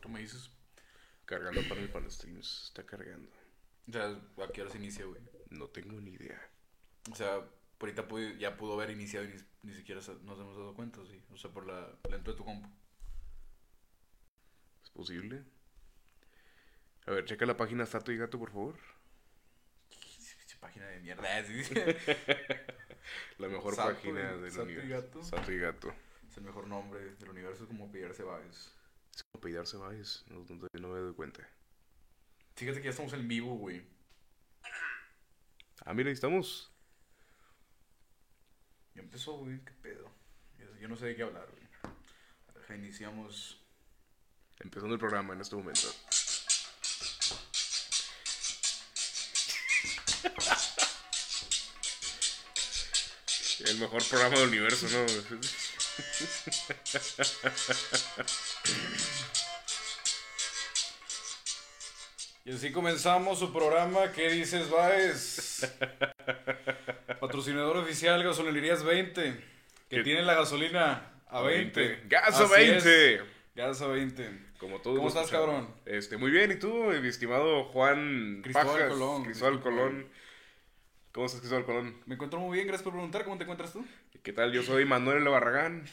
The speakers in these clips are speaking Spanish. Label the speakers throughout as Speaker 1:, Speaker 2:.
Speaker 1: Tú me dices.
Speaker 2: Cargando para el Palestreams. Está cargando.
Speaker 1: O sea, ¿a qué hora se inicia, güey?
Speaker 2: No tengo ni idea.
Speaker 1: O sea, por ahorita pude- ya pudo haber iniciado y ni, ni siquiera sa- nos hemos dado cuenta, sí. O sea, por la lento de tu compu.
Speaker 2: ¿Es posible? A ver, checa la página Sato y Gato, por favor.
Speaker 1: Pinche Página de mierda, sí. Es
Speaker 2: La mejor
Speaker 1: Sato
Speaker 2: página
Speaker 1: y-
Speaker 2: del
Speaker 1: Sato y
Speaker 2: universo.
Speaker 1: Gato.
Speaker 2: Sato y Gato.
Speaker 1: el mejor nombre del universo, es como pillarse Baez.
Speaker 2: Es como peidar Ceballos. No, no, te- no me doy cuenta.
Speaker 1: Fíjate que ya estamos en vivo, güey.
Speaker 2: Ah, mira, ahí estamos.
Speaker 1: Ya empezó, güey, qué pedo. Yo, yo no sé de qué hablar, güey. A ver, Iniciamos.
Speaker 2: Empezando el programa en este momento. El mejor programa del universo, ¿no?
Speaker 1: Y así comenzamos su programa, ¿Qué dices, Baez? Patrocinador oficial Gasolinerías 20, que
Speaker 2: ¿Qué?
Speaker 1: tiene la gasolina a 20.
Speaker 2: ¡Gas a
Speaker 1: Así es,
Speaker 2: 20!
Speaker 1: gas a 20.
Speaker 2: Como todos
Speaker 1: ¿Cómo
Speaker 2: lo
Speaker 1: estás,
Speaker 2: escucharon.
Speaker 1: cabrón?
Speaker 2: Este, muy bien, ¿y tú, eh, mi estimado Juan
Speaker 1: Cristóbal
Speaker 2: Pajas?
Speaker 1: Colón.
Speaker 2: Cristóbal Colón. ¿Cómo estás, Cristóbal Colón?
Speaker 1: Me encuentro muy bien, gracias por preguntar, ¿cómo te encuentras tú?
Speaker 2: ¿Qué tal? Yo soy Manuel L. Barragán.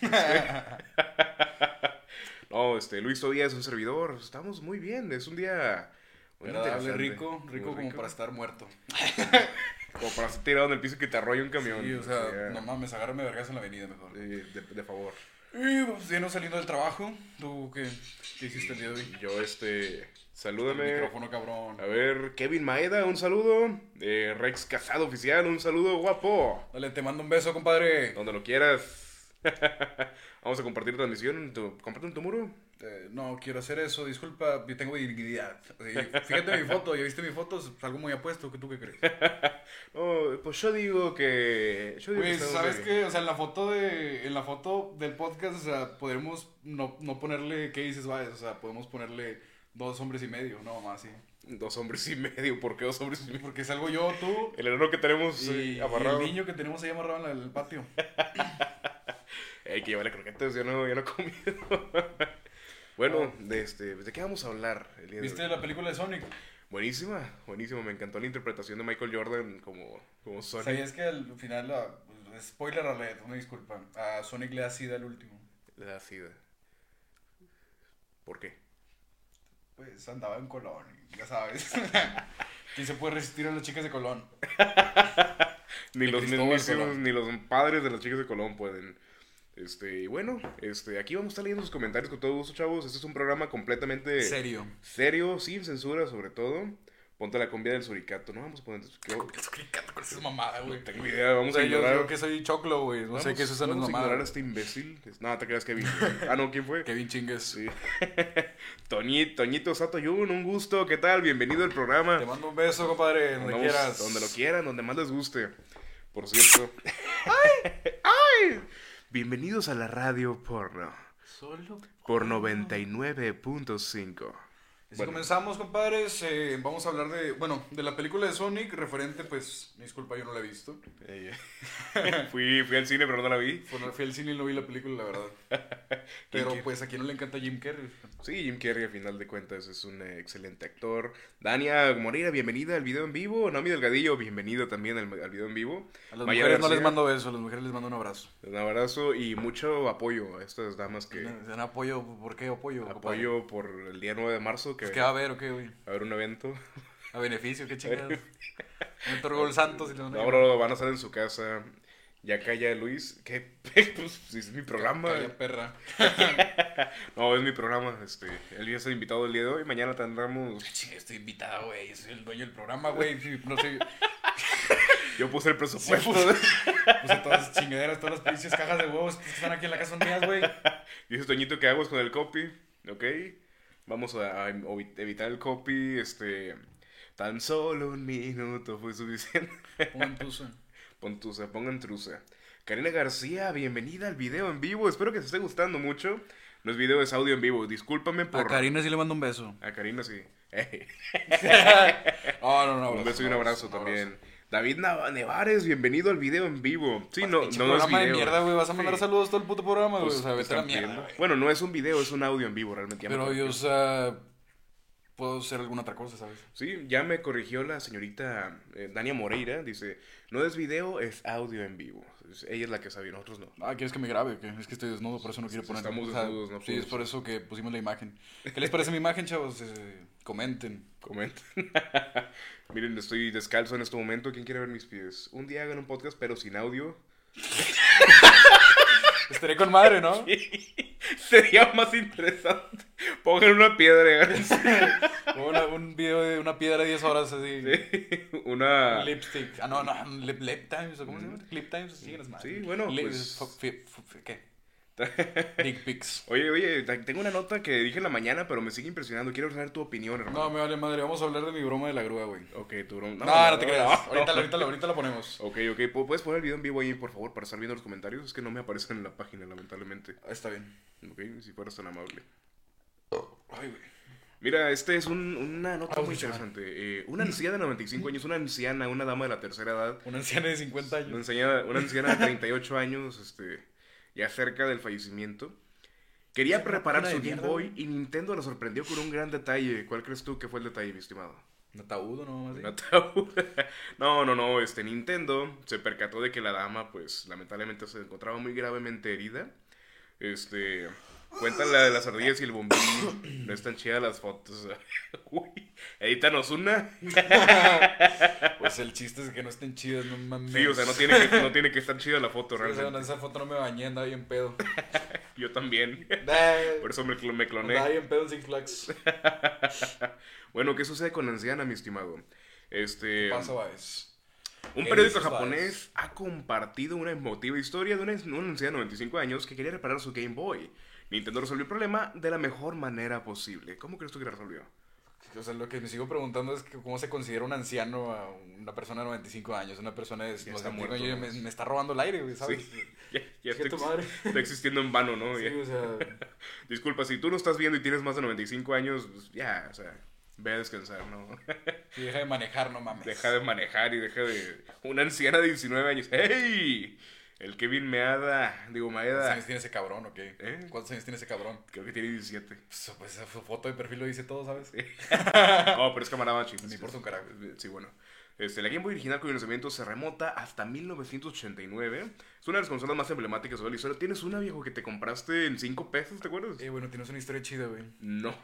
Speaker 2: no, este, Luis Todía es un servidor. Estamos muy bien, es un día... muy
Speaker 1: Agradable,
Speaker 2: interesante.
Speaker 1: rico,
Speaker 2: Muy
Speaker 1: rico como para estar muerto.
Speaker 2: Como para estar tirado en el piso y que te arrolle un camión.
Speaker 1: Sí, o sea,
Speaker 2: Ya.
Speaker 1: no mames, agárrame vergas en la avenida mejor.
Speaker 2: Eh, de, de favor.
Speaker 1: Y pues, ya no saliendo del trabajo, ¿tú qué, qué hiciste el día de hoy?
Speaker 2: Yo, este,
Speaker 1: El
Speaker 2: salúdame.
Speaker 1: micrófono, cabrón.
Speaker 2: A ver, Kevin Maeda, un saludo. Eh, Rex Casado Oficial, un saludo guapo.
Speaker 1: Dale, te mando un beso, compadre.
Speaker 2: Donde lo quieras. Vamos a compartir transmisión. en tu- comparte en tu muro.
Speaker 1: Eh, no quiero hacer eso, disculpa, yo tengo dignidad. Eh, Fíjate mi foto, ya viste mi foto, es algo muy apuesto, ¿qué tú qué crees?
Speaker 2: No, pues yo digo que. Yo digo que
Speaker 1: Güey,
Speaker 2: estamos
Speaker 1: ¿sabes
Speaker 2: bien.
Speaker 1: qué? O sea, en la foto de en la foto del podcast, o sea, podemos no, no ponerle qué dices, vaya, o sea, podemos ponerle dos hombres y medio, no más, sí.
Speaker 2: Dos hombres y medio. ¿Por qué dos hombres y medio?
Speaker 1: Porque salgo yo, tú
Speaker 2: El error que tenemos
Speaker 1: y,
Speaker 2: eh,
Speaker 1: y
Speaker 2: amarrado.
Speaker 1: el niño que tenemos ahí amarrado en la- en el patio.
Speaker 2: Ey, que llevarle croquetas. Yo no, yo no he comido. bueno, de, este, ¿de qué vamos a hablar el día de
Speaker 1: Ah. ¿Viste
Speaker 2: hoy?
Speaker 1: la película de Sonic?
Speaker 2: Buenísima, buenísima. Me encantó la interpretación de Michael Jordan como, como Sonic.
Speaker 1: ¿Sabías que al final, ah, spoiler alert, una disculpa, a Sonic le da sida el último?
Speaker 2: Le da sida. ¿Por qué?
Speaker 1: Pues andaba en Colón, ya sabes. ¿Quién se puede resistir a las chicas de Colón?
Speaker 2: Ni
Speaker 1: de
Speaker 2: los
Speaker 1: Cristóbal
Speaker 2: mismísimos,
Speaker 1: Colón.
Speaker 2: ni los padres de los chicos de Colón pueden. Este, y bueno, este, aquí vamos a estar leyendo sus comentarios con todo gusto, chavos. Este es un programa completamente
Speaker 1: serio.
Speaker 2: serio, sin censura, sobre todo. Ponte la comida del suricato, ¿no? Vamos a poner... creo-
Speaker 1: Es cricato con esas mamadas, güey.
Speaker 2: No tengo idea, vamos
Speaker 1: O sea,
Speaker 2: a
Speaker 1: yo,
Speaker 2: ignorar...
Speaker 1: yo que soy choclo, güey. No sé
Speaker 2: vamos-
Speaker 1: qué es esa
Speaker 2: Vamos a ignorar a
Speaker 1: mamada.
Speaker 2: este imbécil. Es- No, te creas que vi. Ah, no, ¿quién fue?
Speaker 1: Kevin Chingues.
Speaker 2: Sí. Toñi- Toñito Satoyun, un gusto. ¿Qué tal? Bienvenido al programa.
Speaker 1: Te mando un beso, compadre, donde
Speaker 2: Andamos
Speaker 1: quieras.
Speaker 2: Donde lo quieran, donde más les guste. Por cierto. ¡Ay! ¡Ay! Bienvenidos a la radio porno.
Speaker 1: Solo.
Speaker 2: Por 99.5.
Speaker 1: Así
Speaker 2: Bueno.
Speaker 1: comenzamos, compadres. eh, vamos a hablar de, bueno, de la película de Sonic, referente, pues, me disculpa, yo no la he visto.
Speaker 2: eh. fui, fui al cine, pero no la vi.
Speaker 1: Fue- Fui al cine y no vi la película, la verdad. Pero, pues, a quien no le encanta Jim Carrey.
Speaker 2: Sí, Jim Carrey, a final de cuentas, es un eh, excelente actor. Dania Moreira, bienvenida al video en vivo. Nami Delgadillo, bienvenida también al, al video en vivo.
Speaker 1: A las
Speaker 2: Maya
Speaker 1: mujeres no
Speaker 2: García,
Speaker 1: les mando besos, a las mujeres les mando un abrazo.
Speaker 2: Un abrazo y mucho apoyo a estas damas que.
Speaker 1: Dan "Ah, apoyo, ¿por qué apoyo? compadre?
Speaker 2: Apoyo por el día 9 de marzo, que
Speaker 1: Pues, ¿Qué va a haber o qué, güey?
Speaker 2: va a haber un evento.
Speaker 1: A beneficio, qué chingados. Me otorgó el Santos y le van a-
Speaker 2: No, bro, lo van a hacer en su casa. Ya calla Luis. ¿Qué? pe- Pues, si es mi programa.
Speaker 1: Calla, perra.
Speaker 2: No, es mi programa. Este, él ya es el invitado el día de hoy. Mañana tendremos.
Speaker 1: Chinga, estoy invitado, güey. Soy el dueño del programa, güey. Sí, No sé.
Speaker 2: Yo puse el presupuesto.
Speaker 1: Puse todas las chingaderas, todas las pinches cajas de huevos que están aquí en la casa son mías, güey.
Speaker 2: Dice Toñito que hago con el copy. Ok. Vamos a, a ovi- evitar el copy. Este. Tan solo un minuto fue suficiente.
Speaker 1: Un tuzo.
Speaker 2: Pon tusa, pongan trusa. Karina García, bienvenida al video en vivo. Espero que te esté gustando mucho. No es video, es audio en vivo. Discúlpame por.
Speaker 1: A Karina sí le mando un beso.
Speaker 2: A Karina sí.
Speaker 1: no, no, no.
Speaker 2: un beso y un abrazo también. David Nav- Nevares, bienvenido al video en vivo. Sí, no, no es
Speaker 1: Pinche programa de
Speaker 2: video.
Speaker 1: mierda, güey. Vas a mandar saludos todo el puto programa, güey.
Speaker 2: Pues,
Speaker 1: O sea, vete a la
Speaker 2: están
Speaker 1: mierda,
Speaker 2: pidiendo.
Speaker 1: güey.
Speaker 2: Bueno, no es un video, es un audio en vivo realmente. ya me
Speaker 1: Pero yo,
Speaker 2: corrigió.
Speaker 1: o sea, puedo hacer alguna otra cosa, ¿sabes?
Speaker 2: Sí, ya me corrigió la señorita eh, Dania Moreira. Dice, no es video, es audio en vivo. Es- Ella es la que sabía, nosotros no.
Speaker 1: Ah, ¿quieres que me grabe? o qué? Es que estoy desnudo, por eso no quiero poner.
Speaker 2: Estamos
Speaker 1: o sea,
Speaker 2: desnudos, no
Speaker 1: Sí, es
Speaker 2: podemos.
Speaker 1: por eso que pusimos la imagen. ¿Qué les parece mi imagen, chavos? Eh, comenten.
Speaker 2: Comenten. Miren, estoy descalzo en este momento. ¿Quién quiere ver mis pies? Un día hagan un podcast, pero sin audio.
Speaker 1: Estaré con madre, ¿no?
Speaker 2: Sería más interesante. Pongan una piedra y agárrense.
Speaker 1: Como una- un video de una piedra de 10 horas así.
Speaker 2: Una.
Speaker 1: Un Lipstick. Ah, no, no. Lip, lip Times. ¿o ¿Cómo se llama? Clip Times. Sí, las madres.
Speaker 2: Mm. Sí, bueno,
Speaker 1: Lip-
Speaker 2: pues-
Speaker 1: fu- fi- fu- fi- ¿Qué? Dick pics.
Speaker 2: Oye, oye, ta- tengo una nota que dije en la mañana, pero me sigue impresionando. Quiero saber tu opinión, hermano.
Speaker 1: No, me vale madre. Vamos a hablar de mi broma de la grúa, güey.
Speaker 2: Ok, tú
Speaker 1: No, no, te creas. ahorita, la- ahorita, la- ahorita la ponemos.
Speaker 2: Ok, ok. ¿Pu- ¿Puedes poner el video en vivo ahí, por favor, para estar viendo los comentarios? Es que no me aparecen en la página, lamentablemente.
Speaker 1: Está bien.
Speaker 2: Ok, si fueras tan amable.
Speaker 1: Ay, güey.
Speaker 2: Mira, este es un- una nota
Speaker 1: Vamos
Speaker 2: muy
Speaker 1: a escuchar.
Speaker 2: interesante. Eh, una anciana de 95 años, una anciana, una dama de la tercera edad,
Speaker 1: Una anciana de 50
Speaker 2: una
Speaker 1: años.
Speaker 2: anciana, una anciana de 38 años, este, ya cerca del fallecimiento, quería preparar
Speaker 1: una
Speaker 2: su
Speaker 1: de
Speaker 2: Game
Speaker 1: mierda,
Speaker 2: Boy y Nintendo la sorprendió con un gran detalle. ¿Cuál crees tú que fue el detalle, mi estimado?
Speaker 1: Un ataúd, ¿no? Más
Speaker 2: Un
Speaker 1: bien.
Speaker 2: ataúd. No, no, no, este Nintendo se percató de que la dama, pues, lamentablemente se encontraba muy gravemente herida. Este, cuentan la de las ardillas y el bombín. No están chidas las fotos. Uy, edítanos una.
Speaker 1: Pues el chiste es que no estén chidas, no mames.
Speaker 2: Sí, o sea, no tiene que, no tiene que estar chida la foto,
Speaker 1: Sí, o sea, en
Speaker 2: realmente.
Speaker 1: esa foto no me bañé, andaba bien pedo.
Speaker 2: Yo también. Por
Speaker 1: Por
Speaker 2: eso me, cl- me
Speaker 1: Andaba
Speaker 2: cloné.
Speaker 1: bien pedo en Six Flags.
Speaker 2: Bueno, ¿qué sucede con la anciana, mi estimado? Este,
Speaker 1: ¿Qué pasa, Baez?
Speaker 2: Un
Speaker 1: ¿Qué
Speaker 2: periódico
Speaker 1: dices,
Speaker 2: japonés ha compartido una emotiva historia de una, una anciana de 95 años que quería reparar su Game Boy. Nintendo resolvió el problema de la mejor manera posible. ¿Cómo crees tú que la resolvió?
Speaker 1: O sea, lo que me sigo preguntando es que cómo se considera un anciano a una persona de 95 años. Una persona de
Speaker 2: Ya
Speaker 1: 95
Speaker 2: está muerto,
Speaker 1: años
Speaker 2: ¿no?
Speaker 1: me, me está robando el aire, güey, ¿sabes?
Speaker 2: Sí, ya,
Speaker 1: Chinga
Speaker 2: ya está,
Speaker 1: tu
Speaker 2: ex-
Speaker 1: madre.
Speaker 2: está existiendo en vano, ¿no?
Speaker 1: Sí,
Speaker 2: Ya.
Speaker 1: o sea,
Speaker 2: Disculpa, si tú no estás viendo y tienes más de 95 años, pues ya, o sea, ve a descansar, ¿no?
Speaker 1: sí, deja de manejar, no mames.
Speaker 2: Deja de manejar y deja de... Una anciana de 19 años. ¡Ey! El Kevin Meada, digo
Speaker 1: ¿Cuántos
Speaker 2: Maeda,
Speaker 1: años tiene ese cabrón o qué?
Speaker 2: ¿Eh?
Speaker 1: ¿Cuántos años tiene ese cabrón?
Speaker 2: creo que tiene 17.
Speaker 1: Pues, pues, esa foto de perfil lo dice todo, ¿sabes?
Speaker 2: No, pero es camarada chingón.
Speaker 1: Me importa un carajo.
Speaker 2: Sí, bueno. Este, la Game Boy original cuyo lanzamiento se remota hasta 1989. Es una de las consolas más emblemáticas de la historia. ¿Tienes una, viejo, que te compraste en 5 pesos, te acuerdas?
Speaker 1: Eh, bueno, tienes una historia chida, güey.
Speaker 2: No.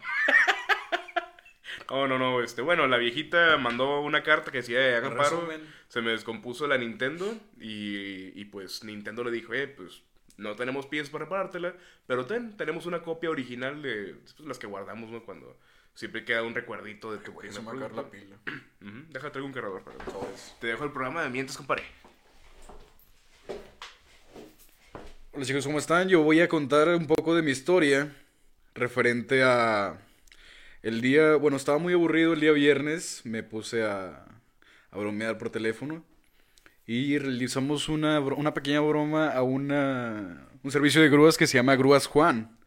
Speaker 2: No, no, no. Este, bueno, la viejita mandó una carta que decía, hagan paro.
Speaker 1: Resumen.
Speaker 2: Se me descompuso la Nintendo y, y pues Nintendo le dijo, eh, pues no tenemos pies para reparártela, pero ten, tenemos una copia original de pues, las que guardamos, ¿no? Cuando siempre queda un recuerdito de tu
Speaker 1: Güey,
Speaker 2: primer
Speaker 1: se me va a acabar la
Speaker 2: producto".
Speaker 1: pila.
Speaker 2: Ujú, Deja, traigo un cargador para
Speaker 1: Sobres.
Speaker 2: Te dejo el programa de mientras, compadre.
Speaker 1: Hola chicos, ¿cómo están? Yo voy a contar un poco de mi historia referente a el día, bueno, estaba muy aburrido el día viernes, me puse a, a bromear por teléfono y realizamos una, bro- una pequeña broma a una, un servicio de grúas que se llama Grúas Juan.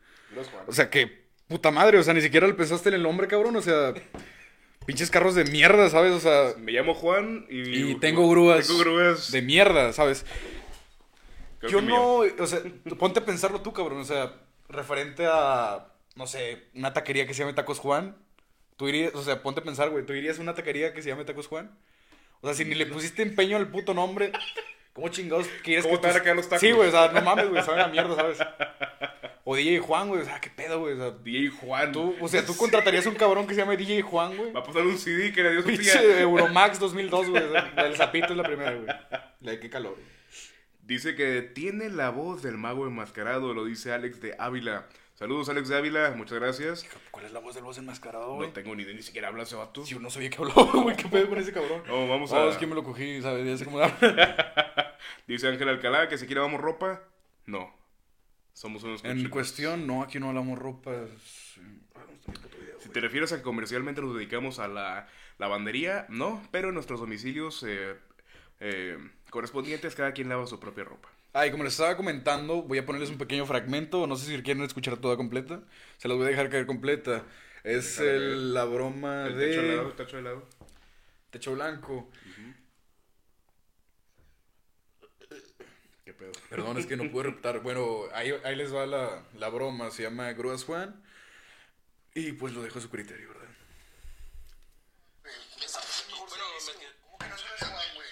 Speaker 1: O sea, que puta madre, o sea, ni siquiera le pensaste en el nombre, cabrón, o sea, pinches carros de mierda, ¿sabes? O sea,
Speaker 2: Me llamo Juan y...
Speaker 1: Y tengo grúas.
Speaker 2: Tengo grúas.
Speaker 1: de mierda, ¿sabes?
Speaker 2: Creo
Speaker 1: Yo
Speaker 2: que
Speaker 1: no, o sea, ponte a pensarlo tú, cabrón, o sea, referente a, no sé, una taquería que se llame Tacos Juan, tú irías, o sea, ponte a pensar, güey, tú irías a una taquería que se llame Tacos Juan, o sea, si ni le pusiste empeño al puto nombre, ¿cómo chingados quieres
Speaker 2: ¿Cómo
Speaker 1: que
Speaker 2: te van
Speaker 1: tus-
Speaker 2: a quedar los tacos?
Speaker 1: Sí, güey, o sea, no mames, güey, saben a mierda, ¿sabes? O DJ Juan, güey, o sea, qué pedo, güey, o sea,
Speaker 2: DJ Juan.
Speaker 1: tú, o sea, tú contratarías a un cabrón que se llame DJ Juan, güey.
Speaker 2: Va pues, a pasar un CD que le dio su
Speaker 1: Pinche
Speaker 2: tía.
Speaker 1: Euromax 2002, güey, o sea, la del zapito es la primera, güey. La de qué calor.
Speaker 2: Dice que tiene la voz del mago enmascarado, lo dice Alex de Ávila. Saludos, Alex de Ávila, muchas gracias.
Speaker 1: ¿Cuál es la voz del voz enmascarado, güey?
Speaker 2: No tengo ni idea, ni siquiera habla ese vato.
Speaker 1: Yo no sabía que hablaba, güey. ¿Qué pedo con ese cabrón?
Speaker 2: No, vamos
Speaker 1: Oh,
Speaker 2: a...
Speaker 1: es que me lo cogí, ¿sabes? Ya sé cómo
Speaker 2: Dice Ángel Alcalá que si quiere vamos ropa. No. Somos unos
Speaker 1: En
Speaker 2: cochinos.
Speaker 1: cuestión, no, aquí no hablamos ropa.
Speaker 2: Si te refieres a que comercialmente nos dedicamos a la lavandería, no, pero en nuestros domicilios eh, eh, correspondientes cada quien lava su propia ropa.
Speaker 1: Ay, Ah, como les estaba comentando, voy a ponerles un pequeño fragmento. No sé si quieren escuchar toda completa. Se las voy a dejar caer completa. Es
Speaker 2: Déjala
Speaker 1: el- la broma
Speaker 2: El
Speaker 1: de
Speaker 2: techo al lado, el techo al lado.
Speaker 1: Techo Blanco.
Speaker 2: qué pedo.
Speaker 1: Perdón, es que no pude reputar. Bueno, ahí, ahí les va la, la broma. Se llama Grúas Juan. Y pues lo dejo a su criterio, ¿verdad?
Speaker 3: Bueno, me quedé. ¿Cómo que no es cabeza, güey?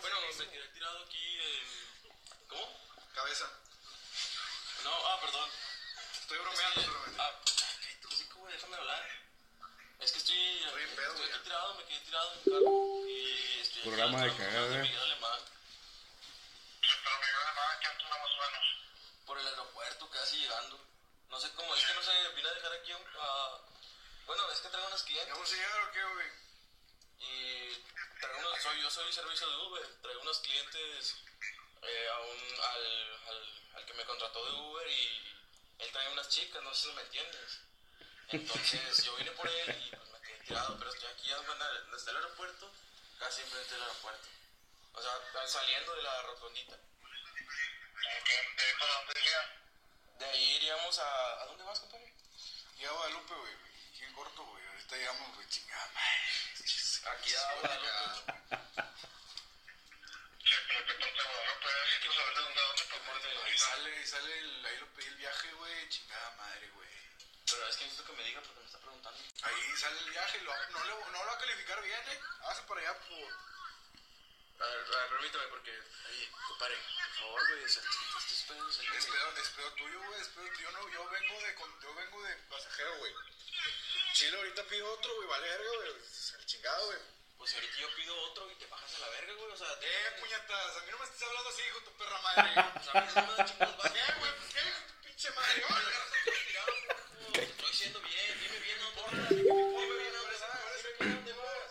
Speaker 3: Bueno, me quedé tirado aquí en. ¿Cómo?
Speaker 4: Cabeza.
Speaker 3: No, ah, perdón.
Speaker 4: Estoy bromeando, pero.
Speaker 3: Ah, cállate, hocico, güey, déjame hablar. Es que estoy.
Speaker 4: Estoy en pedo,
Speaker 3: estoy
Speaker 4: güey.
Speaker 3: aquí tirado, me quedé tirado en un carro. Y este, estoy. aquí
Speaker 2: Programa de
Speaker 3: atrás
Speaker 2: cagada. eh.
Speaker 3: de Miguel Alemán,
Speaker 4: Pero me iba a llamar que antes éramos buenos.
Speaker 3: por el aeropuerto, casi llegando. No sé cómo, es que no sé, vine a dejar aquí a. un- a- bueno, es que traigo unos
Speaker 4: ¿Ya
Speaker 3: clientes
Speaker 4: vamos a llegar o qué, güey?
Speaker 3: y traigo unos, soy, yo soy servicio de Uber, traigo unos clientes eh, a un, al, al, al que me contrató de Uber y él trae unas chicas, no sé si me entiendes. Entonces yo vine por él y pues, me quedé tirado, pero estoy aquí haz de cuenta, desde el aeropuerto, casi enfrente del aeropuerto. O sea, saliendo de la rotondita.
Speaker 4: ¿De para dónde llega?
Speaker 3: De ahí iríamos a... ¿A dónde vas, compadre?
Speaker 4: Llega a Guadalupe, güey. Aquí en corto, güey. Ahorita llegamos, güey. Chingada madre.
Speaker 3: Aquí a Guadalupe.
Speaker 4: Sí, pero que ponte a Guadalupe. Y tú sabes dónde dónde te
Speaker 3: muerdes.
Speaker 4: Ahí sale, ahí sale. el- Ahí lo pedí el viaje, güey. Chingada madre, güey.
Speaker 3: Pero es que necesito que me diga porque me está preguntando.
Speaker 4: Ahí sale el viaje. Lo, no, lo, no lo va a calificar bien, eh. Hágase para allá, por.
Speaker 3: A ver, a ver, permítame porque... Oye, compadre, por favor, güey, se- te estoy esperando salir.
Speaker 4: Es pedo, es pedo tuyo, güey, es pedo tuyo, no, yo vengo de, con- yo vengo de pasajero, güey. Chile, ahorita pido otro, güey, vale verga, güey, al chingado, güey.
Speaker 3: Pues ahorita yo pido otro y te bajas a la verga, güey. O sea, te.
Speaker 4: Eh, puñetas, a mí no me estés hablando así, hijo de tu perra madre.
Speaker 3: O sea, a mí no me da chingados, va.
Speaker 4: Eh, güey, pues qué, hijo de tu pinche madre,
Speaker 3: Te
Speaker 4: güey.
Speaker 3: agarras aquí tirado, pendejo. Te estoy diciendo bien, dime bien a dónde vas. Dime bien a dónde vas. Dime a dónde vas.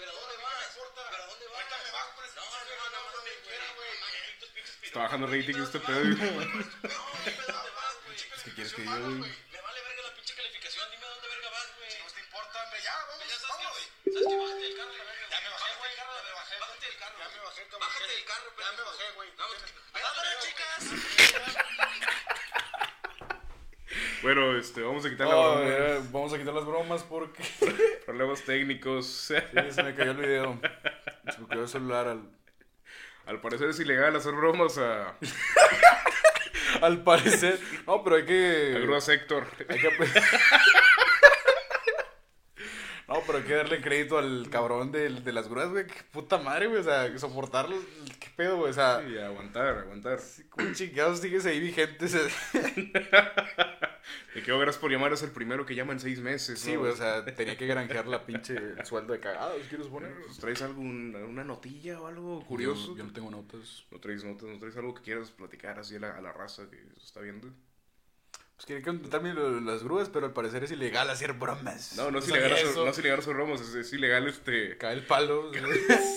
Speaker 3: Pero a dónde vas. Pero a dónde vas.
Speaker 4: Ahorita me bajo por ese
Speaker 3: No,
Speaker 4: pinche
Speaker 3: no,
Speaker 4: hermano,
Speaker 3: no, no,
Speaker 4: donde
Speaker 3: no,
Speaker 4: quiera,
Speaker 3: güey.
Speaker 4: güey.
Speaker 3: Mamá, pinches, pinches pirotes.
Speaker 2: Está bajando rating
Speaker 3: Dime
Speaker 2: este
Speaker 3: a
Speaker 2: pedo.
Speaker 3: dónde vas. No, dime a dónde vas, güey.
Speaker 1: ¿Qué quieres que diga,
Speaker 4: Pinche
Speaker 1: güey?
Speaker 4: mala, güey.
Speaker 3: Me vale verga la pinche calificación. Dime a dónde verga vas, güey.
Speaker 4: No te importa, hombre, ya, vamos,
Speaker 3: Ya sabes que-
Speaker 4: vámonos.
Speaker 3: ¿Sabes que bájate del carro, la verga, güey?
Speaker 4: Ya me bajé, güey,
Speaker 3: Bájate
Speaker 4: ya me bajé, güey.
Speaker 3: Bájate del carro.
Speaker 4: Ya me
Speaker 3: güey.
Speaker 4: bajé, cabrón.
Speaker 3: Bájate del carro,
Speaker 4: Ya me
Speaker 3: pendejo.
Speaker 4: bajé, güey.
Speaker 3: Vamos,
Speaker 4: Ya me-
Speaker 3: ¡Vámonos,
Speaker 4: Vámonos,
Speaker 3: chicas!
Speaker 2: Bueno, este, vamos a quitar la
Speaker 1: Oh,
Speaker 2: broma.
Speaker 1: mira, vamos a quitar las bromas porque sí,
Speaker 2: Problemas técnicos.
Speaker 1: se me cayó el video. Se me cayó el celular al,
Speaker 2: Al parecer es ilegal hacer bromas a, a
Speaker 1: al parecer. No, pero hay que
Speaker 2: Grúa Sector.
Speaker 1: hay que ap- No, pero hay que darle crédito al cabrón del- de, las grúas, güey. Qué puta madre, güey. O sea, soportarlos. Qué pedo, güey. O sea,
Speaker 2: Y aguantar, aguantar.
Speaker 1: ¿cómo chingados sigues ahí vigentes?
Speaker 2: Te quedo gracias por llamar, es el primero que llama en seis meses.
Speaker 1: Sí,
Speaker 2: ¿no?
Speaker 1: güey. O sea, tenía que granjear la pinche el sueldo de cagados. ¿Quieres poner?
Speaker 2: Pues, ¿Traes algún, una notilla o algo
Speaker 1: Yo,
Speaker 2: curioso?
Speaker 1: yo no tengo notas.
Speaker 2: ¿No traes notas? ¿No traes algo que quieras platicar así a la, a la raza que está viendo?
Speaker 1: Pues quería contarme lo de las grúas, pero al parecer es ilegal hacer bromas.
Speaker 2: No, no es
Speaker 1: O sea,
Speaker 2: ilegal hacer,
Speaker 1: eso-
Speaker 2: no es ilegal hacer bromas, es, es ilegal este...
Speaker 1: Cae el palo.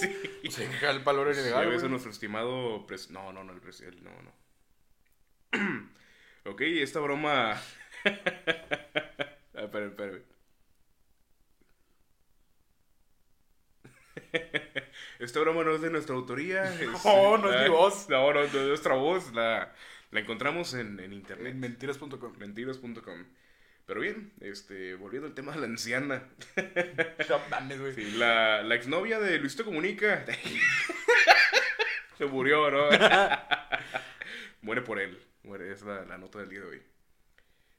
Speaker 2: Sí.
Speaker 1: Sí, cae el palo era
Speaker 2: Ya
Speaker 1: ilegal.
Speaker 2: ves a
Speaker 1: güey.
Speaker 2: nuestro estimado... pres- No, no, no, el presidente, no, no. ok, esta broma... ah, espérame, espérame. Esta broma no es de nuestra autoría. es-
Speaker 1: No, no es mi voz.
Speaker 2: No, no, no es nuestra voz. La, la encontramos en, en internet.
Speaker 1: En mentiras.com.
Speaker 2: Mentiras.com. Pero bien, este, volviendo al tema de la anciana.
Speaker 1: No mames, güey.
Speaker 2: Sí, la, la exnovia de Luisito Comunica. Se murió, ¿no? Muere por él. Muere, es la, la nota del día de hoy.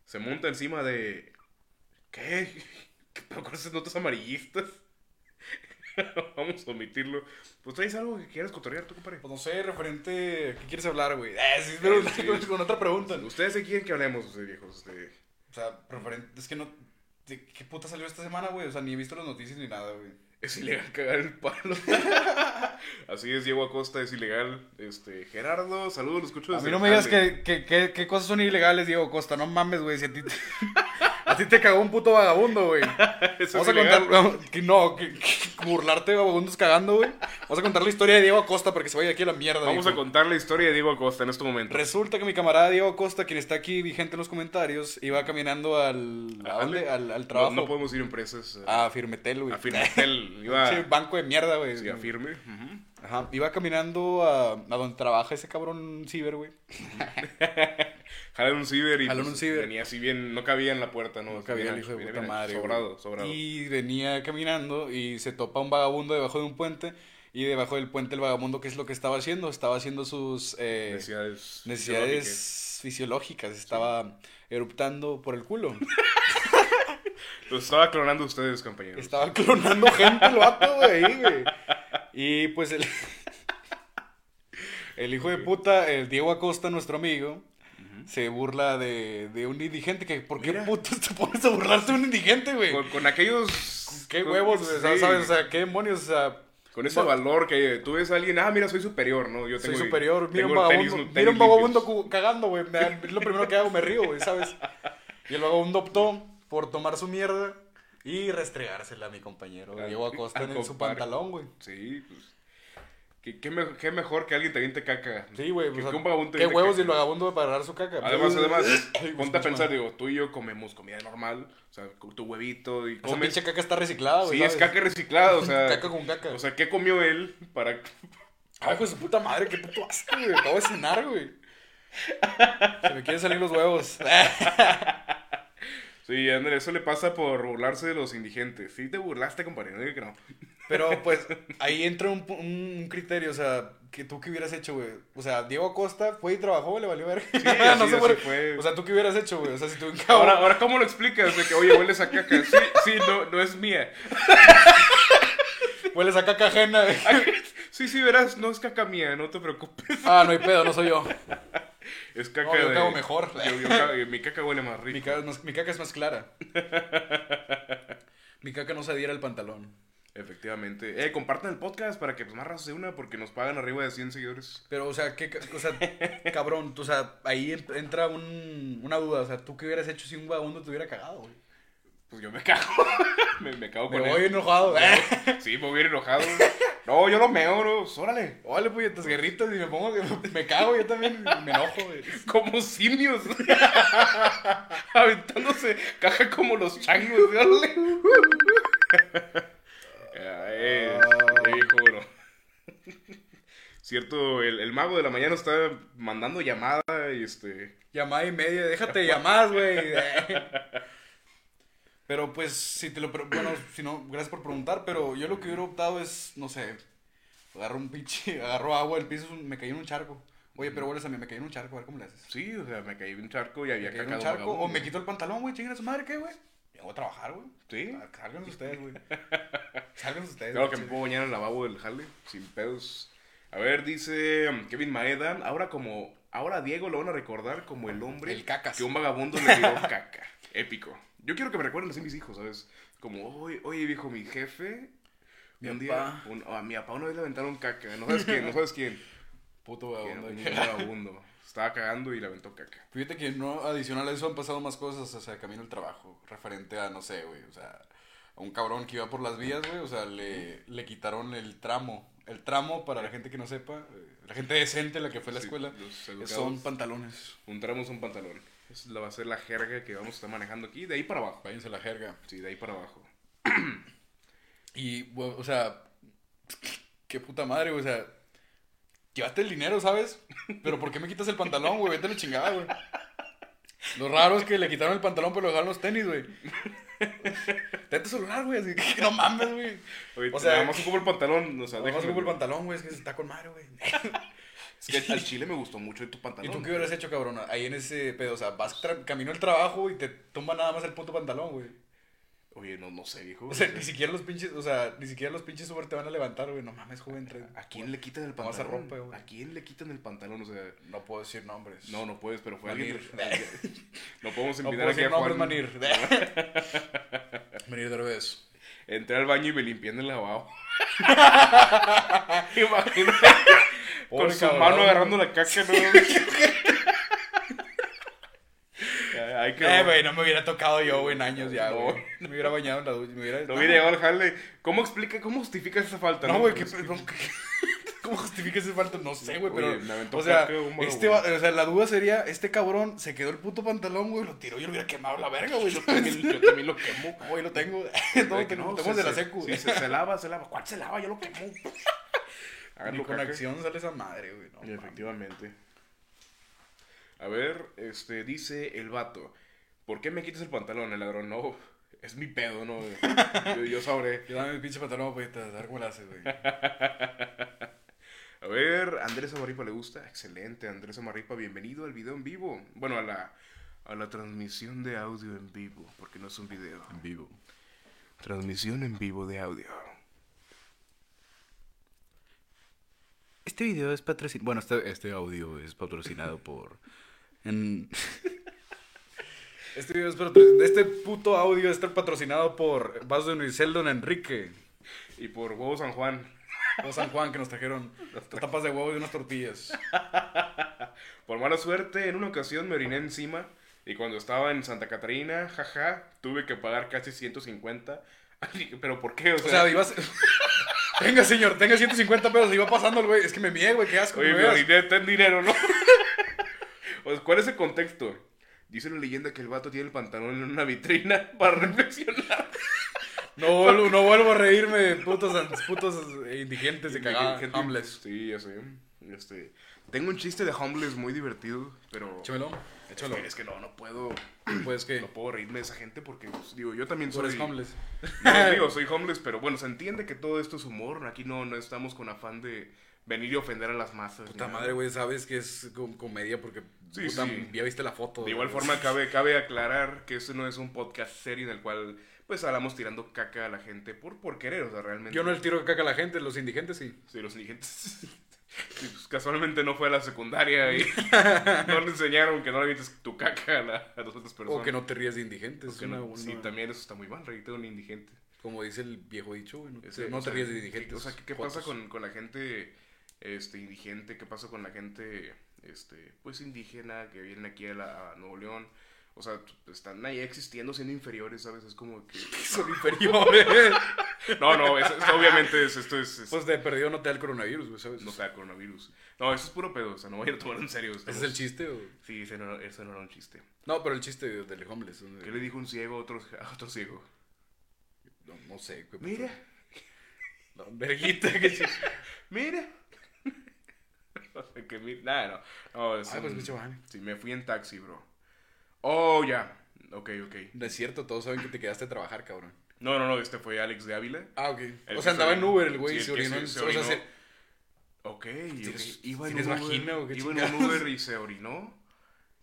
Speaker 2: Se monta encima de. ¿Qué? ¿Qué pedo con esas notas amarillistas? Vamos a omitirlo. Pues traes algo que quieras cotorrear, tú, compadre.
Speaker 1: Pues no sé, referente. ¿a ¿Qué quieres hablar, güey? Eh, sí, pero
Speaker 2: Eh, sí.
Speaker 1: con, con otra pregunta. O
Speaker 2: Ustedes se quieren que hablemos, ustedes, viejos. Este,
Speaker 1: sea, referente. Es que no. ¿de ¿Qué puta salió esta semana, güey? O sea, ni he visto las noticias ni nada, güey.
Speaker 2: Es ilegal cagar el palo. Así es, Diego Acosta es ilegal. Este, Gerardo, saludos, lo escucho
Speaker 1: A
Speaker 2: desde
Speaker 1: mí no
Speaker 2: el
Speaker 1: me digas
Speaker 2: jale.
Speaker 1: que, que, que- que cosas son ilegales, Diego Costa. No mames, güey. Si a ti te, a ti te cagó un puto vagabundo, güey.
Speaker 2: Eso es
Speaker 1: Vamos a
Speaker 2: ilegal.
Speaker 1: contar. vamos, que no, que, que burlarte de vagabundos cagando, güey. Vamos a contar la historia de Diego Acosta para que se vaya de aquí a la mierda.
Speaker 2: Vamos
Speaker 1: viejo.
Speaker 2: a contar la historia de Diego Acosta en este momento.
Speaker 1: Resulta que mi camarada Diego Acosta, quien está aquí vigente en los comentarios, iba caminando al, ¿a
Speaker 2: Ajá.
Speaker 1: dónde? al, al
Speaker 2: No,
Speaker 1: trabajo.
Speaker 2: no podemos ir en presas. eh,
Speaker 1: A Firmetel, güey.
Speaker 2: a firme. Él iba
Speaker 1: Sí, banco de mierda, güey.
Speaker 2: sí, a firme. ujú.
Speaker 1: Ajá. Iba caminando a, a donde trabaja ese cabrón ciber, güey.
Speaker 2: Jalan un ciber y pues,
Speaker 1: Jaló en un ciber.
Speaker 2: venía así bien, no cabía en la puerta, ¿no?
Speaker 1: No cabía
Speaker 2: Bien
Speaker 1: el hijo de
Speaker 2: ancho,
Speaker 1: puta
Speaker 2: bien, bien ancho,
Speaker 1: madre, güey.
Speaker 2: Sobrado, sobrado.
Speaker 1: Y venía caminando y se topa un vagabundo debajo de un puente Y debajo del puente el vagabundo, ¿qué es lo que estaba haciendo? Estaba haciendo sus eh,
Speaker 2: Necesidades. fisiológicas.
Speaker 1: necesidades fisiológicas. Estaba eruptando por el culo.
Speaker 2: Los estaba clonando ustedes, compañeros.
Speaker 1: Estaba clonando gente el vato, güey, ahí, güey. Y pues el... el hijo de puta, el Diego Acosta, nuestro amigo, se burla de, de un indigente. Que, ¿Por qué
Speaker 2: Mira.
Speaker 1: putos te pones a burlarse de un indigente, güey?
Speaker 2: Con, con aquellos.
Speaker 1: ¿Qué
Speaker 2: con-
Speaker 1: huevos, güey? O sea,
Speaker 2: pues, sí,
Speaker 1: ¿sabes? O sea, ¿qué demonios? O sea,
Speaker 2: Con ese valor que tú ves a alguien, ah, mira, soy superior, ¿no? Yo
Speaker 1: soy
Speaker 2: tengo,
Speaker 1: superior. Mira un
Speaker 2: tengo tenis-
Speaker 1: vagabundo,
Speaker 2: tenis
Speaker 1: mira un
Speaker 2: limpios".
Speaker 1: vagabundo cu- cagando, güey. Me da- Es lo primero que hago, me río, güey, ¿sabes? Y el vagabundo optó por tomar su mierda y restregársela a mi compañero,
Speaker 2: Al-
Speaker 1: Diego Acosta,
Speaker 2: al
Speaker 1: en su
Speaker 2: compadre.
Speaker 1: pantalón, güey.
Speaker 2: Sí, pues. ¿Qué, qué, me- qué mejor que alguien te aviente caca?
Speaker 1: Sí, güey.
Speaker 2: Que,
Speaker 1: o sea,
Speaker 2: que un vagabundo te
Speaker 1: Qué
Speaker 2: aviente
Speaker 1: huevos y
Speaker 2: caca.
Speaker 1: el vagabundo para agarrar su caca.
Speaker 2: Además,
Speaker 1: Ay,
Speaker 2: además,
Speaker 1: güey,
Speaker 2: ponte a
Speaker 1: escucha,
Speaker 2: pensar,
Speaker 1: madre.
Speaker 2: digo, tú y yo comemos comida normal, o sea, con tu huevito y
Speaker 1: Esa
Speaker 2: comes.
Speaker 1: pinche caca está reciclada, güey.
Speaker 2: Sí, es
Speaker 1: ¿sabes?
Speaker 2: caca reciclada, o sea.
Speaker 1: Caca con caca.
Speaker 2: O sea, ¿qué comió él para
Speaker 1: Ay, pues su puta madre, qué puto asco, güey. Acabo de cenar, güey. Se me quieren salir los huevos.
Speaker 2: Sí, Andrés, eso le pasa por burlarse de los indigentes. Sí, te burlaste, compadre. No digo que no.
Speaker 1: Pero pues ahí entra un, pu- un criterio, o sea, que tú qué hubieras hecho, güey. O sea, Diego Acosta fue y trabajó, le valió ver.
Speaker 2: así- así
Speaker 1: fue.
Speaker 2: fue.
Speaker 1: O sea, tú qué hubieras hecho, güey. O sea, si tú en
Speaker 2: Ahora,
Speaker 1: cabrón.
Speaker 2: ahora, ¿cómo lo explicas? De que, oye, hueles a caca. Sí, sí, no, no es mía.
Speaker 1: Hueles a caca ajena, güey.
Speaker 2: Sí, sí, verás, no es caca mía, no te preocupes.
Speaker 1: Ah, no hay pedo, no soy yo.
Speaker 2: Es caca
Speaker 1: No, yo
Speaker 2: de...
Speaker 1: cago mejor.
Speaker 2: Yo- yo cago- mi caca huele más
Speaker 1: Mi
Speaker 2: rico.
Speaker 1: caca, es más- mi caca es más clara. Mi caca no se adhiera al pantalón.
Speaker 2: Efectivamente. Eh, compartan el podcast para que pues, más raza se una porque nos pagan arriba de 100 seguidores.
Speaker 1: Pero, o sea, ¿qué, ca- o sea cabrón, tú, o sea, ahí en- entra un, una duda. O sea, ¿tú qué hubieras hecho si un vagabundo te hubiera cagado, güey?
Speaker 2: Pues yo me cago. me, me cago
Speaker 1: Me
Speaker 2: con
Speaker 1: voy
Speaker 2: él.
Speaker 1: enojado.
Speaker 2: Sí, me voy a ir enojado. No, yo lo meo, bro. Órale.
Speaker 1: Órale, pues, estas guerritas y me pongo, que- me cago, yo también me enojo, güey.
Speaker 2: Como simios. Aventándose caja como los changos. Órale. Ah, eh, eh, hijo, bueno. Cierto, el, el mago de la mañana está mandando llamada y este.
Speaker 1: Llamada y media, déjate llamar, güey. Pero pues, si te lo. pre- Bueno, si no, gracias por preguntar, pero yo lo que hubiera optado es, no sé, agarro un pinche, agarro agua, el piso, es un- me caí en un charco. Oye, pero vuelves a mí, me caí en un charco, a ver cómo le haces.
Speaker 2: Sí, o sea, me caí en un charco y había
Speaker 1: Me caí en
Speaker 2: cagado
Speaker 1: un charco,
Speaker 2: vagabundo.
Speaker 1: o me quito el pantalón, güey, chingan a su madre, ¿qué, güey? Vengo a trabajar, güey.
Speaker 2: Sí.
Speaker 1: Ah, Sálganse ustedes, güey. Sálganse ustedes.
Speaker 2: Claro que
Speaker 1: güey.
Speaker 2: me puedo bañar en el lavabo del jale, sin pedos. A ver, dice um, Kevin Maeda, ahora como, ahora a Diego lo van a recordar como el hombre
Speaker 1: El cacas.
Speaker 2: que un vagabundo le tiró caca. Épico. Yo quiero que me recuerden así mis hijos, ¿sabes? Como, oye, oye viejo, mi jefe,
Speaker 1: Mi
Speaker 2: un
Speaker 1: papá.
Speaker 2: día, un- a mi papá una vez le aventaron caca, no sabes quién, no sabes quién.
Speaker 1: Puto
Speaker 2: Era
Speaker 1: vagabundo.
Speaker 2: un
Speaker 1: güey.
Speaker 2: vagabundo. Estaba cagando y le aventó caca.
Speaker 1: Fíjate que no, adicional a eso han pasado más cosas, o sea, camino al trabajo, referente a, no sé, güey, o sea, a un cabrón que iba por las vías, güey, o sea, le, le quitaron el tramo. El tramo, para la gente que no sepa, eh, la gente decente, la que fue a la
Speaker 2: Sí,
Speaker 1: escuela,
Speaker 2: los educados.
Speaker 1: son pantalones.
Speaker 2: Un tramo es un pantalón. Esa la- va a ser la jerga que vamos a estar manejando aquí, de ahí para abajo.
Speaker 1: Váyanse a la jerga.
Speaker 2: Sí, de ahí para abajo.
Speaker 1: Y, güey, o sea, qué puta madre, güey, o sea, llevaste el dinero, ¿sabes? Pero ¿por qué me quitas el pantalón, güey? Vete a la chingada, güey. Lo raro es que le quitaron el pantalón, pero le dejaron los tenis, güey. Ten tu celular, güey, así que no mames, güey.
Speaker 2: Oye,
Speaker 1: O sea,
Speaker 2: nada más ocupo el pantalón, o sea,
Speaker 1: Además,
Speaker 2: déjame-
Speaker 1: ocupo el pantalón, güey, es que se está con madre, güey.
Speaker 2: Es que al chile me gustó mucho tu
Speaker 1: ¿Y
Speaker 2: pantalón.
Speaker 1: tú qué hubieras hecho, cabrón? Ahí en ese pedo, o sea, vas tra- camino al trabajo y te toma nada más el puto pantalón, güey.
Speaker 2: Oye, no, no sé, viejo.
Speaker 1: O sea, ni siquiera los pinches, o sea, ni siquiera los pinches Uber te van a levantar, güey. No mames, joven. trae-
Speaker 2: ¿A quién le quitan el
Speaker 1: ¿Cómo vas a
Speaker 2: pantalón?
Speaker 1: romper, güey?
Speaker 2: ¿A quién le quitan el pantalón? O sea,
Speaker 1: No puedo decir nombres.
Speaker 2: no, no puedes, pero fue
Speaker 1: Manir.
Speaker 2: alguien. No podemos
Speaker 1: No
Speaker 2: invitar
Speaker 1: puedo
Speaker 2: aquí a
Speaker 1: decir nombres,
Speaker 2: Juan.
Speaker 1: Manir. Manir Derbez.
Speaker 2: Entré al baño y me limpié en el lavabo. Imagínate. con
Speaker 1: Pobre
Speaker 2: su
Speaker 1: cabrón.
Speaker 2: mano agarrando la caca, ¿no? Ay, qué
Speaker 1: Eh,
Speaker 2: horror.
Speaker 1: güey, no me hubiera tocado yo, güey, en años ya,
Speaker 2: No.
Speaker 1: güey. No me hubiera bañado en la ducha. Me hubiera...
Speaker 2: No hubiera llegado al jale. ¿Cómo explica, cómo justificas esa falta? Pues,
Speaker 1: No, güey, qué no, qué- ¿Cómo justifica ese falta? No sé, güey, pero.
Speaker 2: Oye, me aventó
Speaker 1: o, sea,
Speaker 2: caca un
Speaker 1: este va-
Speaker 2: vagabundo.
Speaker 1: o sea, la duda sería: este cabrón se quedó el puto pantalón, güey, lo tiró y lo hubiera quemado la verga, güey.
Speaker 2: Yo también, yo también lo quemo.
Speaker 1: Hoy lo tengo. Todo
Speaker 2: De que
Speaker 1: tenemos,
Speaker 2: no,
Speaker 1: tenemos
Speaker 2: se-
Speaker 1: de la
Speaker 2: se-
Speaker 1: secu.
Speaker 2: sí, se, se lava, se lava. ¿Cuál se lava? Yo lo quemo.
Speaker 1: Ni
Speaker 2: Háganlo
Speaker 1: con
Speaker 2: caca.
Speaker 1: acción sale esa madre, güey. No,
Speaker 2: Y
Speaker 1: mames.
Speaker 2: Efectivamente. A ver, este, dice el vato. ¿Por qué me quitas el pantalón, el ladrón? No, Es mi pedo, ¿no? güey? Yo, yo sabré.
Speaker 1: Yo dame mi pinche pantalón, güey, te dar cómo la haces, güey.
Speaker 2: A ver, Andrés Amarripa le gusta. Excelente, Andrés Amarripa, bienvenido al video en vivo. Bueno, a la, a la transmisión de audio en vivo, porque no es un video.
Speaker 1: En vivo.
Speaker 2: Transmisión en vivo de audio.
Speaker 1: Este video es patrocinado. Bueno, este, este audio es patrocinado por. en- Este video es patrocinado. Este puto audio está patrocinado por Vaso de Unicel Don Enrique.
Speaker 2: Y por Huevo San Juan,
Speaker 1: O San Juan que nos trajeron las tapas de huevo y unas tortillas.
Speaker 2: por mala suerte, en una ocasión me oriné encima. Y cuando estaba en Santa Catarina, jaja, tuve que pagar casi 150. ¿Pero por qué? O sea,
Speaker 1: O sea, ibas. tenga, señor, tenga 150 pesos. Iba pasando el güey. Es que me miego, güey, qué asco.
Speaker 2: Oye,
Speaker 1: no
Speaker 2: me
Speaker 1: veas.
Speaker 2: oriné ten dinero, ¿no? O sea, ¿Cuál es el contexto? Dice la leyenda que el vato tiene el pantalón en una vitrina para reflexionar.
Speaker 1: no, vuelvo, no vuelvo a reírme, putos, putos indigentes de cagada.
Speaker 2: Gente- Sí, ya sé. Este, tengo un chiste de homeless muy divertido, pero...
Speaker 1: Échamelo, échalo.
Speaker 2: Es que no, no puedo...
Speaker 1: Pues que.
Speaker 2: No puedo reírme de esa gente porque, pues, digo, yo también
Speaker 1: Tú
Speaker 2: soy...
Speaker 1: eres homeless.
Speaker 2: No, digo, soy homeless, pero bueno, se entiende que todo esto es humor. Aquí no, no estamos con afán de venir y ofender a las masas.
Speaker 1: Puta
Speaker 2: ni nada.
Speaker 1: madre, güey, sabes que es com- comedia porque
Speaker 2: Sí,
Speaker 1: puta,
Speaker 2: sí.
Speaker 1: ya viste la foto.
Speaker 2: De igual
Speaker 1: güey.
Speaker 2: forma, cabe, cabe aclarar que este no es un podcast serio en el cual pues hablamos tirando caca a la gente por, por querer, o sea, realmente.
Speaker 1: Yo no el tiro que caca a la gente, los indigentes sí.
Speaker 2: Sí, los indigentes. Sí, pues, casualmente no fue a la secundaria y no le enseñaron que no le avientes tu caca a, la- a las otras personas.
Speaker 1: O que no te ríes de indigentes.
Speaker 2: Que no-
Speaker 1: una- una-
Speaker 2: Sí, también eso está muy mal, reírte de un indigente.
Speaker 1: Como dice el viejo dicho, güey, no te,
Speaker 2: Ese,
Speaker 1: no
Speaker 2: o
Speaker 1: te
Speaker 2: sea,
Speaker 1: ríes de
Speaker 2: ¿qué-
Speaker 1: indigentes.
Speaker 2: O sea, ¿qué, qué
Speaker 1: jotos.
Speaker 2: pasa con, con la gente este, indigente? ¿Qué pasa con la gente este, pues indígena que vienen aquí a, la- a Nuevo León? O sea, t- están ahí existiendo siendo inferiores, ¿sabes? Es como que...
Speaker 1: Son inferiores.
Speaker 2: No, no, es- es- obviamente es- esto es... es-
Speaker 1: pues de perdido no te da el coronavirus, güey, ¿sabes?
Speaker 2: no sea coronavirus. No, eso es puro pedo, o sea, no vayan a tomar en serio.
Speaker 1: Ese
Speaker 2: estamos-
Speaker 1: es el chiste, güey.
Speaker 2: Sí, ese no, ese no era un chiste.
Speaker 1: No, pero el chiste del homeless. ¿no?
Speaker 2: ¿Qué le dijo un ciego a otro, a otro ciego?
Speaker 1: No, no sé, güey.
Speaker 2: Mira,
Speaker 1: No, verguita, qué chiste.
Speaker 2: mira. O sea, que mi- Nah, no. no es
Speaker 1: Ay, pues,
Speaker 2: un-
Speaker 1: pinche Vane.
Speaker 2: Sí, me fui en taxi, bro. Oh, ya. Ok, ok.
Speaker 1: No es cierto, todos saben que te quedaste a trabajar, cabrón.
Speaker 2: No, no, no, este fue Alex de Ávila.
Speaker 1: Ah, ok.
Speaker 2: El
Speaker 1: o sea,
Speaker 2: que
Speaker 1: andaba
Speaker 2: se-
Speaker 1: en Uber el güey,
Speaker 2: sí,
Speaker 1: se
Speaker 2: el que
Speaker 1: orinó.
Speaker 2: se-
Speaker 1: en-
Speaker 2: se
Speaker 1: o sea,
Speaker 2: orinó.
Speaker 1: se-
Speaker 2: Ok,
Speaker 1: ¿Tienes-
Speaker 2: ok. iba en
Speaker 1: tienes
Speaker 2: un Uber,
Speaker 1: vagina o qué
Speaker 2: Iba en un
Speaker 1: chingados?
Speaker 2: Uber y se orinó.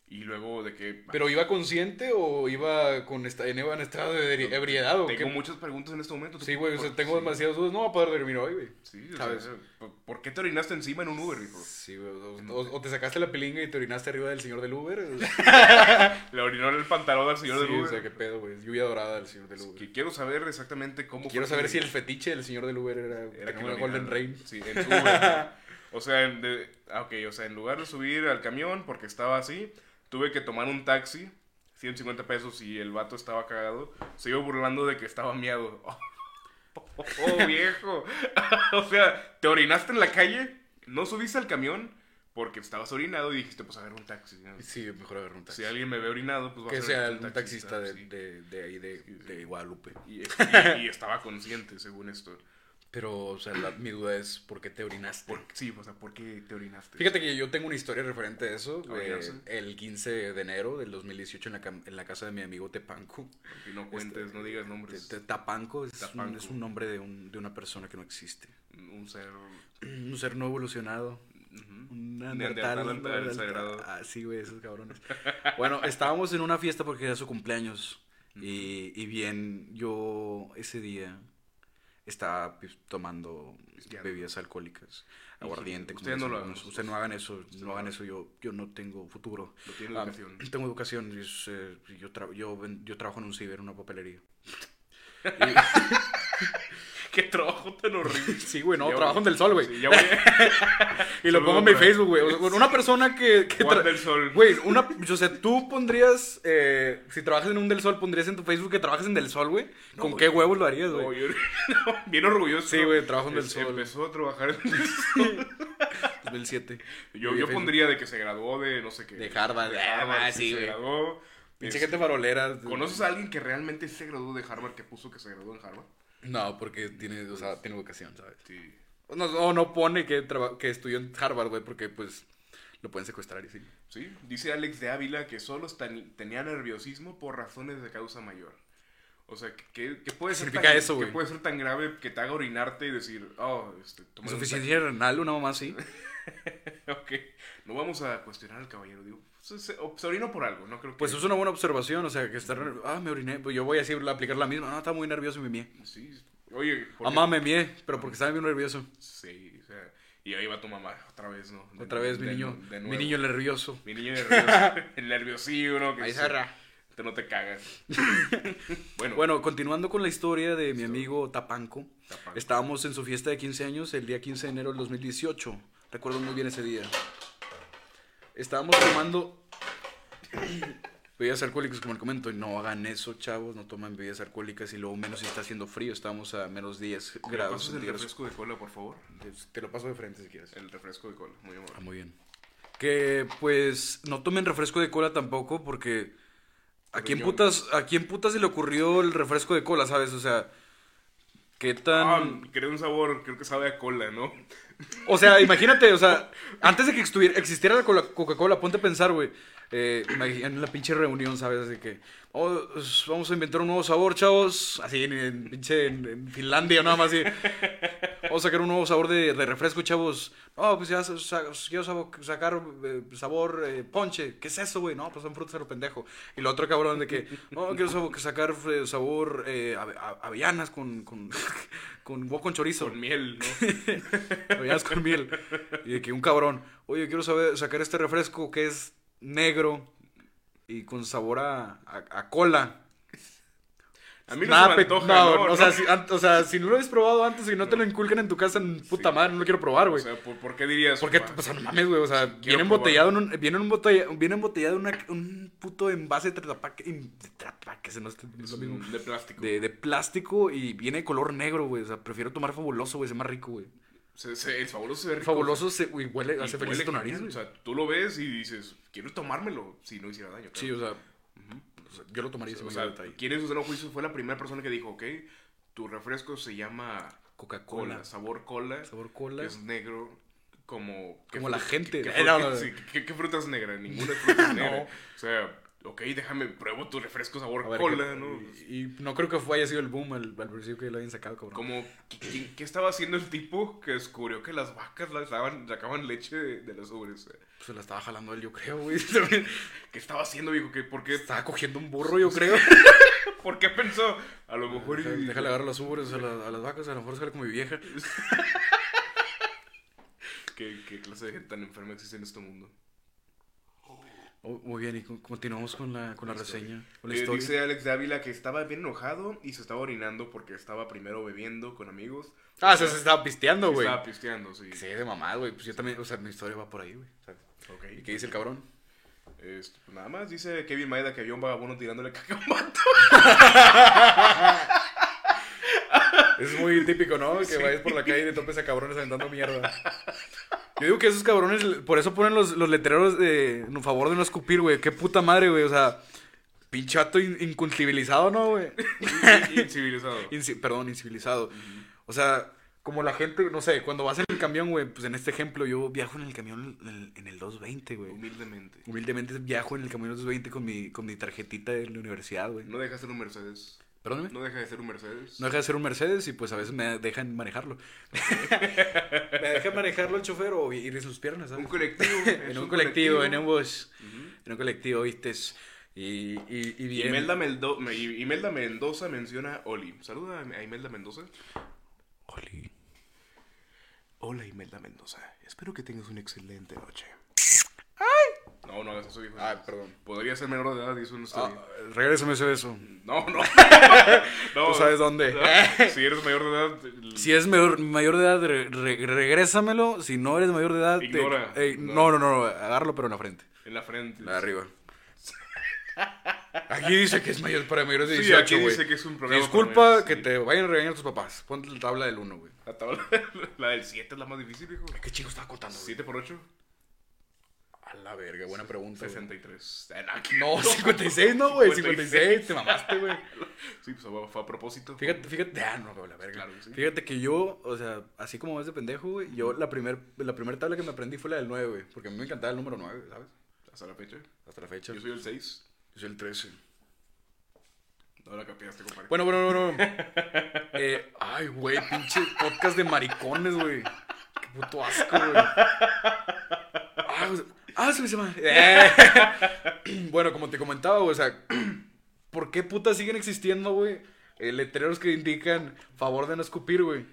Speaker 2: Y luego de que...
Speaker 1: ¿Pero iba consciente o iba con esta, en, iba en estado de ebri- ebriedad o
Speaker 2: Ah, Tengo
Speaker 1: qué?
Speaker 2: muchas preguntas en este momento.
Speaker 1: Sí, güey, o sea,
Speaker 2: Por-
Speaker 1: tengo
Speaker 2: sí,
Speaker 1: demasiados dudas. No va a poder dormir hoy, güey.
Speaker 2: Sí, o
Speaker 1: ¿sabes?
Speaker 2: sea, ¿por- ¿por qué te orinaste encima en un Uber, hijo?
Speaker 1: Sí, güey. O, o- o te sacaste la pilinga y te orinaste arriba del señor del Uber. o-
Speaker 2: Le orinó en el pantalón al señor
Speaker 1: sí,
Speaker 2: del Uber.
Speaker 1: o sea, qué pedo, güey. Lluvia dorada del señor del Uber.
Speaker 2: Que Quiero saber exactamente cómo
Speaker 1: Quiero
Speaker 2: fue
Speaker 1: saber
Speaker 2: que-
Speaker 1: si el fetiche del señor del Uber era,
Speaker 2: Era que
Speaker 1: tener una
Speaker 2: lo
Speaker 1: Golden
Speaker 2: miraron.
Speaker 1: Rain.
Speaker 2: Sí, en su Uber. o sea, en de- ah, ok, o sea, en lugar de subir al camión porque estaba así, tuve que tomar un taxi, 150 pesos y el vato estaba cagado. Se iba burlando de que estaba miado. Oh, oh, oh, viejo. o sea, te orinaste en la calle, no subiste al camión porque estabas orinado y dijiste, pues agarra un taxi. ¿no?
Speaker 1: Sí, mejor agarrar un taxi.
Speaker 2: Si alguien me ve orinado, pues va
Speaker 1: que
Speaker 2: a ser
Speaker 1: sea un taxista de,
Speaker 2: sí.
Speaker 1: de, de ahí, de, de Guadalupe.
Speaker 2: Y, y- y estaba consciente, según esto.
Speaker 1: Pero, o sea, la- mi duda es por qué te orinaste.
Speaker 2: Por- sí, o sea, ¿por qué te orinaste?
Speaker 1: Fíjate que yo tengo una historia referente a eso.
Speaker 2: Este, A ver,
Speaker 1: eh,
Speaker 2: ya sé.
Speaker 1: el 15 de enero del 2018 en la, cam- en la casa de mi amigo Tepanco.
Speaker 2: Y no cuentes, no digas
Speaker 1: Te-
Speaker 2: nombres.
Speaker 1: Este, te- Tapanco es, Un,
Speaker 2: Tapanco.
Speaker 1: es un nombre de, un- de una persona que no existe.
Speaker 2: Un ser.
Speaker 1: Un ser no evolucionado.
Speaker 2: ujú.
Speaker 1: Un
Speaker 2: Neandertal
Speaker 1: neandertal,
Speaker 2: alter-
Speaker 1: neandertal.
Speaker 2: acelerado.
Speaker 1: Ah, sí, güey, esos cabrones. bueno, estábamos en una fiesta porque era su cumpleaños. Y, y bien, yo ese día estaba pues, tomando
Speaker 2: Pisteando.
Speaker 1: bebidas alcohólicas, aguardiente. como
Speaker 2: Ustedes no
Speaker 1: dicen
Speaker 2: lo
Speaker 1: algunos.
Speaker 2: hagan.
Speaker 1: Ustedes no hagan eso, no
Speaker 2: no
Speaker 1: hagan
Speaker 2: hagan.
Speaker 1: eso. Yo, yo no tengo futuro.
Speaker 2: No tiene
Speaker 1: Ah,
Speaker 2: educación.
Speaker 1: Tengo educación. y es, eh, yo, tra- yo, ven- yo trabajo en un ciber, en una papelería. Y-
Speaker 2: Qué trabajo tan horrible.
Speaker 1: sí, güey, no,
Speaker 2: Ya
Speaker 1: trabajo
Speaker 2: voy-
Speaker 1: en Del Sol, güey.
Speaker 2: Sí, ya voy.
Speaker 1: y lo
Speaker 2: Saludos
Speaker 1: pongo en mi
Speaker 2: para-
Speaker 1: Facebook, güey. O sea, Una persona que... que
Speaker 2: Juan
Speaker 1: tra-
Speaker 2: del Sol.
Speaker 1: Güey, una, o sea, tú pondrías, eh, si trabajas en un Del Sol, pondrías en tu Facebook que trabajas en Del Sol, güey. ¿Con
Speaker 2: güey.
Speaker 1: qué huevos lo harías,
Speaker 2: No,
Speaker 1: güey?
Speaker 2: yo- no, bien orgulloso.
Speaker 1: Sí, güey, trabajo en Del
Speaker 2: Es-
Speaker 1: Sol.
Speaker 2: Empezó a trabajar en Del Sol.
Speaker 1: 2007.
Speaker 2: Yo,
Speaker 1: Vi
Speaker 2: yo
Speaker 1: Facebook.
Speaker 2: pondría de que se graduó de no sé qué.
Speaker 1: De Harvard.
Speaker 2: De
Speaker 1: Ah, sí,
Speaker 2: Harvard, sí, se
Speaker 1: güey.
Speaker 2: graduó.
Speaker 1: Pinche
Speaker 2: Este,
Speaker 1: gente farolera.
Speaker 2: ¿Conoces a alguien que realmente se graduó de Harvard que puso que se graduó en Harvard?
Speaker 1: No, porque tiene, o sea, tiene vocación, ¿sabes?
Speaker 2: Sí.
Speaker 1: O No, o no pone que, traba- que estudió en Harvard, güey, porque, pues, lo pueden secuestrar y sí.
Speaker 2: Sí, dice Alex de Ávila que solo estani- tenía nerviosismo por razones de causa mayor. O sea, ¿qué, qué puede ser
Speaker 1: significa
Speaker 2: tan-
Speaker 1: eso,
Speaker 2: qué
Speaker 1: güey?
Speaker 2: puede ser tan grave que te haga orinarte y decir, oh, este, toma un
Speaker 1: Insuficiencia renal, una mamá así.
Speaker 2: ta-". Ok, no vamos a cuestionar al caballero. Digo, se, se- o- se orinó por algo, no creo que.
Speaker 1: Pues es una buena observación, o sea, que estar... Ah, me oriné, pues yo voy así a aplicar la misma. No, estaba muy nervioso y me mié.
Speaker 2: Sí, oye, porque-
Speaker 1: Mamá, me mié, pero porque estaba bien nervioso.
Speaker 2: Sí, o sea, y ahí va tu mamá, otra vez, ¿no? De-
Speaker 1: Otra vez mi
Speaker 2: de-
Speaker 1: niño,
Speaker 2: de
Speaker 1: mi
Speaker 2: nuevo.
Speaker 1: niño nervioso.
Speaker 2: Mi niño nervioso, el nerviosillo, ¿no? Que
Speaker 1: Ahí
Speaker 2: sí,
Speaker 1: se agarra.
Speaker 2: Te no te cagas. bueno,
Speaker 1: Bueno, continuando con la historia de mi amigo Tapanco.
Speaker 2: Tapanco.
Speaker 1: Estábamos en su fiesta de 15 años el día 15 de enero del 2018. Recuerdo muy bien ese día. Estábamos tomando bebidas alcohólicas, como el comento. y No hagan eso, chavos. No toman bebidas alcohólicas y luego menos si está haciendo frío. Estábamos a menos 10
Speaker 2: ¿me
Speaker 1: grados
Speaker 2: pasas el
Speaker 1: centígrados.
Speaker 2: refresco de cola, por favor?
Speaker 1: Te lo paso de frente si quieres.
Speaker 2: El refresco de cola, muy amable.
Speaker 1: Ah, muy bien. Que pues no tomen refresco de cola tampoco porque ¿a quién
Speaker 2: yo-
Speaker 1: putas a quién putas se le ocurrió el refresco de cola, sabes? O sea, qué tan
Speaker 2: Ah, creo un sabor, creo que sabe a cola, ¿no?
Speaker 1: O sea, imagínate, o sea, antes de que estuviera- existiera la cola- Coca-Cola, ponte a pensar, güey. Eh, imagi- en la pinche reunión, ¿sabes? Así que, "Oh, pues, vamos a inventar un nuevo sabor, chavos. Así en, en pinche en, en Finlandia, nada más así. Vamos a sacar un nuevo sabor de, de refresco, chavos. No, pues ya sa- sa- quiero sabo- sacar eh, sabor eh, ponche. ¿Qué es eso, güey? No, pues son frutas a lo pendejo. Y lo otro cabrón de que, no, quiero sabo- sacar eh, sabor eh, ave- a- avellanas con, con, con, huevo con chorizo.
Speaker 2: Con miel, ¿no?
Speaker 1: Avellanas con miel. Y de que un cabrón, oye, quiero saber, sacar este refresco que es negro y con sabor a, a- a cola.
Speaker 2: A mí no
Speaker 1: Nada
Speaker 2: se
Speaker 1: pe-
Speaker 2: me antoja,
Speaker 1: no,
Speaker 2: ¿no?
Speaker 1: O,
Speaker 2: No.
Speaker 1: sea, si, an- o sea, si no lo has probado antes y no, te lo inculcan en tu casa, puta
Speaker 2: Sí.
Speaker 1: madre, no lo quiero probar,
Speaker 2: O
Speaker 1: güey.
Speaker 2: sea, ¿por, por qué dirías?
Speaker 1: Porque,
Speaker 2: "Guau"?
Speaker 1: pues, no mames, güey, o sea, viene
Speaker 2: probar.
Speaker 1: embotellado, en un, viene, en un botella- viene embotellado en una- un puto envase de Tetrapac, en- de Tetrapac, ese no es- no es
Speaker 2: Es
Speaker 1: lo mismo.
Speaker 2: un- de plástico.
Speaker 1: De, de plástico y viene de color negro, güey, o sea, prefiero tomar fabuloso, güey, es más rico, güey.
Speaker 2: Se- se- el fabuloso se ve rico.
Speaker 1: Fabuloso, se, güey, huele,
Speaker 2: Y
Speaker 1: hace
Speaker 2: huele
Speaker 1: feliz a tu
Speaker 2: genial,
Speaker 1: nariz, güey.
Speaker 2: O sea, tú lo ves y dices, quiero tomármelo si no hiciera daño. claro.
Speaker 1: Sí, o sea, o sea, yo lo tomaría si
Speaker 2: O
Speaker 1: me
Speaker 2: sea,
Speaker 1: ahorita ahí.
Speaker 2: ¿quién en su sano juicio fue la primera persona que dijo, ok, tu refresco se llama cola,
Speaker 1: Coca-Cola,
Speaker 2: sabor cola,
Speaker 1: sabor cola.
Speaker 2: es negro, como... ¿qué
Speaker 1: Como la
Speaker 2: fruta-
Speaker 1: gente.
Speaker 2: ¿Qué, qué
Speaker 1: Eh, no,
Speaker 2: fruta-
Speaker 1: no, no.
Speaker 2: sí, ¿qué- qué fruta es negra? Ninguna fruta es negra. O sea, ok, déjame, pruebo tu refresco
Speaker 1: A
Speaker 2: sabor
Speaker 1: ver,
Speaker 2: cola,
Speaker 1: que-
Speaker 2: ¿no?
Speaker 1: Y, y no creo que fue, haya sido el boom al, al principio que lo hayan sacado, cabrón.
Speaker 2: Como, ¿qué, qué- qué estaba haciendo el tipo que descubrió que las vacas las daban- sacaban leche de, de las ubres?
Speaker 1: Se la estaba jalando él, yo creo, güey.
Speaker 2: ¿Qué estaba haciendo, viejo? ¿Qué, por, qué,
Speaker 1: estaba cogiendo un burro, yo creo.
Speaker 2: ¿Por qué pensó? A lo mejor... y-
Speaker 1: Déjale déjale agarrar los ubres a, la- a las vacas, a lo mejor sale como mi vieja.
Speaker 2: ¿Qué, qué clase de gente tan enferma existe en este mundo?
Speaker 1: Oh, muy bien, y con- continuamos con la, con la reseña, con la
Speaker 2: Eh,
Speaker 1: historia.
Speaker 2: dice Alex Dávila que estaba bien enojado y se estaba orinando porque estaba primero bebiendo con amigos.
Speaker 1: Ah, o sea, se estaba pisteando,
Speaker 2: Sí,
Speaker 1: güey.
Speaker 2: Estaba pisteando, sí.
Speaker 1: Sí, de mamá, güey. Pues yo también, o sea, mi historia va por ahí, güey. ¿sabes?
Speaker 2: Ok.
Speaker 1: ¿Y qué dice el cabrón?
Speaker 2: Este, pues nada más dice Kevin Maeda que había un vagabundo tirándole caca a un vato.
Speaker 1: Es muy típico, ¿no? Que vayas por la calle y te topes a cabrones aventando mierda. Yo digo que esos cabrones, por eso ponen los, los letreros de, en favor de no escupir, güey. Qué puta madre, güey. O sea, pinchato incultivilizado, ¿no, güey?
Speaker 2: In- in- Incivilizado.
Speaker 1: Inci- perdón, incivilizado. O sea, como la gente, no sé, cuando vas en el camión, güey, pues en este ejemplo, yo viajo en el camión en el, en el 220, güey.
Speaker 2: Humildemente.
Speaker 1: Humildemente viajo en el camión 220 con mi, con mi tarjetita de la universidad, güey.
Speaker 2: No deja de ser un Mercedes.
Speaker 1: Perdóname.
Speaker 2: No deja de ser un Mercedes.
Speaker 1: No deja de ser un Mercedes y pues a veces me dejan manejarlo. me dejan manejarlo el chofer o ir en sus piernas,
Speaker 2: Un
Speaker 1: ¿sabes?
Speaker 2: colectivo.
Speaker 1: en un colectivo, en un bus, en un colectivo, viste. Y, y, y bien.
Speaker 2: Imelda, Meldo- me- Imelda Mendoza menciona a Oli. Saluda a Imelda Mendoza.
Speaker 1: Oli.
Speaker 2: Hola Imelda Mendoza, espero que tengas una excelente noche. No, no hagas eso, hijo.
Speaker 1: Ah, perdón.
Speaker 2: Podría ser menor de edad y eso no está
Speaker 1: Ah,
Speaker 2: bien.
Speaker 1: regrésame ese beso.
Speaker 2: No, no. no.
Speaker 1: Tú sabes dónde.
Speaker 2: No, Si eres mayor de edad, l-
Speaker 1: Si es mayor, mayor de edad, re- re- regrésamelo. Si no eres mayor de edad, te-
Speaker 2: Ignora.
Speaker 1: eh, no, no, no, no, agárralo pero en la frente.
Speaker 2: en la frente.
Speaker 1: La de arriba. Aquí dice que es mayor para mayores de
Speaker 2: Sí,
Speaker 1: 18,
Speaker 2: aquí
Speaker 1: güey.
Speaker 2: dice que es un programa para
Speaker 1: Disculpa
Speaker 2: mayores,
Speaker 1: que
Speaker 2: sí.
Speaker 1: te vayan a regañar tus papás. Ponte la tabla del 1, güey.
Speaker 2: La tabla, la del 7 es la más difícil, hijo.
Speaker 1: ¿Qué chingo estaba contando,
Speaker 2: 7 por 8,
Speaker 1: A la verga, buena pregunta, güey.
Speaker 2: 63.
Speaker 1: No, 56 no, güey. 56,
Speaker 2: 56.
Speaker 1: te mamaste, güey.
Speaker 2: Sí, pues fue a propósito.
Speaker 1: Fíjate, fíjate, ah, no, güey, la verga.
Speaker 2: Claro que sí.
Speaker 1: Fíjate que yo, o sea, así como ves de pendejo, güey, yo la primera la primer tabla que me aprendí fue la del 9, güey. Porque a mí me encantaba el número 9, ¿sabes?
Speaker 2: Hasta la fecha.
Speaker 1: Hasta la fecha.
Speaker 2: Yo soy el 6.
Speaker 1: Yo soy el 13.
Speaker 2: No la capiaste, compadre.
Speaker 1: Bueno, bueno, bueno, bueno. Eh, ay, güey, pinche podcast de maricones, güey. Qué puto asco, güey. Ah, o sea- ah, se me llama. Eh. Bueno, como te comentaba, güey, o sea, ¿por qué putas siguen existiendo, güey? eh, letreros que indican favor de no escupir, güey.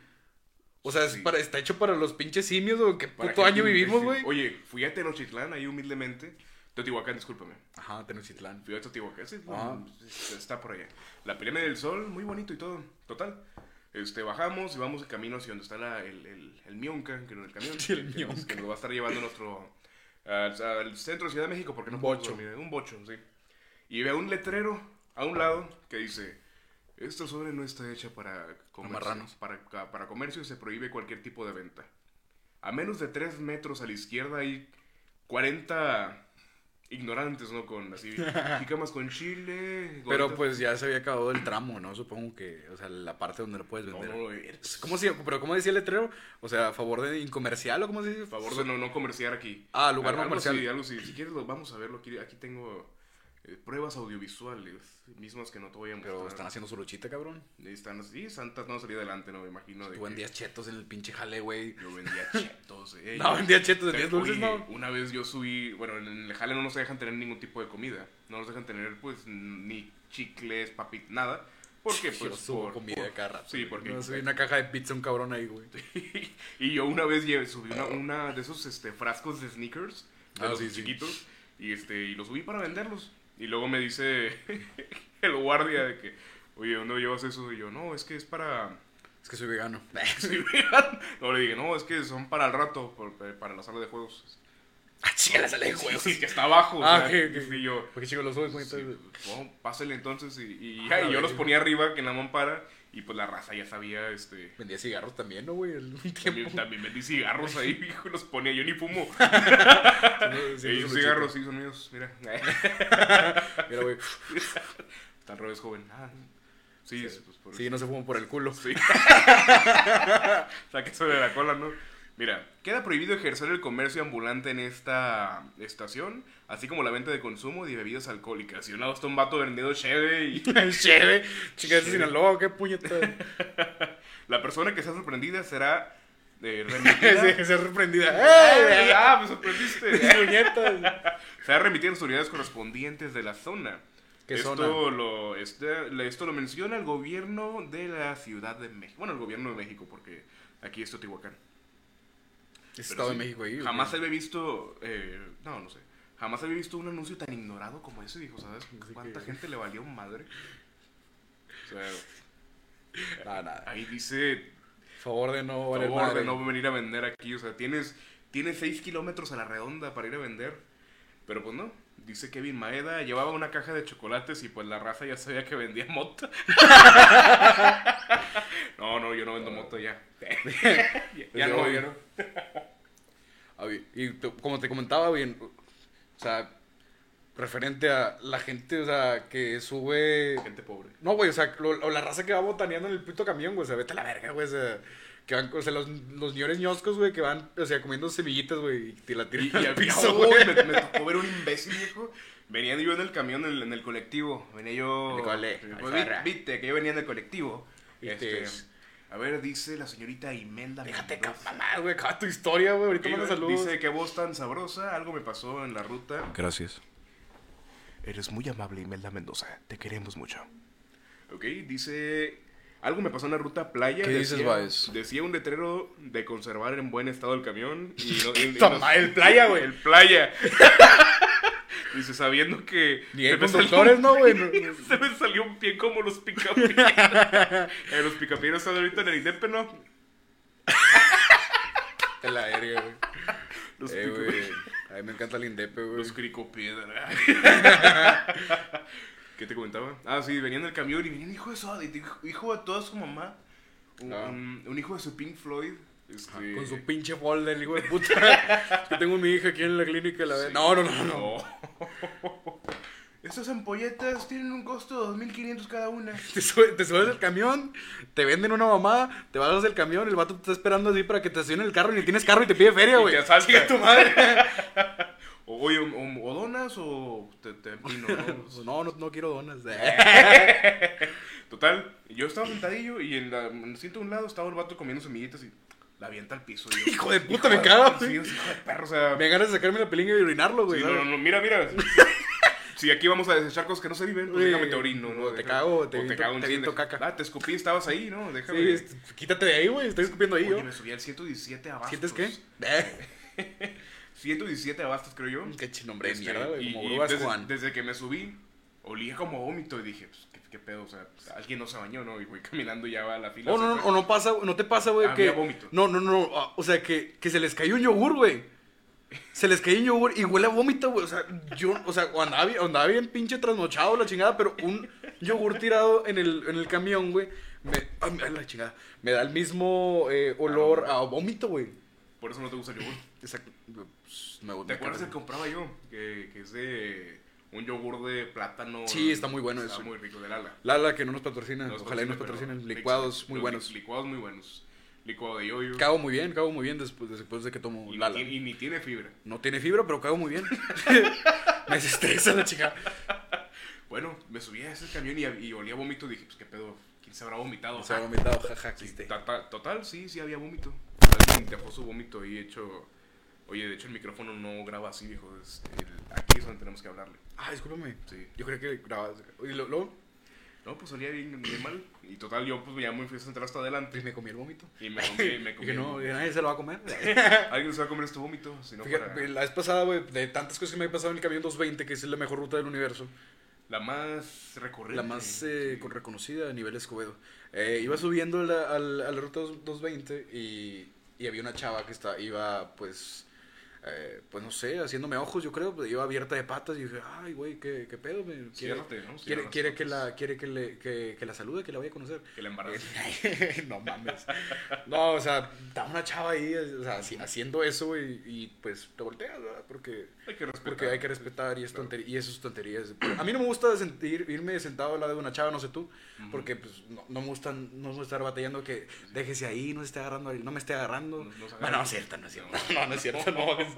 Speaker 1: O sea, es
Speaker 2: Sí.
Speaker 1: para, está hecho para los pinches simios, güey. ¿Qué
Speaker 2: Para
Speaker 1: puto
Speaker 2: gente
Speaker 1: año vivimos,
Speaker 2: imbécil.
Speaker 1: güey?
Speaker 2: Oye, fui a Tenochtitlán ahí humildemente. Teotihuacán, discúlpame.
Speaker 1: Ajá, Tenochtitlán.
Speaker 2: Fui a Teotihuacán, sí, este,
Speaker 1: Ah.
Speaker 2: está por allá. La pirámide del sol, muy bonito y todo. Total. Este, bajamos y vamos el camino hacia donde está la- el, el, el Mionca, que no el camión.
Speaker 1: Sí, el
Speaker 2: que, nos, que nos va a estar llevando nuestro. al- al centro de Ciudad de México, porque no
Speaker 1: Un
Speaker 2: podemos
Speaker 1: bocho.
Speaker 2: dormir, Un bocho, sí. Y veo un letrero a un lado que dice: Esta sobre no está hecha para
Speaker 1: marranos.
Speaker 2: comercios, para, ca- para comercio y se prohíbe cualquier tipo de venta. A menos de 3 metros a la izquierda hay 40 ignorantes, ¿no? Con así, jicamas con chile.
Speaker 1: Pero
Speaker 2: gorditas.
Speaker 1: pues ya se había acabado el tramo, ¿no? Supongo que, o sea, la parte donde lo puedes
Speaker 2: No,
Speaker 1: vender.
Speaker 2: no, eh,
Speaker 1: ¿Cómo se, pero cómo decía el letrero? O sea, a favor de incomercial o cómo se dice?
Speaker 2: a favor de no, no comerciar aquí.
Speaker 1: Ah, lugar no
Speaker 2: Algo
Speaker 1: comercial.
Speaker 2: así, algo así. Si quieres, lo, vamos a verlo. Aquí, aquí tengo eh, pruebas audiovisuales, mismas que no te voy a mostrar.
Speaker 1: Pero están haciendo su luchita, cabrón.
Speaker 2: Ahí están así, santas no salí adelante, no me imagino. de
Speaker 1: Tú
Speaker 2: que
Speaker 1: vendías chetos en el pinche jale, güey.
Speaker 2: Yo vendía chetos, eh.
Speaker 1: No, vendías chetos,
Speaker 2: Te-
Speaker 1: vendías dulces,
Speaker 2: oye,
Speaker 1: no.
Speaker 2: Una vez yo subí, bueno, en el jale no nos dejan tener ningún tipo de comida. No nos dejan tener, pues, ni chicles, papitas, nada. Porque, pues,
Speaker 1: Yo subo
Speaker 2: por-
Speaker 1: comida
Speaker 2: por-
Speaker 1: cada rato.
Speaker 2: Sí, porque...
Speaker 1: No, subí una caja de pizza a un cabrón ahí, güey.
Speaker 2: y yo una vez llevé, subí una, una de esos este, frascos de sneakers, de
Speaker 1: Ah,
Speaker 2: los
Speaker 1: sí, sí.
Speaker 2: chiquitos, y, este, y los subí para venderlos. Y luego me dice el guardia de que, oye, ¿dónde llevas eso? Y yo, no, es que es para...
Speaker 1: Es que soy vegano. Ah,
Speaker 2: Sí, vean. No, le dije, no, es que son para el rato, por- eh, para la sala de juegos.
Speaker 1: Ah, chica, la sala de
Speaker 2: Sí,
Speaker 1: juegos.
Speaker 2: sí, que está abajo. o
Speaker 1: Ah,
Speaker 2: sea,
Speaker 1: ok, ok.
Speaker 2: Y yo,
Speaker 1: Porque chico, los ojos, güey.
Speaker 2: sí, bueno, pásale entonces. Y, y- y
Speaker 1: Ah,
Speaker 2: yo
Speaker 1: güey.
Speaker 2: los ponía arriba, que en la mampara, y pues la raza ya sabía, este...
Speaker 1: Vendía cigarros también, ¿no, güey? Un
Speaker 2: También,
Speaker 1: tiempo.
Speaker 2: también vendí cigarros ahí, hijo, los ponía, yo ni fumo.
Speaker 1: Sí,
Speaker 2: Ellos
Speaker 1: su
Speaker 2: cigarros, sí, son míos, mira.
Speaker 1: luchita. Mira, güey.
Speaker 2: Está al revés, joven. Ah, sí, es, pues, por
Speaker 1: Sí, no se fuman por el culo.
Speaker 2: Sí. Saque sobre la cola, ¿no? Mira, queda prohibido ejercer el comercio ambulante en esta estación, así como la venta de consumo de bebidas alcohólicas. Y un lado está un vato vendiendo cheve y
Speaker 1: Chévere. Chica, es de
Speaker 2: Sí.
Speaker 1: Sinaloa, qué puñetas.
Speaker 2: la persona que sea sorprendida será eh, remitida.
Speaker 1: Se se ha sorprendida.
Speaker 2: ¡Ay,
Speaker 1: ¡Eh!
Speaker 2: ¡Ah, me sorprendiste!
Speaker 1: puñetas!
Speaker 2: será remitida a las autoridades correspondientes de la zona.
Speaker 1: ¿Qué
Speaker 2: esto,
Speaker 1: zona?
Speaker 2: Lo, este- le- esto lo menciona el gobierno de la Ciudad de México. Bueno, el gobierno de México, porque aquí es Teotihuacán.
Speaker 1: Es
Speaker 2: Pero
Speaker 1: Estado de
Speaker 2: sí,
Speaker 1: México ahí.
Speaker 2: Jamás
Speaker 1: güey.
Speaker 2: había visto. eh, no, no sé. Jamás había visto un anuncio tan ignorado como ese, dijo, ¿sabes?
Speaker 1: Así
Speaker 2: ¿Cuánta
Speaker 1: que-
Speaker 2: gente le valió madre? O sea,
Speaker 1: Nada, nada.
Speaker 2: ahí dice.
Speaker 1: Favor de no
Speaker 2: Por
Speaker 1: valer
Speaker 2: favor, de
Speaker 1: madre.
Speaker 2: no venir a vender aquí. O sea, tienes, tienes 6 kilómetros a la redonda para ir a vender. Pero pues no. Dice Kevin Maeda, llevaba una caja de chocolates y pues la raza ya sabía que vendía mota. no, no, yo no vendo mota ya. ya
Speaker 1: Desde
Speaker 2: no,
Speaker 1: hoy.
Speaker 2: ya no.
Speaker 1: A ver, Y te- como te comentaba, bien, o sea, referente a la gente, o sea, que sube...
Speaker 2: Gente pobre.
Speaker 1: No, güey, o sea, lo- o la raza que va botaneando en el puto camión, güey, o sea, vete a la verga, güey, o sea, que van, o sea, los, los señores ñoscos, güey, que van, o sea, comiendo semillitas, güey, y te la tiran
Speaker 2: Y,
Speaker 1: al
Speaker 2: y al
Speaker 1: piso,
Speaker 2: güey,
Speaker 1: güey.
Speaker 2: me, me tocó ver un imbécil, viejo. Venía yo en el camión, en, el- en el colectivo. Venía yo.
Speaker 1: En el cole,
Speaker 2: Pues,
Speaker 1: ahí
Speaker 2: vi-
Speaker 1: está.
Speaker 2: viste, que yo venía en el colectivo.
Speaker 1: Viste.
Speaker 2: Este, a ver, dice la señorita Imelda.
Speaker 1: Déjate,
Speaker 2: Mendoza.
Speaker 1: mamá, güey, acaba tu historia, güey, ahorita manda saludos.
Speaker 2: Dice que voz tan sabrosa, algo me pasó en la ruta.
Speaker 1: Gracias.
Speaker 2: Eres muy amable, Imelda Mendoza. Te queremos mucho. Ok, dice. Algo me pasó en la ruta playa.
Speaker 1: ¿Qué dices,
Speaker 2: decía-
Speaker 1: Baez?
Speaker 2: Decía un letrero de conservar en buen estado el camión. Y no- y- y no-
Speaker 1: Toma, el playa, güey.
Speaker 2: el playa. Dice, sabiendo que.
Speaker 1: Ni hay
Speaker 2: se me
Speaker 1: conductores,
Speaker 2: salió-
Speaker 1: ¿no, güey? No.
Speaker 2: se me salió un pie como los picapieras. eh, los picapieras están ahorita en el INDEP, ¿no?
Speaker 1: Te la verga, güey.
Speaker 2: Los,
Speaker 1: Eh,
Speaker 2: pico-
Speaker 1: güey, a mí me encanta el indepe, güey.
Speaker 2: los cricopiedra. ¿Qué te comentaba? Ah, sí, venían del camión y venían hijo de su. de- Hijo de toda su mamá. Un,
Speaker 1: Ah.
Speaker 2: un- un hijo de su Pink Floyd. este-
Speaker 1: Con su pinche folder, hijo de puta. que tengo a mi hija aquí en la clínica, la ve.
Speaker 2: Sí.
Speaker 1: No, no, no, no.
Speaker 2: No. Estas ampolletas tienen un costo de 2.500 cada una.
Speaker 1: Te, sube- te subes del camión, te venden una mamá, te bajas del camión, el vato te está esperando así para que te estacione el carro, ni tienes carro y te pide feria,
Speaker 2: Y
Speaker 1: güey.
Speaker 2: te asalta.
Speaker 1: Chinga tu madre.
Speaker 2: O, oye, o, o- o donas o te, te empino, ¿no?
Speaker 1: Pues, No, no, no quiero donas.
Speaker 2: Eh. Total, yo estaba sentadillo y en la en el asiento de un lado estaba el vato comiendo semillitas y la avienta al piso. y yo,
Speaker 1: Hijo de puta, me cago,
Speaker 2: Sí,
Speaker 1: güey.
Speaker 2: hijo de perro, o sea.
Speaker 1: Me ganas de sacarme la pelinga y orinarlo,
Speaker 2: sí,
Speaker 1: güey.
Speaker 2: no,
Speaker 1: ¿sabes?
Speaker 2: no, no, mira, mira. Si aquí vamos a desechar cosas que no se viven, pues
Speaker 1: Güey,
Speaker 2: déjame te orino, ¿no?
Speaker 1: te
Speaker 2: Déjame-
Speaker 1: cago, te viento-
Speaker 2: en-
Speaker 1: te viento caca.
Speaker 2: Ah, te escupí, estabas ahí, ¿no? Déjame.
Speaker 1: Sí, es- quítate de ahí, güey. Estoy escupiendo ahí,
Speaker 2: Oye,
Speaker 1: yo.
Speaker 2: me subí al 117 abastos.
Speaker 1: ¿Sientes qué? Eh,
Speaker 2: 117 abastos, creo yo.
Speaker 1: Qué chinombre de
Speaker 2: Este,
Speaker 1: mierda, güey.
Speaker 2: y-
Speaker 1: Como
Speaker 2: y
Speaker 1: grúas,
Speaker 2: desde,
Speaker 1: Juan.
Speaker 2: desde que me subí, olía como vómito y dije, pues, ¿qué, qué pedo? O sea, pues, alguien no se bañó, ¿no? Y voy caminando y ya va a la fila.
Speaker 1: O
Speaker 2: se
Speaker 1: Oh, no, no,
Speaker 2: fue.
Speaker 1: o no pasa, no te pasa, güey,
Speaker 2: Había
Speaker 1: que...
Speaker 2: vómito.
Speaker 1: No, no, no, ah, o sea, que, que se les cayó un yogur, güey. Se les cayó un yogur y huele a vómito, güey. O sea, yo, o sea, o andaba, bien- andaba bien pinche trasnochado la chingada, pero un yogur tirado en el, en el camión, güey, me, ah, me- ah, la chingada, me da el mismo eh,
Speaker 2: Ah,
Speaker 1: olor a vómito, güey.
Speaker 2: Por eso no te gusta el yogur.
Speaker 1: Exacto. Pues, me
Speaker 2: ¿Te
Speaker 1: gusta.
Speaker 2: acuerdas el que compraba yo? Que, que es de un yogur de plátano.
Speaker 1: Sí, está muy bueno
Speaker 2: está
Speaker 1: eso.
Speaker 2: muy rico, del ala.
Speaker 1: Lala, que no nos patrocina.
Speaker 2: No es
Speaker 1: Ojalá y nos
Speaker 2: patrocina,
Speaker 1: patrocinen.
Speaker 2: pero-
Speaker 1: Licuados
Speaker 2: Los
Speaker 1: muy
Speaker 2: li-
Speaker 1: buenos.
Speaker 2: Licuados muy buenos. Licuado de yoyo.
Speaker 1: Cago muy bien, cago muy bien después, después de que tomo
Speaker 2: Y, ni
Speaker 1: Lala.
Speaker 2: tiene- y ni tiene fibra.
Speaker 1: No tiene fibra, pero cago muy bien. me desestresa la chica.
Speaker 2: Bueno, me subí a ese camión y, y olía vómito. Dije, pues, ¿qué pedo? ¿Quién se habrá vomitado?
Speaker 1: Se ha vomitado, jaja,
Speaker 2: Sí,
Speaker 1: quiste.
Speaker 2: ta- ta- total, sí, sí había vómito. Alguien dejó su vómito ahí hecho. Oye, de hecho el micrófono no graba así, viejo. es- el- aquí es donde tenemos que hablarle.
Speaker 1: Ah, discúlpame.
Speaker 2: Sí.
Speaker 1: Yo creo que grabas. Y lo- luego,
Speaker 2: No, pues olía bien, bien mal. Y total, yo pues ya me fui a sentar hasta adelante.
Speaker 1: pues, me comí el vómito.
Speaker 2: Y me comí, me comí.
Speaker 1: Dije, no, nadie se lo va a comer.
Speaker 2: Alguien se va a comer este vómito. Si no,
Speaker 1: Fíjate,
Speaker 2: para-
Speaker 1: la vez pasada, güey, de tantas cosas que me he pasado en el camión 220, que es la mejor ruta del universo,
Speaker 2: La más recorrida.
Speaker 1: la más eh, con- reconocida a nivel Escobedo, eh, iba subiendo la- al- a la ruta 2- 220 y, y había una chava que estaba, iba, pues, eh, pues no sé, haciéndome ojos, yo creo, pues, iba abierta de patas y dije, ay, güey, ¿qué, qué pedo? Me, quiere-
Speaker 2: Ciérrate, ¿no? Cierra
Speaker 1: Quiere,
Speaker 2: las
Speaker 1: quiere que
Speaker 2: patas.
Speaker 1: la quiere que, le, que, que la salude, que la vaya a conocer. Eh,
Speaker 2: Que la embarace.
Speaker 1: no mames. No, o sea, está una chava ahí o sea, haci- haciendo eso y, y pues te volteas, ¿verdad? Porque,
Speaker 2: Hay que respetar.
Speaker 1: porque hay que respetar y, es
Speaker 2: Claro.
Speaker 1: tonter- y eso es tonterías. A mí no me gusta sentir, irme sentado al lado de una chava, no sé tú, porque pues no, no me gustan, no me gusta estar batallando que déjese ahí, no se esté agarrando, no me esté agarrando.
Speaker 2: No- no se agarre.
Speaker 1: bueno, no es cierto, no es cierto. No, no es cierto, no.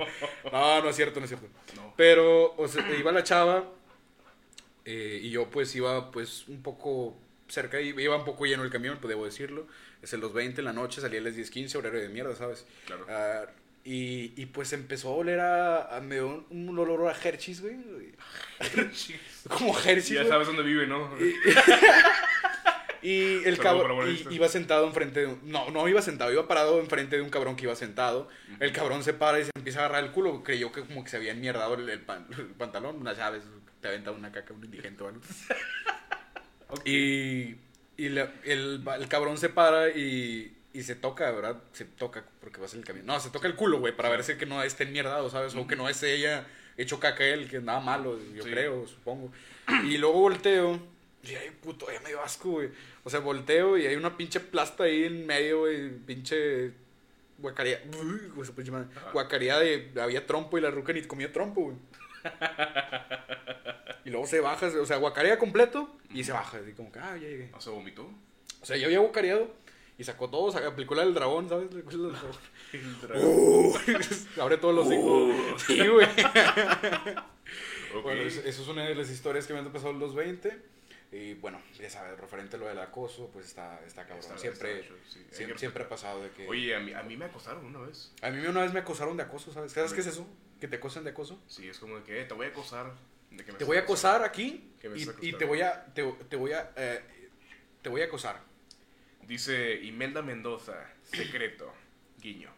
Speaker 1: No, no es cierto, no es cierto.
Speaker 2: No.
Speaker 1: Pero, o sea, iba la chava eh, y yo pues iba pues un poco cerca, y iba un poco lleno el camión, pues debo decirlo. Es en los 20 en la noche, salía a las 10.15, horario de mierda, ¿sabes?
Speaker 2: Claro.
Speaker 1: Ah, y, y pues empezó a oler a, a- me dio un, un olor a Hershey's, güey. Como Hershey's,
Speaker 2: ya
Speaker 1: güey.
Speaker 2: sabes dónde vive, ¿no?
Speaker 1: Y el
Speaker 2: Saludo para
Speaker 1: cabrón
Speaker 2: buena
Speaker 1: y-
Speaker 2: vista.
Speaker 1: iba sentado enfrente de un, no, no iba sentado, iba parado enfrente de un cabrón que iba sentado. El cabrón se para y se empieza a agarrar el culo, creyó que como que se había enmierdado el, el pan- el pantalón, una llaves, te aventa una caca un indigente o algo. Y, y la- el, el cabrón se para y, y se toca, ¿verdad? Se toca porque va a ser el camino. No, se toca el culo, güey, para verse que no esté enmierdado, ¿sabes? O que no es ella hecho caca él, que nada malo, yo
Speaker 2: Sí.
Speaker 1: creo, supongo. Y luego volteo. Y ay, puto, ya me dio asco, güey. O sea, volteo y hay una pinche plasta ahí en medio, güey. Pinche guacaría. Uy, güey, esa pinche madre. Guacaría de. Había trompo y la ruca ni comía trompo, güey. Y luego se baja, o sea, guacarea completo y se baja, así como que, ah, ya llegué.
Speaker 2: ¿No se vomitó?
Speaker 1: O sea, ya había guacareado y sacó todo, sacó, aplicó la del dragón, ¿sabes? La del dragón. Abre todos los hijos. Sí, güey.
Speaker 2: Ok.
Speaker 1: Bueno, es- eso es una de las historias que me han pasado en los 20. Y bueno, ya sabes, referente a lo del acoso, pues está, está cabrón.
Speaker 2: Está-
Speaker 1: siempre,
Speaker 2: está gacho, sí. Hay que
Speaker 1: siempre,
Speaker 2: respetar.
Speaker 1: siempre ha pasado de que.
Speaker 2: Oye, a mí, a mí me acosaron una vez.
Speaker 1: A mí una vez me acosaron de acoso, ¿sabes? ¿Sabes
Speaker 2: Hombre.
Speaker 1: qué es eso? Que te acosan de acoso.
Speaker 2: Sí, es como de que eh, te voy a acosar. de que me
Speaker 1: Te
Speaker 2: estás
Speaker 1: voy a acosar aquí
Speaker 2: Que me
Speaker 1: y,
Speaker 2: estás
Speaker 1: y
Speaker 2: acostando.
Speaker 1: te voy a. Te, te voy a. eh, te voy a acosar.
Speaker 2: Dice Imelda Mendoza, secreto, guiño.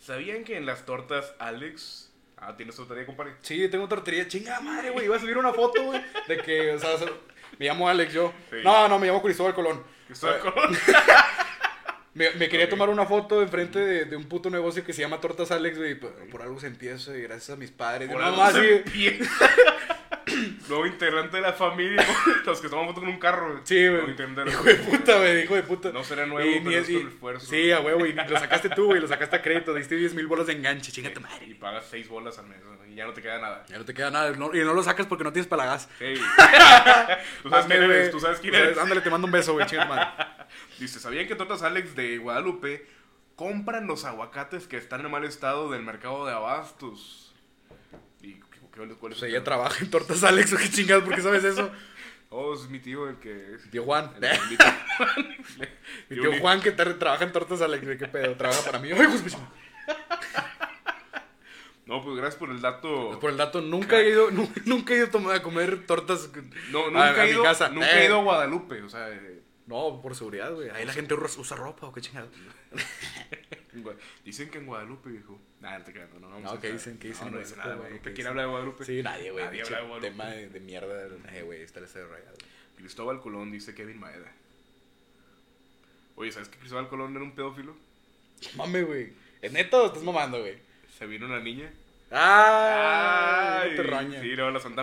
Speaker 2: ¿Sabían que en las tortas Alex... Ah, tienes otra tarea, compadre.
Speaker 1: Sí, tengo tortería. Chinga madre, güey. Iba a subir una foto, güey. De que, o sea, se- me llamo Alex, yo.
Speaker 2: Sí.
Speaker 1: No, no, me llamo Cristóbal Colón.
Speaker 2: Estoy
Speaker 1: Eh,
Speaker 2: con-
Speaker 1: Me, me quería
Speaker 2: Ok.
Speaker 1: tomar una foto enfrente de, de un puto negocio que se llama Tortas Alex, güey. Por, por algo se empieza y gracias a mis padres.
Speaker 2: Por
Speaker 1: Nada
Speaker 2: algo
Speaker 1: más,
Speaker 2: se
Speaker 1: sí.
Speaker 2: empieza. Nuevo integrante de la familia. Los que toman foto con un carro.
Speaker 1: Sí,
Speaker 2: Nuevo
Speaker 1: güey.
Speaker 2: integrante de la
Speaker 1: Hijo de
Speaker 2: familia.
Speaker 1: puta, güey. Hijo de puta.
Speaker 2: No será nuevo,
Speaker 1: Y
Speaker 2: pero
Speaker 1: ni
Speaker 2: es
Speaker 1: y-
Speaker 2: con esfuerzo.
Speaker 1: Sí, a huevo. Y lo sacaste tú, güey. Lo sacaste a crédito. Diste 10 mil bolas de enganche. Chinga tu madre.
Speaker 2: Y pagas seis bolas al mes ¿no? y ya no te queda nada.
Speaker 1: Ya no te queda nada. no- y no lo sacas porque no tienes para la gas.
Speaker 2: Hey. tú sabes quién
Speaker 1: Ándale,
Speaker 2: eres,
Speaker 1: güey.
Speaker 2: tú sabes quién
Speaker 1: Tú
Speaker 2: eres.
Speaker 1: Ándale, te mando un beso, güey. Chinga tu madre.
Speaker 2: Dice, ¿sabían que Tortas Alex de Guadalupe compran los aguacates que están en mal estado del mercado de abastos? Y ¿qué onda? ¿Cuál
Speaker 1: O
Speaker 2: es
Speaker 1: sea, Pues ella
Speaker 2: el tema?
Speaker 1: trabaja en tortas Alex, o qué chingados, ¿por qué sabes eso?
Speaker 2: Oh, es mi tío el que...
Speaker 1: Mi tío Juan.
Speaker 2: el- mi tío-
Speaker 1: Mi tío Juan que tra- trabaja en tortas Alex, güey, qué pedo, trabaja para mí. Ay, pues, pues,
Speaker 2: No, pues gracias por el dato.
Speaker 1: Por el dato, nunca he ido, nu- nunca he ido a tomar- a comer tortas a-
Speaker 2: No, nunca,
Speaker 1: Ah, a
Speaker 2: he
Speaker 1: mi
Speaker 2: ido,
Speaker 1: casa.
Speaker 2: nunca
Speaker 1: Eh,
Speaker 2: he ido a Guadalupe, o sea... eh,
Speaker 1: No, por seguridad, güey. Ahí la gente usa usa ropa o qué chingados.
Speaker 2: en Gua- Dicen que en Guadalupe, viejo. Nah, no te creas, no, no vamos
Speaker 1: No,
Speaker 2: a
Speaker 1: ¿qué
Speaker 2: entrar.
Speaker 1: dicen? ¿Qué dicen
Speaker 2: No,
Speaker 1: en
Speaker 2: no dice
Speaker 1: Guadalupe,
Speaker 2: nada,
Speaker 1: güey? ¿Qué
Speaker 2: güey. ¿Quién
Speaker 1: dicen?
Speaker 2: habla de Guadalupe?
Speaker 1: Sí, nadie, güey.
Speaker 2: Pues Nadie
Speaker 1: pinche
Speaker 2: habla de Guadalupe.
Speaker 1: Tema de, de mierda, eh, güey, está el estadio rayado.
Speaker 2: Cristóbal Colón, dice Kevin Maeda. Oye, ¿sabes que Cristóbal Colón era un pedófilo?
Speaker 1: Mame, güey. ¿Es neto o estás mamando, güey?
Speaker 2: Se vino una niña.
Speaker 1: ¡Ay!
Speaker 2: Ay,
Speaker 1: te raña.
Speaker 2: Sí,
Speaker 1: Sí,
Speaker 2: luego la Santa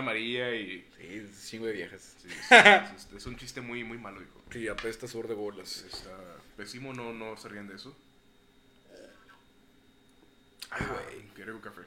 Speaker 2: María y...
Speaker 1: es chingo de viejas.
Speaker 2: sí, es, es- es un chiste muy, muy malo, hijo.
Speaker 1: Sí, apesta sur de bolas.
Speaker 2: Está pésimo, no, no se rían de eso. Ay, güey. Qué rico café.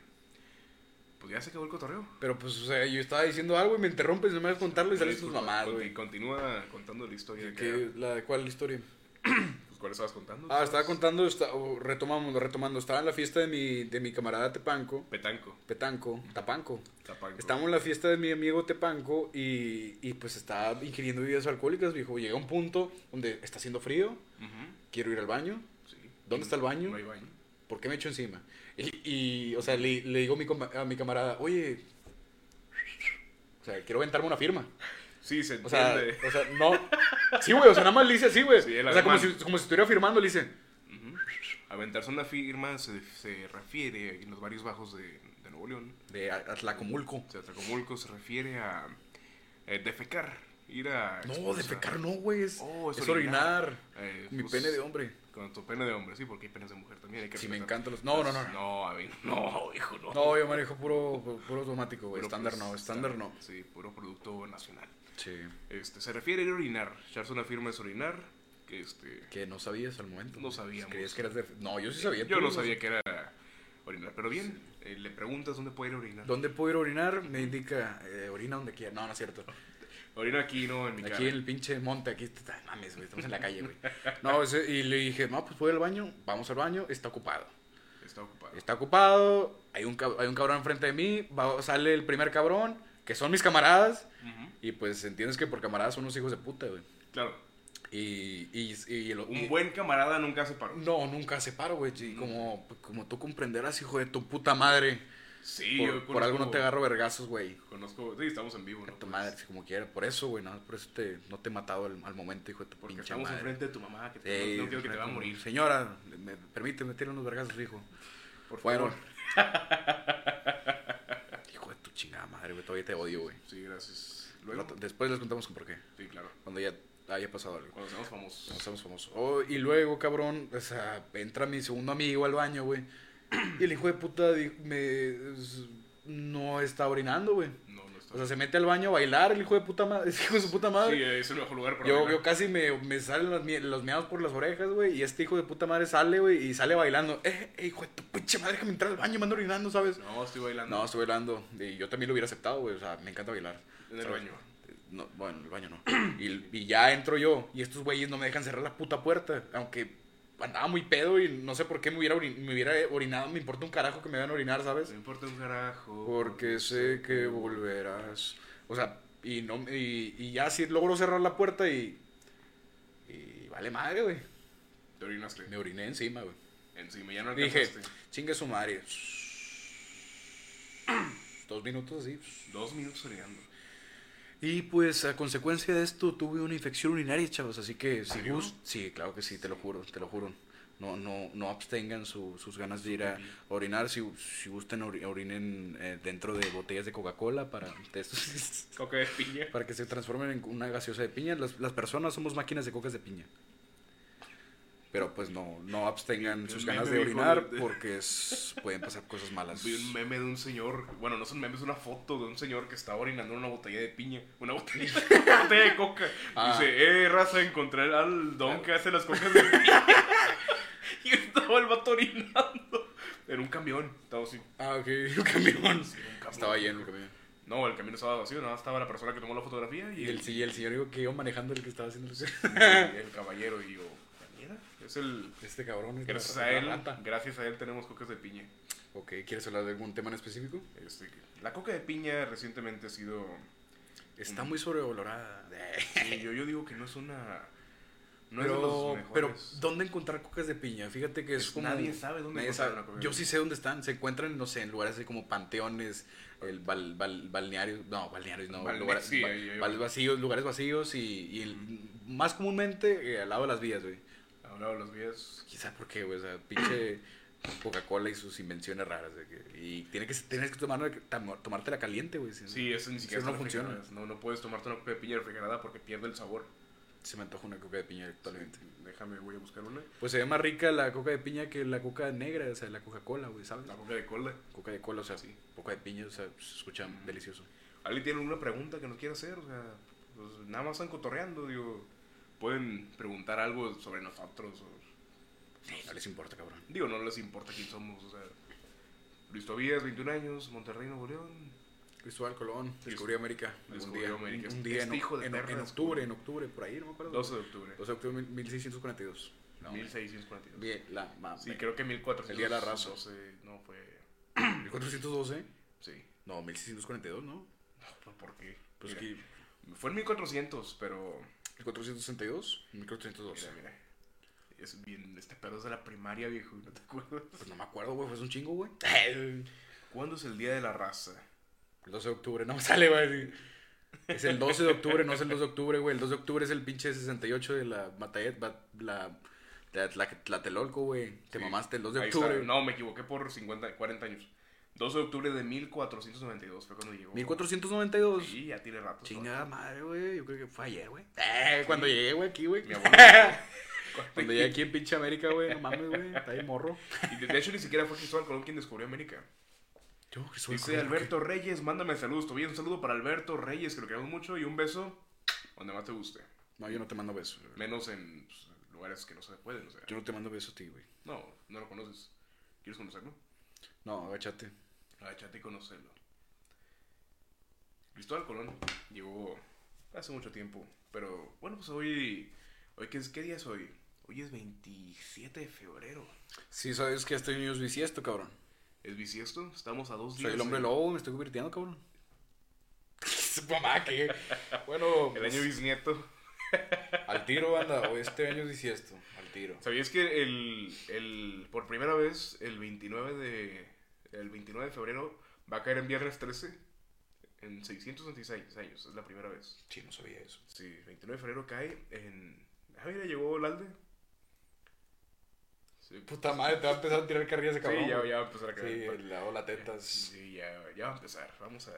Speaker 2: Pues ya se acabó el cotorreo.
Speaker 1: Pero pues, o sea, yo estaba diciendo algo y me interrumpes, no me vas a contarlo y sales tus
Speaker 2: Disculpa,
Speaker 1: mamás,
Speaker 2: conti-
Speaker 1: güey.
Speaker 2: pues, Continúa contando la historia. de que,
Speaker 1: ¿Qué- la- ¿Cuál historia?
Speaker 2: pues, ¿Cuál estabas contando? pues,
Speaker 1: Ah, estaba contando, está- o retomamos, retomando. Estaba en la fiesta de mi, de mi camarada Tepanco,
Speaker 2: Petanco.
Speaker 1: Petanco, Tapanco.
Speaker 2: Tapanco.
Speaker 1: Estábamos en la fiesta de mi amigo Tepanco y, y pues estaba ingiriendo bebidas alcohólicas, dijo, llega un punto donde está haciendo frío,
Speaker 2: Ujú,
Speaker 1: quiero ir al baño,
Speaker 2: sí.
Speaker 1: ¿Dónde está el baño?
Speaker 2: No hay baño.
Speaker 1: ¿por qué me echo encima? Y, y, o sea, le, le digo a mi, compa- a mi camarada, oye, o sea, quiero aventarme una firma.
Speaker 2: Sí, se
Speaker 1: O sea,
Speaker 2: entiende.
Speaker 1: o sea, no. Sí, güey, o sea, nada más le dice así, güey.
Speaker 2: Sí, el
Speaker 1: o sea, como si,
Speaker 2: alemán.
Speaker 1: como si estuviera firmando, le dice.
Speaker 2: Ujú. Aventarse una firma se, se refiere en los barrios bajos de, de Nuevo León.
Speaker 1: De A- Atlacomulco.
Speaker 2: O sea, Atlacomulco se refiere a eh, defecar. Ir a.
Speaker 1: No, de
Speaker 2: expulsar.
Speaker 1: pecar no, güey. Es,
Speaker 2: Oh,
Speaker 1: es, orinar.
Speaker 2: Eh,
Speaker 1: Mi
Speaker 2: pues,
Speaker 1: pene de hombre.
Speaker 2: Con tu pene de hombre, sí, porque hay penes de mujer también. Hay que
Speaker 1: Sí, me
Speaker 2: respetar.
Speaker 1: encantan los. No, no, no. No,
Speaker 2: No, a mí no, hijo, no.
Speaker 1: No, yo manejo puro, pu- puro automático, güey.
Speaker 2: oh. Puro,
Speaker 1: Estándar
Speaker 2: pues,
Speaker 1: no, estándar no.
Speaker 2: Sí, puro producto nacional.
Speaker 1: Sí.
Speaker 2: Este, se refiere a orinar. Echarse una firma es orinar. Que este.
Speaker 1: Que no sabías al momento.
Speaker 2: No
Speaker 1: güey.
Speaker 2: sabíamos.
Speaker 1: Creías que eras de- No, yo sí sabía.
Speaker 2: Yo
Speaker 1: tú
Speaker 2: no sabía que era orinar, pero bien. eh, le preguntas dónde puede ir a orinar.
Speaker 1: ¿Dónde puedo ir a orinar? Me indica, eh, orina donde quiera. No, no es cierto.
Speaker 2: Orino aquí, no, en mi
Speaker 1: Aquí
Speaker 2: cara.
Speaker 1: en el pinche monte, aquí está, mames, güey, estamos en la calle, güey. No, ese- y le dije, no, pues voy al baño, vamos al baño, está ocupado.
Speaker 2: Está ocupado.
Speaker 1: Está ocupado, hay un, cab- hay un cabrón enfrente de mí, va- sale el primer cabrón, que son mis camaradas,
Speaker 2: Ujú,
Speaker 1: y pues entiendes que por camaradas son unos hijos de puta, güey.
Speaker 2: Claro.
Speaker 1: Y, y, y el- y-
Speaker 2: Un buen Mm. camarada nunca se paró.
Speaker 1: No, nunca se paro, güey, y como, pues, como tú comprenderás, hijo de tu puta madre,
Speaker 2: Sí,
Speaker 1: por,
Speaker 2: yo
Speaker 1: por algo no te
Speaker 2: conozco-
Speaker 1: agarro vergazos, güey.
Speaker 2: Conozco, sí, estamos en vivo,
Speaker 1: A
Speaker 2: ¿no? Pues,
Speaker 1: tu madre, si como quiera, por eso, güey, no, por eso te, no te he matado al, al momento, hijo de tu
Speaker 2: Porque
Speaker 1: pinche
Speaker 2: estamos
Speaker 1: madre.
Speaker 2: enfrente de tu mamá, que te-
Speaker 1: Sí,
Speaker 2: no, no quiero que te va a
Speaker 1: como,
Speaker 2: morir.
Speaker 1: Señora, me permite meterle unos vergazos, hijo.
Speaker 2: Por favor.
Speaker 1: Bueno. hijo de tu chingada madre, güey. Todavía te odio, güey.
Speaker 2: Sí, gracias. Luego.
Speaker 1: Luego, después les contamos con por qué.
Speaker 2: Sí, claro.
Speaker 1: Cuando ya haya pasado algo.
Speaker 2: Cuando seamos
Speaker 1: Nos
Speaker 2: famosos.
Speaker 1: hacemos famosos. Oh, y luego, cabrón, o sea, entra mi segundo amigo al baño, güey. Y el hijo de puta di- me, es- no está orinando, güey.
Speaker 2: No, no está.
Speaker 1: O sea, se mete al baño a bailar el hijo de puta madre. Hijo de su puta madre.
Speaker 2: sí, es el mejor lugar para
Speaker 1: Yo,
Speaker 2: bailar.
Speaker 1: yo casi me, me salen los, mie- los meados por las orejas, güey. Y este hijo de puta madre sale, güey, y sale bailando. Eh, eh, hijo de tu pinche madre, déjame entrar al baño, me ando orinando, ¿sabes?
Speaker 2: No, estoy bailando.
Speaker 1: No, estoy bailando. Y yo también lo hubiera aceptado, güey. O sea, me encanta bailar.
Speaker 2: En el
Speaker 1: ¿sabes?
Speaker 2: baño.
Speaker 1: No, bueno, en el baño no. Y, y ya entro yo. Y estos güeyes no me dejan cerrar la puta puerta. Aunque andaba muy pedo y no sé por qué me hubiera, ori- me hubiera orinado. Me importa un carajo que me vean orinar, ¿sabes?
Speaker 2: No importa un carajo.
Speaker 1: Porque sé que volverás. O sea, y, no, y, y ya sí logro cerrar la puerta y. Y vale madre, güey.
Speaker 2: Te orinaste.
Speaker 1: Me oriné encima, güey.
Speaker 2: Encima ya no
Speaker 1: Dije,
Speaker 2: alcanzaste.
Speaker 1: chingue su madre. Dos minutos así.
Speaker 2: Dos minutos orinando.
Speaker 1: Y pues a consecuencia de esto tuve una infección urinaria, chavos. Así que si
Speaker 2: ¿Serio?
Speaker 1: gust- Sí, claro que sí, te lo juro, te lo juro. No, no, no abstengan su- sus ganas de ir a orinar. Si, si gustan, ori- orinen eh, dentro de botellas de Coca-Cola para... de estos-
Speaker 2: Coca de piña.
Speaker 1: Para que se transformen en una gaseosa de piña. Las, las personas somos máquinas de cocas de piña. Pero pues no, no abstengan
Speaker 2: Vi
Speaker 1: sus
Speaker 2: un
Speaker 1: ganas de
Speaker 2: meme, hijo
Speaker 1: orinar
Speaker 2: de-
Speaker 1: porque es- pueden pasar cosas malas.
Speaker 2: Vi un meme de un señor, bueno, no es un meme, es una foto de un señor que estaba orinando en una botella de piña, una botella, una botella de coca.
Speaker 1: Ah.
Speaker 2: Dice, eh, raza, encontré al don que hace las cocas de piña. y estaba el vato orinando. En un camión, estaba así.
Speaker 1: Ah, ok, un camión.
Speaker 2: camión.
Speaker 1: Estaba lleno el camión.
Speaker 2: No, el camión estaba vacío, nada, más estaba la persona que tomó la fotografía y,
Speaker 1: Y el, y el señor digo, que iba manejando el que estaba haciendo el...
Speaker 2: y el caballero. Y yo, "¿La mierda? Es el.
Speaker 1: Este cabrón. es
Speaker 2: Gracias
Speaker 1: la-
Speaker 2: a
Speaker 1: la
Speaker 2: él,
Speaker 1: rata.
Speaker 2: gracias a él tenemos cocas de piña.
Speaker 1: Ok, ¿quieres hablar de algún tema en específico?
Speaker 2: Este, la coca de piña recientemente ha sido... Mm.
Speaker 1: Está muy sobrevalorada.
Speaker 2: sí, yo, yo digo que no es una... Eh, No es de los
Speaker 1: pero, pero,
Speaker 2: mejores.
Speaker 1: ¿dónde encontrar cocas de piña? Fíjate que es,
Speaker 2: Es-
Speaker 1: como...
Speaker 2: nadie sabe dónde encontrar una coca de
Speaker 1: Yo
Speaker 2: piña.
Speaker 1: sí sé dónde están. Se encuentran, no sé, en lugares así como panteones, el bal, bal- balnearios, no, balnearios, no,
Speaker 2: Balne-
Speaker 1: lugares,
Speaker 2: sí,
Speaker 1: ba-
Speaker 2: ahí- ahí-
Speaker 1: bal- vacíos, lugares vacíos y, y el- más comúnmente eh, al lado de las vías, güey.
Speaker 2: Hablaba los días...
Speaker 1: Quizá porque, güey, o sea, pinche Coca-Cola y sus invenciones raras. de que- y tiene que, tienes que tomar, tam- tomártela caliente, güey. si no-
Speaker 2: Sí, eso ni siquiera
Speaker 1: no
Speaker 2: está
Speaker 1: funciona.
Speaker 2: refrigerada. No, no puedes tomarte una coca de piña refrigerada porque pierde el sabor.
Speaker 1: Se me antoja una coca de piña actualmente.
Speaker 2: Déjame, voy a buscar una.
Speaker 1: Pues se ve más rica la coca de piña que la coca negra, o sea, la Coca-Cola, güey, ¿sabes?
Speaker 2: La coca de cola.
Speaker 1: Coca de cola, o sea, coca de piña, o sea, se escucha delicioso.
Speaker 2: ¿Alguien tiene alguna pregunta que nos quiera hacer? O sea, pues, nada más están cotorreando, digo. Pueden preguntar algo sobre nosotros. o-
Speaker 1: no les importa, cabrón.
Speaker 2: digo, no les importa quién somos. O sea, Luis Tobías, 21 años, Monterrey, Nuevo León.
Speaker 1: Cristóbal Colón descubrió
Speaker 2: descubrió
Speaker 1: América.
Speaker 2: Descubrió
Speaker 1: día,
Speaker 2: América.
Speaker 1: Un día en,
Speaker 2: Este hijo de
Speaker 1: en- en
Speaker 2: perra
Speaker 1: octubre,
Speaker 2: descubrió.
Speaker 1: en octubre, por ahí, no me acuerdo.
Speaker 2: 12 de octubre,
Speaker 1: 12 de octubre de 1642. No,
Speaker 2: 1642.
Speaker 1: Bien, la mamá.
Speaker 2: Sí, creo que 1412.
Speaker 1: El día de la raza.
Speaker 2: No fue.
Speaker 1: 1412.
Speaker 2: Sí.
Speaker 1: No, 1642, ¿no?
Speaker 2: No, ¿Por qué?
Speaker 1: Pues
Speaker 2: Mira,
Speaker 1: que
Speaker 2: Fue en 1400, pero.
Speaker 1: 1462, 1412.
Speaker 2: Mira, mira. Es bien. Este pedo es de la primaria, viejo. ¿No te acuerdas?
Speaker 1: Pues no me acuerdo, güey, fue un chingo, güey.
Speaker 2: ¿Cuándo es el día de la raza?
Speaker 1: El 12 de octubre, no me sale, güey. Es el 12 de octubre, no es el 2 de octubre, güey. El 2 de octubre es el pinche 68 de la Matayet, ba- la, la, la- Tlatelolco, güey. Te
Speaker 2: Sí.
Speaker 1: mamaste el 2 de
Speaker 2: Ahí está.
Speaker 1: octubre.
Speaker 2: No, me equivoqué por 50, 40 años. 12 de octubre de 1492 fue cuando llegó.
Speaker 1: 1492.
Speaker 2: Sí, pues, ya tiene rato.
Speaker 1: Chingada madre, güey. Yo creo que fue ayer, güey. Eh, cuando llegué, güey, aquí, güey.
Speaker 2: Mi abuelo.
Speaker 1: Cuando llegué aquí en pinche América, güey. No mames, güey. Está ahí morro.
Speaker 2: Y de, de hecho ni siquiera fue Cristóbal Colón quien descubrió América.
Speaker 1: Yo que soy
Speaker 2: Dice Alberto Reyes, mándame saludos. Todavía un saludo para Alberto Reyes, que lo queremos mucho. Y un beso donde más te guste.
Speaker 1: No, yo no te mando besos. güey.
Speaker 2: Menos en pues, lugares que no se pueden. O sea,
Speaker 1: Yo no te mando besos a ti, güey.
Speaker 2: no, no lo conoces. ¿Quieres conocerlo?
Speaker 1: No, agáchate.
Speaker 2: Agáchate y conocerlo. Cristóbal Colón llegó hace mucho tiempo, pero bueno, pues hoy, hoy ¿qué, es- qué día es hoy? Hoy es 27 de febrero.
Speaker 1: Sí, sabes que este niño es bisiesto, cabrón.
Speaker 2: ¿Es bisiesto? Estamos a dos días.
Speaker 1: Soy el hombre
Speaker 2: de-
Speaker 1: lobo, me estoy convirtiendo, cabrón. Mamá, que. Bueno, pues,
Speaker 2: El año bisnieto.
Speaker 1: al tiro, anda. O este año dice esto, al tiro.
Speaker 2: ¿Sabías que el, el, por primera vez el 29 de el 29 de febrero va a caer en viernes 13 en 666 años? Es la primera vez.
Speaker 1: Sí, no sabía eso.
Speaker 2: Sí, 29 de febrero cae en. Ah, mira, llegó Olalde. Sí,
Speaker 1: Puta madre, te va a empezar a tirar carrillas de
Speaker 2: sí,
Speaker 1: cabrón.
Speaker 2: ya,
Speaker 1: güey.
Speaker 2: ya va a empezar a caer.
Speaker 1: Sí, la ola tetas.
Speaker 2: Sí, ya, ya va a empezar. Vamos a.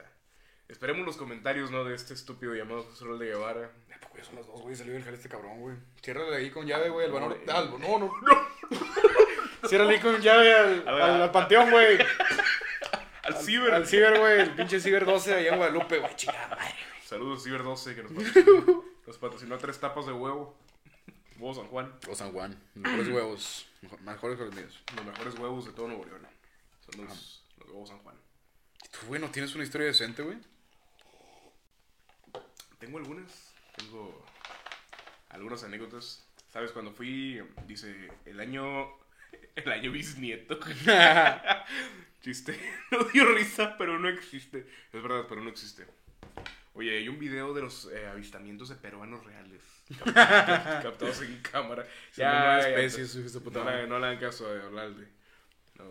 Speaker 2: Esperemos los comentarios, ¿no? De este estúpido llamado José Olalde Guevara.
Speaker 1: ¿A poco ya son las dos, güey? Salió del jale este cabrón, güey. Ciérrale ahí con llave, güey, al valor.
Speaker 2: Güey.
Speaker 1: Algo, no, no. Ciérrale ahí con llave al,
Speaker 2: A ver,
Speaker 1: al,
Speaker 2: a-
Speaker 1: al panteón, güey.
Speaker 2: ¡Al Ciber!
Speaker 1: Al ciber, güey. El pinche ciber 12 allá en Guadalupe, güey. Chingada madre.
Speaker 2: Saludos, Ciber 12, que nos patrocinó, nos patrocinó tres tapas de huevo. Huevo San Juan,
Speaker 1: O San Juan. Mejores huevos. Mejor- Mejores que los míos.
Speaker 2: los mejores huevos de todo Nuevo León. Son los, los huevos San Juan.
Speaker 1: Tú, güey, no tienes una historia decente, güey.
Speaker 2: Tengo algunas, tengo algunas anécdotas. ¿Sabes? Cuando fui, dice, el año, el año bisnieto. Chiste, no dio risa, pero no existe. Es verdad, pero no existe. Oye, hay un video de los eh, avistamientos de peruanos reales. Captados, captados en cámara.
Speaker 1: Ya, especies, hijo de su puta
Speaker 2: No,
Speaker 1: madre.
Speaker 2: le- no le hagan caso a Olalde. No.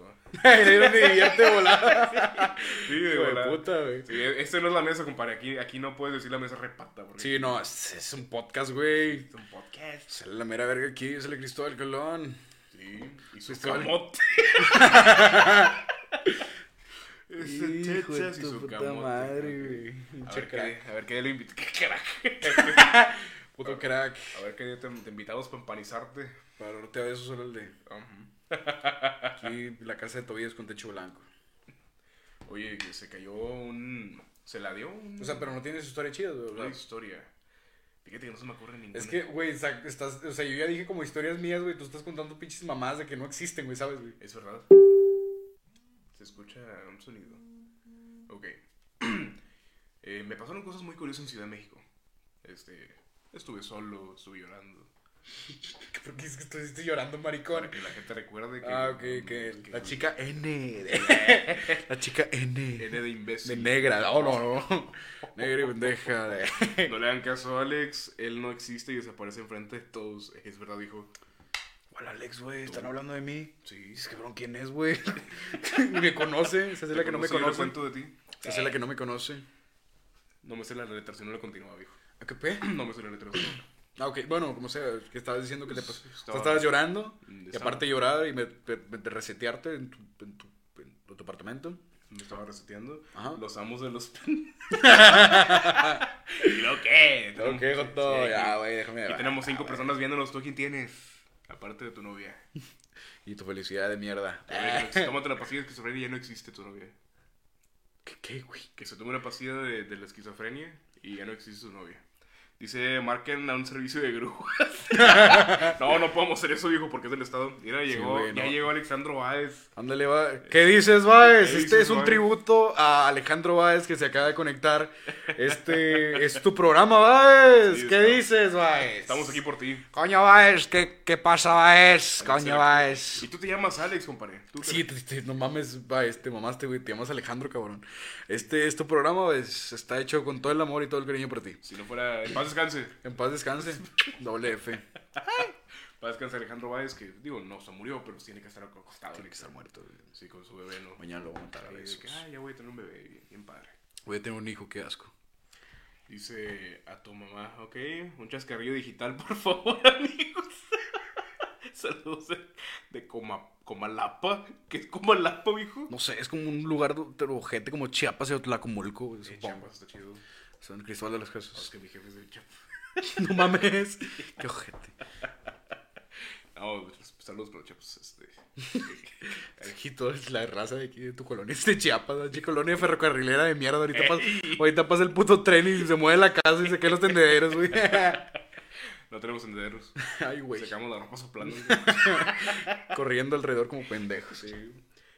Speaker 1: Le dieron y divierte volada.
Speaker 2: Sí, de
Speaker 1: Hijo de
Speaker 2: verdad.
Speaker 1: puta, güey.
Speaker 2: Sí, este no es la mesa, compadre. Aquí, aquí no puedes decir la mesa repata. Porque
Speaker 1: Sí, no, es, es un podcast, güey.
Speaker 2: Es un podcast.
Speaker 1: Sale la mera verga aquí, sale Cristóbal Colón.
Speaker 2: Sí, y su
Speaker 1: Cristóbal.
Speaker 2: camote. Ese
Speaker 1: Hijo de
Speaker 2: Este Chechas y
Speaker 1: tu
Speaker 2: su
Speaker 1: puta
Speaker 2: camote.
Speaker 1: madre, güey.
Speaker 2: A
Speaker 1: Che crack.
Speaker 2: ver, qué, a ver qué día le invit- qué crack.
Speaker 1: Puto crack.
Speaker 2: A ver qué día te, te invitamos para empanizarte.
Speaker 1: Para darte a besos, órale.
Speaker 2: Ujú.
Speaker 1: Aquí la casa de Tobías con techo blanco.
Speaker 2: Oye, que se cayó un. Se la dio un-
Speaker 1: O sea, pero no tienes historia chida, güey. o
Speaker 2: una
Speaker 1: sea,
Speaker 2: historia. Fíjate que no se me ocurre ninguna.
Speaker 1: Es que, güey, sa- estás, o sea, yo ya dije como historias mías, güey, tú estás contando pinches mamadas de que no existen, güey, ¿sabes, güey?
Speaker 2: Es verdad. Se escucha un sonido. Ok. Eh, me pasaron cosas muy curiosas en Ciudad de México. Este, estuve solo, estuve llorando.
Speaker 1: ¿Por qué es que estuviste llorando, maricón?
Speaker 2: Para que la gente recuerde que.
Speaker 1: Ah, ok, que
Speaker 2: que-
Speaker 1: la chica N. de- la chica N.
Speaker 2: N de
Speaker 1: De
Speaker 2: imbécil.
Speaker 1: negra. Oh, No, no, no. Negra y pendeja. de-
Speaker 2: No le hagan caso a Alex. Él no existe y desaparece enfrente de todos. Es verdad, dijo.
Speaker 1: Hola, Alex, güey. ¿Están hablando de mí?
Speaker 2: Sí.
Speaker 1: Dices, cabrón, ¿quién es, güey? Ni me conoce. Esa es la que no me
Speaker 2: Yo le
Speaker 1: conoce.
Speaker 2: cuento de ti.
Speaker 1: Esa es la que no me conoce.
Speaker 2: No me sé la letra, si no la continúa, viejo.
Speaker 1: ¿A qué pe?
Speaker 2: No me sé la letra. si no.
Speaker 1: Ah, ok. Bueno, como sea, que estabas diciendo que te pasó.
Speaker 2: estaba-
Speaker 1: estabas llorando.
Speaker 2: Mm,
Speaker 1: Y
Speaker 2: estaba-
Speaker 1: aparte llorar y me, me- me- te resetearte en tu, en tu, en tu apartamento.
Speaker 2: Me estaba reseteando.
Speaker 1: Ajá.
Speaker 2: Los amos de los. ¿Y lo qué?
Speaker 1: Ok, Joto,
Speaker 2: Sí,
Speaker 1: ya,
Speaker 2: aquí-
Speaker 1: güey, déjame
Speaker 2: Aquí
Speaker 1: ver.
Speaker 2: tenemos cinco personas viéndonos. ¿Tú a quién tienes? Aparte de tu novia.
Speaker 1: Y tu felicidad de mierda.
Speaker 2: Tu novia no existe. Tómate la pastilla de esquizofrenia y ya no existe tu novia.
Speaker 1: ¿Qué, qué, güey?
Speaker 2: Que se tome una pastilla de, de la esquizofrenia y ya no existe su novia. Dice, marquen a un servicio de grúas. no, no podemos hacer eso, viejo, porque es del Estado. Mira, llegó,
Speaker 1: güey,
Speaker 2: ya
Speaker 1: no.
Speaker 2: llegó Alexandro Báez.
Speaker 1: Ándale, va. ¿Qué dices, Baez?
Speaker 2: ¿Qué
Speaker 1: este
Speaker 2: dices,
Speaker 1: es un
Speaker 2: Baez?
Speaker 1: tributo a Alejandro Baez que se acaba de conectar. Este es tu programa, Baez.
Speaker 2: Sí,
Speaker 1: ¿Qué
Speaker 2: está-
Speaker 1: dices, Baez?
Speaker 2: Estamos aquí por ti.
Speaker 1: Coño, Baez, ¿qué, qué pasa, Baez? Coño, Baez.
Speaker 2: Y tú te llamas Alex, compadre. Tú te-
Speaker 1: Sí, te- te- no mames, Baez, te mamaste, güey. Te llamas Alejandro, cabrón. Este es tu programa, Baez. Está hecho con todo el amor y todo el cariño por ti.
Speaker 2: Si no fuera... En paz descanse.
Speaker 1: En paz descanse. Doble F.
Speaker 2: En paz descanse Alejandro Báez, que, digo, no se murió, pero tiene que estar acostado.
Speaker 1: Tiene que estar muerto, güey.
Speaker 2: Sí, con su bebé, ¿no?
Speaker 1: Mañana lo voy a matar a
Speaker 2: Y de
Speaker 1: besos.
Speaker 2: que, ah, ya voy a tener un bebé, bien, bien padre.
Speaker 1: Voy a tener un hijo, qué asco.
Speaker 2: Dice a tu mamá, ok, un chascarrillo digital, por favor, amigos. Saludos de, de Coma, Comalapa. ¿Qué es Comalapa, viejo?
Speaker 1: No sé, es como un lugar do- pero ojete como Chiapas o Tlacomulco, güey,
Speaker 2: Sí,
Speaker 1: supongo.
Speaker 2: Chiapas está chido.
Speaker 1: San Cristóbal de los
Speaker 2: Es
Speaker 1: Jesús.
Speaker 2: que mi jefe es de Chiapas.
Speaker 1: No mames. Qué ojete.
Speaker 2: No, pues, saludos, pero Chiapas, este.
Speaker 1: Aquí toda es la raza de aquí de tu colonia. Es de Chiapas, la colonia ferrocarrilera de mierda. Ahorita pasa, ahorita pasa el puto tren y se mueve la casa y se caen los tendederos, güey.
Speaker 2: No tenemos entenderos.
Speaker 1: Ay, güey.
Speaker 2: Sacamos la ropa soplando.
Speaker 1: Corriendo alrededor como pendejos.
Speaker 2: sí.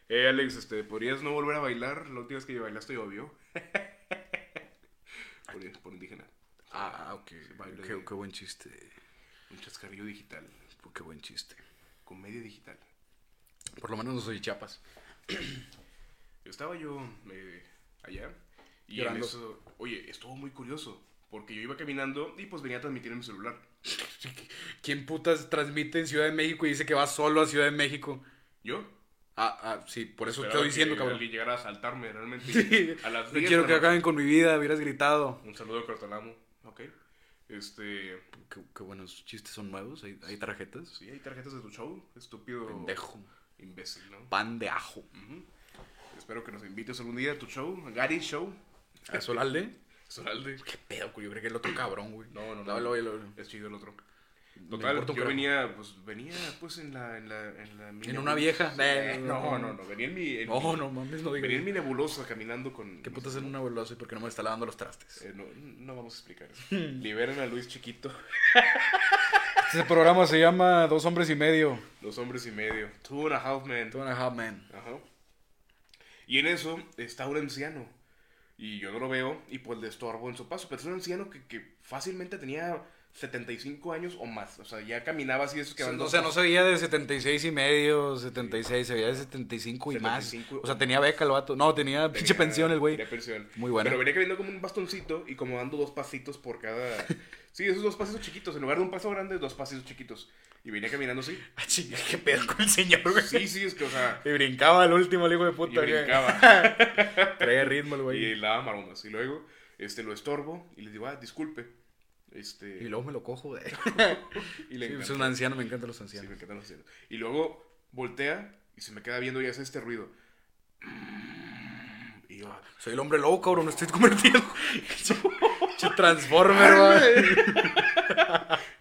Speaker 2: Eh, Alex, este, ¿podrías no volver a bailar? La última vez que bailaste llovió. por, por indígena.
Speaker 1: Ah, ok.
Speaker 2: Baile
Speaker 1: Qué,
Speaker 2: de-
Speaker 1: qué buen chiste.
Speaker 2: Un chascarrillo digital.
Speaker 1: Qué buen chiste.
Speaker 2: Comedia digital.
Speaker 1: Por lo menos no soy de Chiapas.
Speaker 2: Estaba yo eh, allá y en
Speaker 1: Llorando.
Speaker 2: eso, oye, estuvo muy curioso porque yo iba caminando y pues venía a transmitir en mi celular.
Speaker 1: ¿Quién putas transmite en Ciudad de México y dice que va solo a Ciudad de México?
Speaker 2: Yo
Speaker 1: Ah, ah, sí, por eso
Speaker 2: esperaba
Speaker 1: estoy diciendo,
Speaker 2: que
Speaker 1: cabrón.
Speaker 2: alguien llegara a saltarme realmente.
Speaker 1: Sí,
Speaker 2: A las
Speaker 1: no
Speaker 2: 10
Speaker 1: quiero
Speaker 2: de
Speaker 1: que
Speaker 2: la noche.
Speaker 1: acaben con mi vida, hubieras gritado.
Speaker 2: Un saludo a Cortalamo, ok. Este,
Speaker 1: Qué, qué buenos chistes son nuevos, hay, hay tarjetas.
Speaker 2: sí, hay tarjetas de tu show, estúpido
Speaker 1: Pendejo,
Speaker 2: imbécil, ¿no?
Speaker 1: pan de ajo.
Speaker 2: Espero que nos invites algún día a tu show, Gary Show.
Speaker 1: ¿A Solalde?
Speaker 2: Solalde.
Speaker 1: Qué pedo, güey, yo creo que el otro cabrón, güey.
Speaker 2: No, no, no.
Speaker 1: Lo- lo- lo- lo-
Speaker 2: Es chido el otro.
Speaker 1: me
Speaker 2: Total,
Speaker 1: importa
Speaker 2: yo
Speaker 1: un carajo.
Speaker 2: venía, pues venía pues en la en la en la
Speaker 1: En una vieja.
Speaker 2: Eh, no, no, no, venía en mi en
Speaker 1: No,
Speaker 2: mi-
Speaker 1: no mames, no
Speaker 2: Venía
Speaker 1: digas.
Speaker 2: en mi nebulosa caminando con.
Speaker 1: ¿Qué putas en una boluda soy porque no me está lavando los trastes?
Speaker 2: Eh, no, no vamos a explicar eso. Liberan a Luis Chiquito,
Speaker 1: Este programa se llama Dos Hombres y Medio.
Speaker 2: los hombres y medio. Two and a half men.
Speaker 1: Two and a half men.
Speaker 2: Ajá. Y en eso está un anciano. Y yo no lo veo y pues le estorbo en su paso. Pero es un anciano que, que fácilmente tenía 75 años o más. O sea, ya caminaba así, esos que van
Speaker 1: O
Speaker 2: dos
Speaker 1: sea, no
Speaker 2: pasos.
Speaker 1: se veía de 76 y medio, 76, se veía de 75 y más.
Speaker 2: 75.
Speaker 1: O sea, tenía beca el vato. No, tenía pinche
Speaker 2: Tenía-
Speaker 1: pensión el güey.
Speaker 2: tenía pensión.
Speaker 1: Muy buena.
Speaker 2: Pero venía caminando como un bastoncito y como dando dos pasitos por cada. Sí, esos dos pasitos chiquitos. En lugar de un paso grande, dos pasitos chiquitos. Y venía caminando así.
Speaker 1: Ah, chinga, qué pedo con el señor, güey.
Speaker 2: Sí, sí, es que, o sea.
Speaker 1: Y brincaba al último, el hijo de puta.
Speaker 2: Y
Speaker 1: güey.
Speaker 2: brincaba.
Speaker 1: Traía ritmo el güey.
Speaker 2: y daba maromas. Y luego, este, lo estorbo y le digo, ah, disculpe. Este.
Speaker 1: Y luego me lo cojo, güey.
Speaker 2: y le
Speaker 1: Sí,
Speaker 2: encanta.
Speaker 1: soy un anciano, me encantan los
Speaker 2: Sí, me
Speaker 1: ancianos.
Speaker 2: encantan los ancianos. Y luego voltea y se me queda viendo y hace este ruido. Y yo,
Speaker 1: Soy el hombre loco, cabrón, me estoy convertido. Che Transformer, güey.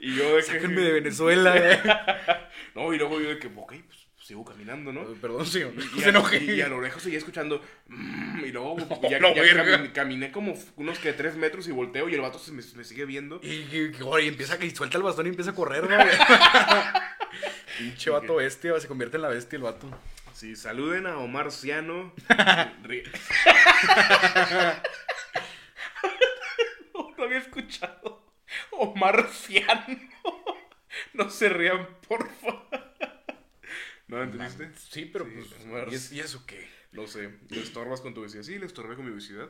Speaker 2: y yo de que-
Speaker 1: Sáquenme de Venezuela, güey.
Speaker 2: No, y luego yo de que, ok, pues sigo caminando, ¿no?
Speaker 1: Perdón, señor.
Speaker 2: Y,
Speaker 1: Se
Speaker 2: a,
Speaker 1: enojé.
Speaker 2: y a lo lejos seguía escuchando. "Mm", Y luego ya,
Speaker 1: La
Speaker 2: ya
Speaker 1: verga.
Speaker 2: cami- caminé como unos que tres metros y volteo y el vato se me, me sigue viendo.
Speaker 1: Y, y- güey, empieza que suelta el bastón y empieza a correr, güey. Pinche vato bestia, güey, se convierte en la bestia el vato.
Speaker 2: Si saluden a Omar Ciano. ri- no, no había escuchado. Omar Ciano. No se rían, porfa. ¿No entendiste?
Speaker 1: Sí, pero
Speaker 2: Sí,
Speaker 1: pues.
Speaker 2: Omar.
Speaker 1: ¿y, es- y eso qué?
Speaker 2: No sé, le estorbas con tu obesidad. Sí, le estorbé con mi obesidad.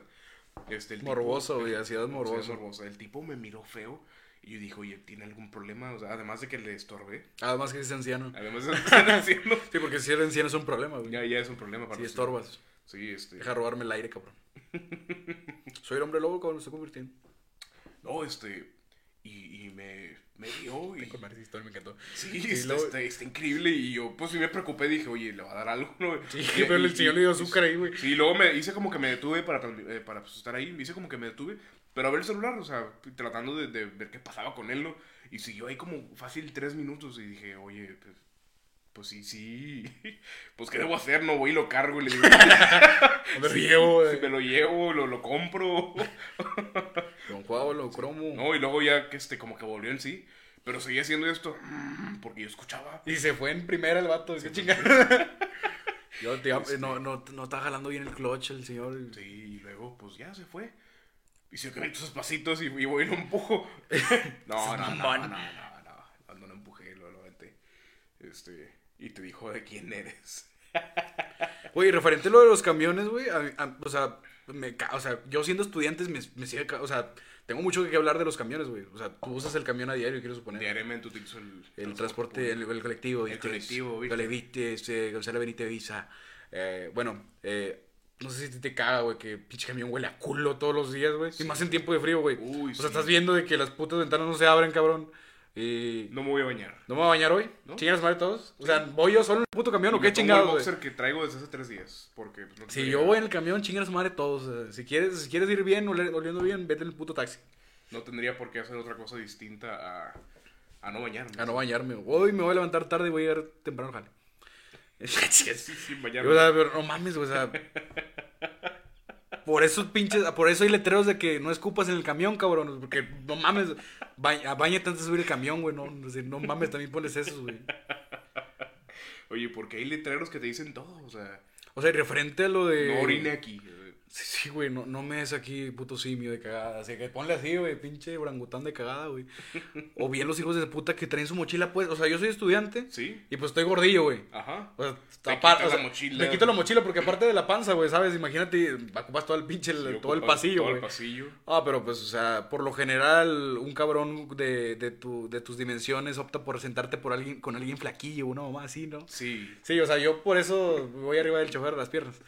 Speaker 2: Este, el tipo-
Speaker 1: Morboso, güey, ansiedad
Speaker 2: o sea,
Speaker 1: morbosa.
Speaker 2: morbosa. El tipo me miró feo y yo dije, oye, ¿tiene algún problema? O sea, además de que le estorbé.
Speaker 1: Además que si es anciano.
Speaker 2: Además de que le haciendo.
Speaker 1: Sí, porque si eres anciano es un problema, güey.
Speaker 2: Ya, ya es un problema para
Speaker 1: Si
Speaker 2: nosotros.
Speaker 1: estorbas.
Speaker 2: Sí, este.
Speaker 1: Deja robarme el aire, cabrón. Soy el hombre lobo, cabrón, me estoy convirtiendo.
Speaker 2: No, este. Y, y me, me vio y.
Speaker 1: Con madre, esa historia me encantó.
Speaker 2: Sí,
Speaker 1: Y
Speaker 2: está,
Speaker 1: luego-
Speaker 2: está- está increíble. Y yo, pues sí me preocupé, dije, oye, le va a dar algo. ¿no?
Speaker 1: Sí,
Speaker 2: Y-
Speaker 1: pero
Speaker 2: y-
Speaker 1: el señor
Speaker 2: y-
Speaker 1: le dio azúcar ahí, güey.
Speaker 2: Sí, y luego me hice como que me detuve para, trans- eh, para pues, estar ahí, me hice como que me detuve, pero a ver el celular, o sea, tratando de, de ver qué pasaba con él, ¿no? Y siguió ahí como fácil tres minutos y dije, oye, pues, pues sí, sí, pues qué debo hacer, no voy y lo cargo y le digo,
Speaker 1: Me riego,
Speaker 2: "Sí, me
Speaker 1: güey.
Speaker 2: lo llevo, lo, lo compro.
Speaker 1: Don Juan, lo cromo.
Speaker 2: No, y luego ya que este, como que volvió en sí, pero seguía haciendo esto mm, porque yo escuchaba.
Speaker 1: Y se fue en primera el vato, qué chingada. Yo te- eh, no, no, no está jalando bien el clutch el señor.
Speaker 2: Sí, y luego pues ya se fue. Y se quedan esos pasitos y, y voy y lo empujo. no, no, no, no, no, no, no, no, no lo empujé, lo, lo aventé. Este, y te dijo de quién eres.
Speaker 1: Güey, referente a lo de los camiones, güey, a mí- a- o sea, me, ca- o sea, yo siendo estudiante me, me sigue, ca- o sea, tengo mucho que hablar de los camiones, güey. O sea, tú usas el camión a diario, quiero suponer.
Speaker 2: Diariamente utilizo el,
Speaker 1: El transporte, el,
Speaker 2: público.
Speaker 1: el colectivo.
Speaker 2: El
Speaker 1: ¿viste?
Speaker 2: colectivo, ¿viste?
Speaker 1: Colevite, este, Gonzalo Benítez Visa. Eh, bueno, eh, no sé si te- te caga, güey, que pinche camión huele a culo todos los días, güey. Y más en tiempo de frío, güey.
Speaker 2: Uy,
Speaker 1: o sea,
Speaker 2: sí.
Speaker 1: estás viendo de que las putas ventanas no se abren, cabrón. Y...
Speaker 2: No me voy a bañar.
Speaker 1: ¿No me voy a bañar hoy?
Speaker 2: ¿No?
Speaker 1: ¿Chingan a su madre todos? O sea, ¿voy yo solo en el puto camión
Speaker 2: Y
Speaker 1: o
Speaker 2: me
Speaker 1: qué
Speaker 2: pongo
Speaker 1: chingado,
Speaker 2: el
Speaker 1: güey?
Speaker 2: boxer que traigo desde hace tres días. Porque pues, no
Speaker 1: Si
Speaker 2: tenía-
Speaker 1: yo voy en el camión, chingan a su madre todos. o sea, si, quieres, si quieres ir bien, ole- oliendo bien, vete en el puto taxi.
Speaker 2: No tendría por qué hacer otra cosa distinta a, a no bañarme.
Speaker 1: A no bañarme. Hoy me voy a levantar tarde y voy a llegar temprano, al jale.
Speaker 2: Sí, sin
Speaker 1: Y,
Speaker 2: bañarme.
Speaker 1: o sea, pero no mames, güey, o sea. Por esos pinches, por eso hay letreros de que no escupas en el camión, cabrón. Porque no mames, baña, bañate antes de subir el camión, güey. No, o sea, no mames, también pones esos, güey.
Speaker 2: Oye, porque hay letreros que te dicen todo. O sea,
Speaker 1: O sea, y referente a lo de.
Speaker 2: no orine aquí.
Speaker 1: Sí, sí, güey, no, no me des aquí puto simio de cagada. Así que ponle así, güey, pinche orangután de cagada, güey. O bien los hijos de puta que traen su mochila, pues. O sea, yo soy estudiante
Speaker 2: Sí,
Speaker 1: y pues estoy gordillo, güey.
Speaker 2: ajá.
Speaker 1: O sea,
Speaker 2: Te
Speaker 1: apar-
Speaker 2: quitas
Speaker 1: Pues, o sea,
Speaker 2: la mochila.
Speaker 1: te quito la mochila porque aparte de la panza, güey, ¿sabes? Imagínate, ocupas todo el pinche, el-
Speaker 2: Sí,
Speaker 1: todo el
Speaker 2: ocupas
Speaker 1: pasillo,
Speaker 2: Todo
Speaker 1: güey.
Speaker 2: el pasillo.
Speaker 1: Ah, pero pues, o sea, por lo general, un cabrón de, de, tu, de tus dimensiones opta por sentarte por alguien, con alguien flaquillo, una mamá así, ¿no?
Speaker 2: Sí.
Speaker 1: Sí, o sea, yo por eso voy arriba del chofer de las piernas.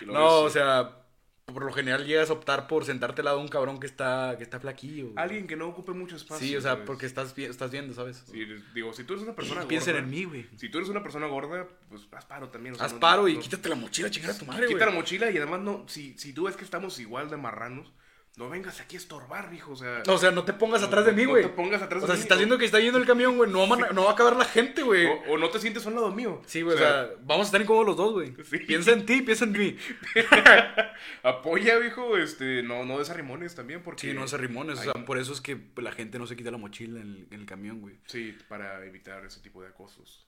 Speaker 2: y luego
Speaker 1: No, o
Speaker 2: es-
Speaker 1: sea, por lo general llegas a optar por sentarte al lado de un cabrón que está, que está flaquillo. güey.
Speaker 2: Alguien que no ocupe mucho espacio.
Speaker 1: Sí, o sea,
Speaker 2: pues.
Speaker 1: porque estás, vi- estás viendo, ¿sabes?
Speaker 2: Sí, digo, si tú eres una persona gorda.
Speaker 1: Piensen en mí, güey.
Speaker 2: Si tú eres una persona gorda, pues haz paro también. o sea,
Speaker 1: Haz
Speaker 2: no-
Speaker 1: paro y
Speaker 2: no-
Speaker 1: quítate la mochila, chingar a tu madre,
Speaker 2: Quita la
Speaker 1: güey.
Speaker 2: mochila y además no. Si, si tú ves que estamos igual de marranos, no vengas aquí a estorbar, hijo. O sea.
Speaker 1: O sea, no te pongas atrás de mí,
Speaker 2: no
Speaker 1: güey.
Speaker 2: te pongas atrás
Speaker 1: O
Speaker 2: de
Speaker 1: sea,
Speaker 2: mí,
Speaker 1: si estás
Speaker 2: o-
Speaker 1: viendo que está yendo el camión, güey, no, van a- no va a acabar la gente, güey.
Speaker 2: O, o no te sientes a un lado mío.
Speaker 1: Sí, güey, o sea, vamos a estar incómodos los dos, güey.
Speaker 2: Sí.
Speaker 1: Piensa en ti, piensa en mí.
Speaker 2: Apoya, hijo. Este, no, no desarrimones también, porque.
Speaker 1: Sí, no hace rimones, o sea,
Speaker 2: Ay.
Speaker 1: por eso es que pues, la gente no se quita la mochila en el, en el camión, güey.
Speaker 2: Sí, para evitar ese tipo de acosos.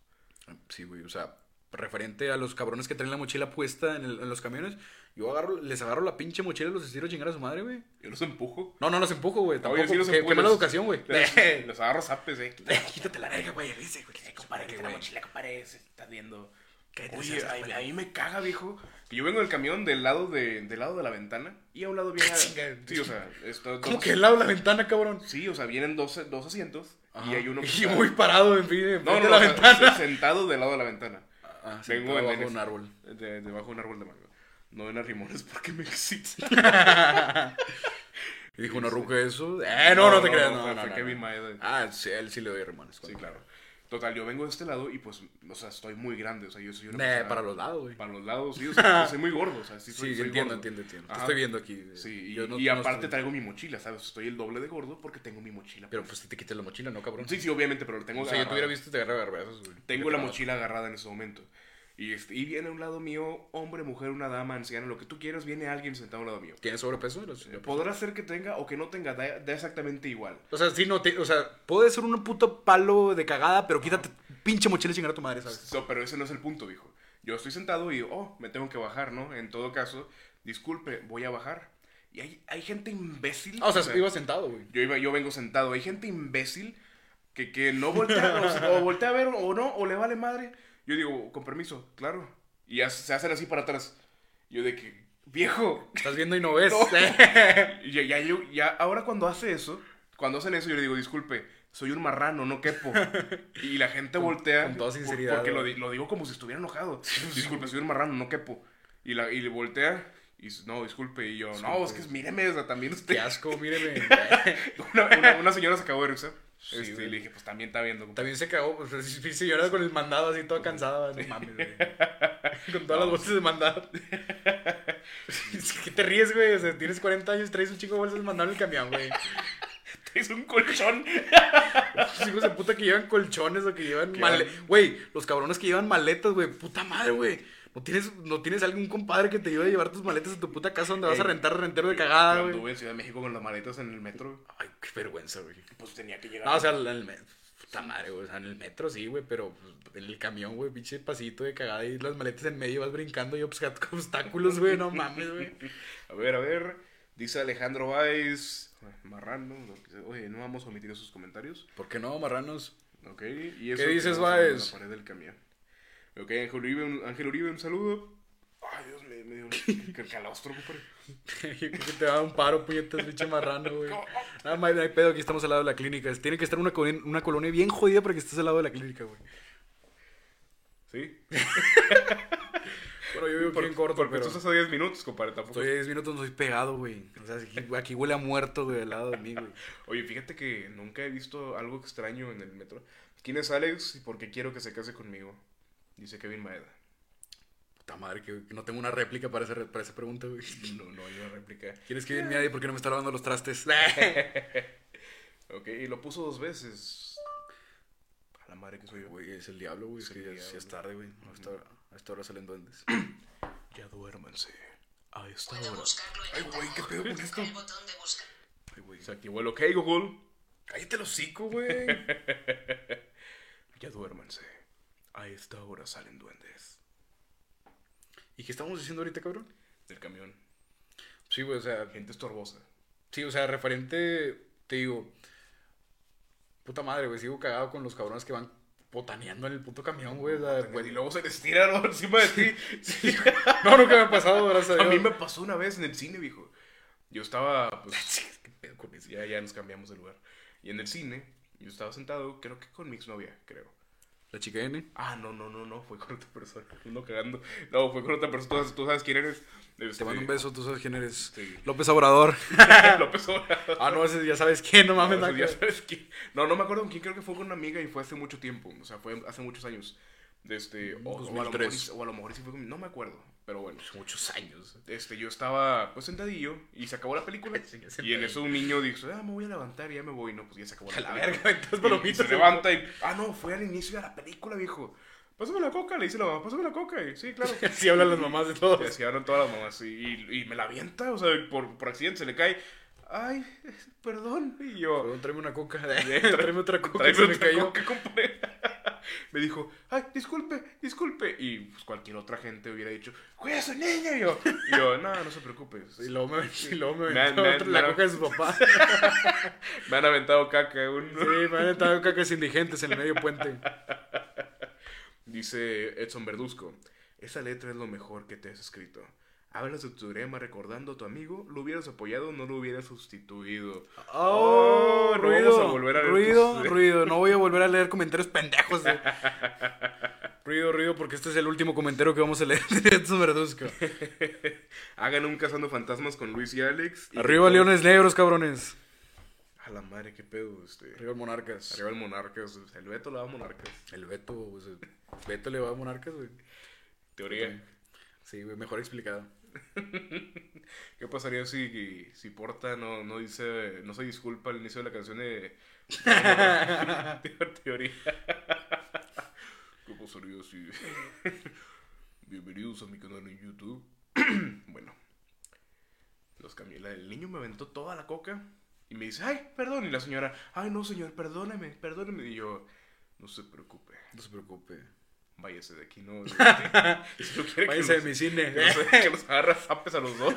Speaker 1: Sí, güey, o sea, referente a los cabrones que traen la mochila puesta en, el- en los camiones, yo agarro, les agarro la pinche mochila y los estiro a chingar a su madre, güey.
Speaker 2: Yo los empujo.
Speaker 1: No, no los empujo, güey,
Speaker 2: No, yo
Speaker 1: tampoco.
Speaker 2: sí los
Speaker 1: qué,
Speaker 2: empujo,
Speaker 1: qué mala
Speaker 2: los-
Speaker 1: educación, güey.
Speaker 2: Les, les agarro zapes, eh.
Speaker 1: Quítate la verga, güey, dice, güey.
Speaker 2: Compadre,
Speaker 1: Quítate,
Speaker 2: que la
Speaker 1: güey.
Speaker 2: mochila, compadre, se está viendo.
Speaker 1: Cállate,
Speaker 2: Oye,
Speaker 1: seas-
Speaker 2: a, a mí me caga, viejo. Que yo vengo del camión del lado de, del lado de la ventana y a un lado viene.
Speaker 1: Chinga.
Speaker 2: sí, o sea, esto-
Speaker 1: Como
Speaker 2: dos-
Speaker 1: que al lado de la ventana, cabrón.
Speaker 2: Sí, o sea, vienen dos, dos asientos y
Speaker 1: Ajá.
Speaker 2: hay uno. que
Speaker 1: Y
Speaker 2: está-
Speaker 1: muy parado, en fin, enfrente
Speaker 2: no, no,
Speaker 1: de
Speaker 2: no,
Speaker 1: la
Speaker 2: o sea,
Speaker 1: ventana.
Speaker 2: se- sentado del lado de la ventana.
Speaker 1: Ah, sí,
Speaker 2: Vengo
Speaker 1: está
Speaker 2: en-
Speaker 1: debajo
Speaker 2: en
Speaker 1: de un
Speaker 2: ese-
Speaker 1: árbol.
Speaker 2: de- debajo de un árbol de mango. No ven a rimones porque me excitan.
Speaker 1: Y dijo una ruca eso. Eh, no, no, te creas, no,
Speaker 2: fue-
Speaker 1: no, no,
Speaker 2: fue
Speaker 1: no.
Speaker 2: Kevin Maeda.
Speaker 1: Ah, sí, él sí le doy remanes.
Speaker 2: Sí, claro. Total, yo vengo de este lado y pues, o sea, estoy muy grande. O sea, yo soy una.
Speaker 1: Nah,
Speaker 2: persona-
Speaker 1: Eh, para los lados, güey.
Speaker 2: Para los lados, sí, o sea, soy muy gordo. O sea, sí, soy,
Speaker 1: Sí,
Speaker 2: soy
Speaker 1: entiendo,
Speaker 2: gordo.
Speaker 1: entiendo, entiendo. Te
Speaker 2: Ajá.
Speaker 1: estoy viendo aquí. güey.
Speaker 2: Sí, y,
Speaker 1: Yo no-
Speaker 2: y
Speaker 1: no
Speaker 2: aparte
Speaker 1: estoy-
Speaker 2: traigo mi mochila, ¿sabes? Estoy el doble de gordo porque tengo mi mochila.
Speaker 1: Pero
Speaker 2: puesta.
Speaker 1: pues si te quites la mochila, ¿no, cabrón?
Speaker 2: sí, sí, obviamente, pero lo tengo
Speaker 1: O sea, yo te
Speaker 2: agarrado.
Speaker 1: hubiera visto y te agarra vergazos, güey.
Speaker 2: Tengo
Speaker 1: Yo
Speaker 2: la
Speaker 1: te-
Speaker 2: mochila agarrada en ese momento. Y, este, y viene a un lado mío, hombre, mujer, una dama, anciana, lo que tú quieras, viene alguien sentado a un lado mío.
Speaker 1: ¿Tienes sobrepeso? Los-
Speaker 2: Este, Podrá ser que tenga o que no tenga, da, da exactamente igual.
Speaker 1: O sea, sí, no, te- o sea, puede ser un puto palo de cagada, pero quítate pinche mochila y chingar a tu madre, ¿sabes?
Speaker 2: So, pero ese no es el punto, dijo. Yo estoy sentado y, oh, me tengo que bajar, ¿no? En todo caso, disculpe, voy a bajar. Y hay, hay gente imbécil.
Speaker 1: Ah, o sea, iba sentado, güey.
Speaker 2: Yo, iba, yo vengo sentado. Hay gente imbécil que, que no voltea, o, sea, o voltea a ver o no, o le vale madre. Yo digo, con permiso, claro. Y ya se hacen así para atrás. Yo de que, viejo.
Speaker 1: Estás viendo y no ves.
Speaker 2: No. Y ya, ya, yo- ya, ahora cuando hace eso, cuando hacen eso, yo le digo, disculpe, soy un marrano, no quepo. Y la gente voltea.
Speaker 1: con toda
Speaker 2: por-
Speaker 1: sinceridad,
Speaker 2: Porque lo,
Speaker 1: güey.
Speaker 2: di- lo digo como si estuviera enojado. Disculpe, soy un marrano, no quepo. Y, la, y le voltea. Y s- no, disculpe. Y yo, no, es que es- míreme, o sea, también usted.
Speaker 1: Qué asco, míreme.
Speaker 2: Una, una- una señora se acabó de risa. este,
Speaker 1: güey.
Speaker 2: y le dije, pues también está viendo. compa".
Speaker 1: También se cagó. pues, sí, sí, lloraba con el mandado así, toda cansada. No mames, güey. Con todas las bolsas de mandado. Es que te ríes, güey. O sea, tienes 40 años, traes un chico de bolsas de mandado en el camión, güey.
Speaker 2: Es un colchón.
Speaker 1: Los hijos de puta que llevan colchones o que llevan
Speaker 2: Que
Speaker 1: male-
Speaker 2: llevan-
Speaker 1: Güey, los cabrones que llevan maletas, güey. Puta madre, güey. ¿No tienes, ¿No tienes algún compadre que te ayude a llevar tus maletas a tu puta casa donde vas a
Speaker 2: Ey,
Speaker 1: rentar rentero de
Speaker 2: Yo
Speaker 1: cagada, güey?
Speaker 2: anduve en Ciudad de México con las maletas en el metro.
Speaker 1: Ay, qué vergüenza, güey.
Speaker 2: Pues tenía que llegar.
Speaker 1: No, o sea, en el metro. Puta madre, güey. O sea, en el metro sí, güey, pero pues, en el camión, güey, pinche pasito de cagada y las maletas en medio, vas brincando y obs- obstáculos, güey. No mames, güey.
Speaker 2: A ver, a ver. Dice Alejandro Valls. Marrano. lo que sea. Oye, no vamos a omitir esos comentarios.
Speaker 1: ¿Por qué no, marranos?
Speaker 2: Ok. ¿Y eso
Speaker 1: ¿Qué dices,
Speaker 2: que no se ve en
Speaker 1: Valls?
Speaker 2: La pared del camión. Ok, Ángel Uribe, un, Ángel Uribe, un saludo. Ay, Dios, me, me dio un que- calostro, compadre.
Speaker 1: Yo creo que te va a dar un paro, puñetas, pinche marrano, güey. Nada más, no hay pedo, aquí estamos al lado de la clínica. Tiene que estar una, colonia- una colonia bien jodida para que estés al lado de la clínica, güey.
Speaker 2: ¿Sí?
Speaker 1: Bueno, yo vivo aquí en corto,
Speaker 2: porque
Speaker 1: pero
Speaker 2: tú estás a 10 minutos, compadre. Tampoco.
Speaker 1: estoy a 10 minutos, no soy pegado, güey. O sea, aquí, aquí huele a muerto, güey, al lado de mí, güey.
Speaker 2: Oye, fíjate que nunca he visto algo extraño en el metro. ¿Quién es Alex y por qué quiero que se case conmigo? Dice Kevin Maeda.
Speaker 1: Puta madre, que que no tengo una réplica para esa, re- para esa pregunta, güey.
Speaker 2: No, no hay una réplica.
Speaker 1: ¿Quieres que viene nadie? ¿Por qué no me está lavando los trastes?
Speaker 2: Ok, y lo puso dos veces. A la madre que soy yo.
Speaker 1: Güey, es el diablo, güey. Es
Speaker 2: Es
Speaker 1: que
Speaker 2: el
Speaker 1: ya,
Speaker 2: diablo.
Speaker 1: ya es tarde, güey. A esta hora, a esta hora salen duendes.
Speaker 2: Ya duérmanse. A esta
Speaker 5: Puedo
Speaker 2: hora.
Speaker 5: buscarlo en
Speaker 2: Ay,
Speaker 5: el
Speaker 2: güey, ¿qué pedo con esto?
Speaker 5: el botón de busca.
Speaker 1: Ay, güey.
Speaker 2: Se activó el OK Google.
Speaker 1: Cállate el hocico, güey.
Speaker 2: Ya duérmanse. A esta hora salen duendes.
Speaker 1: ¿Y qué estamos diciendo ahorita, cabrón?
Speaker 2: Del camión.
Speaker 1: Sí, güey, o sea,
Speaker 2: Gente estorbosa.
Speaker 1: Sí, o sea, referente, te digo, puta madre, güey, sigo cagado con los cabrones que van botaneando en el puto camión, güey. o sea,
Speaker 2: Y
Speaker 1: güey,
Speaker 2: luego se les tiraron encima de ti.
Speaker 1: No, nunca me ha pasado, gracias a
Speaker 2: A mí
Speaker 1: Dios.
Speaker 2: me pasó una vez en el cine, viejo. Yo estaba, pues,
Speaker 1: ¿Qué pedo con eso?
Speaker 2: ya, ya nos cambiamos de lugar. Y en el cine, yo estaba sentado, creo que con mi exnovia, creo.
Speaker 1: La chica N.
Speaker 2: Ah, no, no, no, no, fue con otra persona. No cagando. No, fue con otra persona. Tú, tú sabes quién eres.
Speaker 1: Te mando un beso, tú sabes quién eres.
Speaker 2: Sí.
Speaker 1: López Obrador.
Speaker 2: este, López Obrador.
Speaker 1: Ah, no, ese ya sabes quién, no mames.
Speaker 2: No,
Speaker 1: nada
Speaker 2: ya
Speaker 1: que-
Speaker 2: sabes quién. No, no me acuerdo con quién, creo que fue con una amiga y fue hace mucho tiempo, o sea, fue hace muchos años. De este,
Speaker 1: Mm,
Speaker 2: o, o a lo mejor,
Speaker 1: 2003.
Speaker 2: o a lo mejor sí fue con, no me acuerdo, pero bueno.
Speaker 1: Muchos años.
Speaker 2: Este, yo estaba pues sentadillo y se acabó la película.
Speaker 1: Sí, ya
Speaker 2: y en
Speaker 1: sentadillo.
Speaker 2: eso un niño dijo, ah, me voy a levantar y ya me voy. No, pues ya se acabó
Speaker 1: A la
Speaker 2: película.
Speaker 1: verga, entonces
Speaker 2: Y-
Speaker 1: palomitas.
Speaker 2: Y se levanta y, ah, no, fue al inicio de la película, viejo. Pásame la coca, le dice la mamá, pásame la coca. Y, sí, claro.
Speaker 1: Así hablan las mamás de todos.
Speaker 2: Y así hablan todas las mamás. Y, y- y me la avienta, o sea, por, por accidente se le cae. Ay, perdón. Y yo,
Speaker 1: Perdón, tráeme una coca. Tráeme otra coca.
Speaker 2: Tráeme
Speaker 1: se me
Speaker 2: otra
Speaker 1: cayó.
Speaker 2: coca, compadre. Me dijo, ay, disculpe, disculpe. Y pues, cualquier otra gente hubiera dicho, cuida a su niño. Y yo, y yo, no, no se preocupe.
Speaker 1: Y luego me, y luego me
Speaker 2: Me-
Speaker 1: aventó
Speaker 2: me-
Speaker 1: otra-
Speaker 2: me-
Speaker 1: la coca de su papá.
Speaker 2: Me han aventado caca. un-
Speaker 1: Sí, me han estado cacas indigentes en el medio puente.
Speaker 2: Dice Edson Verduzco, esa letra es lo mejor que te has escrito. Hablas de tu teorema recordando a tu amigo, lo hubieras apoyado, no lo hubieras sustituido.
Speaker 1: Oh,
Speaker 2: Oh, no
Speaker 1: ruido,
Speaker 2: vamos a volver a leer
Speaker 1: ruido,
Speaker 2: tus-
Speaker 1: ruido. No voy a volver a leer comentarios pendejos. de- ruido, ruido, porque este es el último comentario que vamos a leer de Edson Verduzco.
Speaker 2: Hagan un Cazando Fantasmas con Luis y Alex. y-
Speaker 1: Arriba Leones Negros, cabrones.
Speaker 2: A la madre, qué pedo. Este.
Speaker 1: Arriba Monarcas.
Speaker 2: Arriba el Monarcas. El Beto la va a Monarcas.
Speaker 1: El Beto, o sea, Beto le va a Monarcas, güey.
Speaker 2: Teoría.
Speaker 1: Sí, güey, mejor explicado.
Speaker 2: ¿Qué pasaría si, si Porta no, no dice, no se disculpa al inicio de la canción de teoría? ¿Qué pasaría si... Bienvenidos a mi canal en YouTube. bueno, los cambié. La- El niño me aventó toda la coca y me dice, ay, perdón. Y la señora, ay, no, señor, perdóname, perdóname. Y yo, no se preocupe,
Speaker 1: No se preocupe.
Speaker 2: váyase de aquí, no. si no quiere que
Speaker 1: Váyase de
Speaker 2: nos-
Speaker 1: mi cine.
Speaker 2: que los, que los agarra zapes a los dos.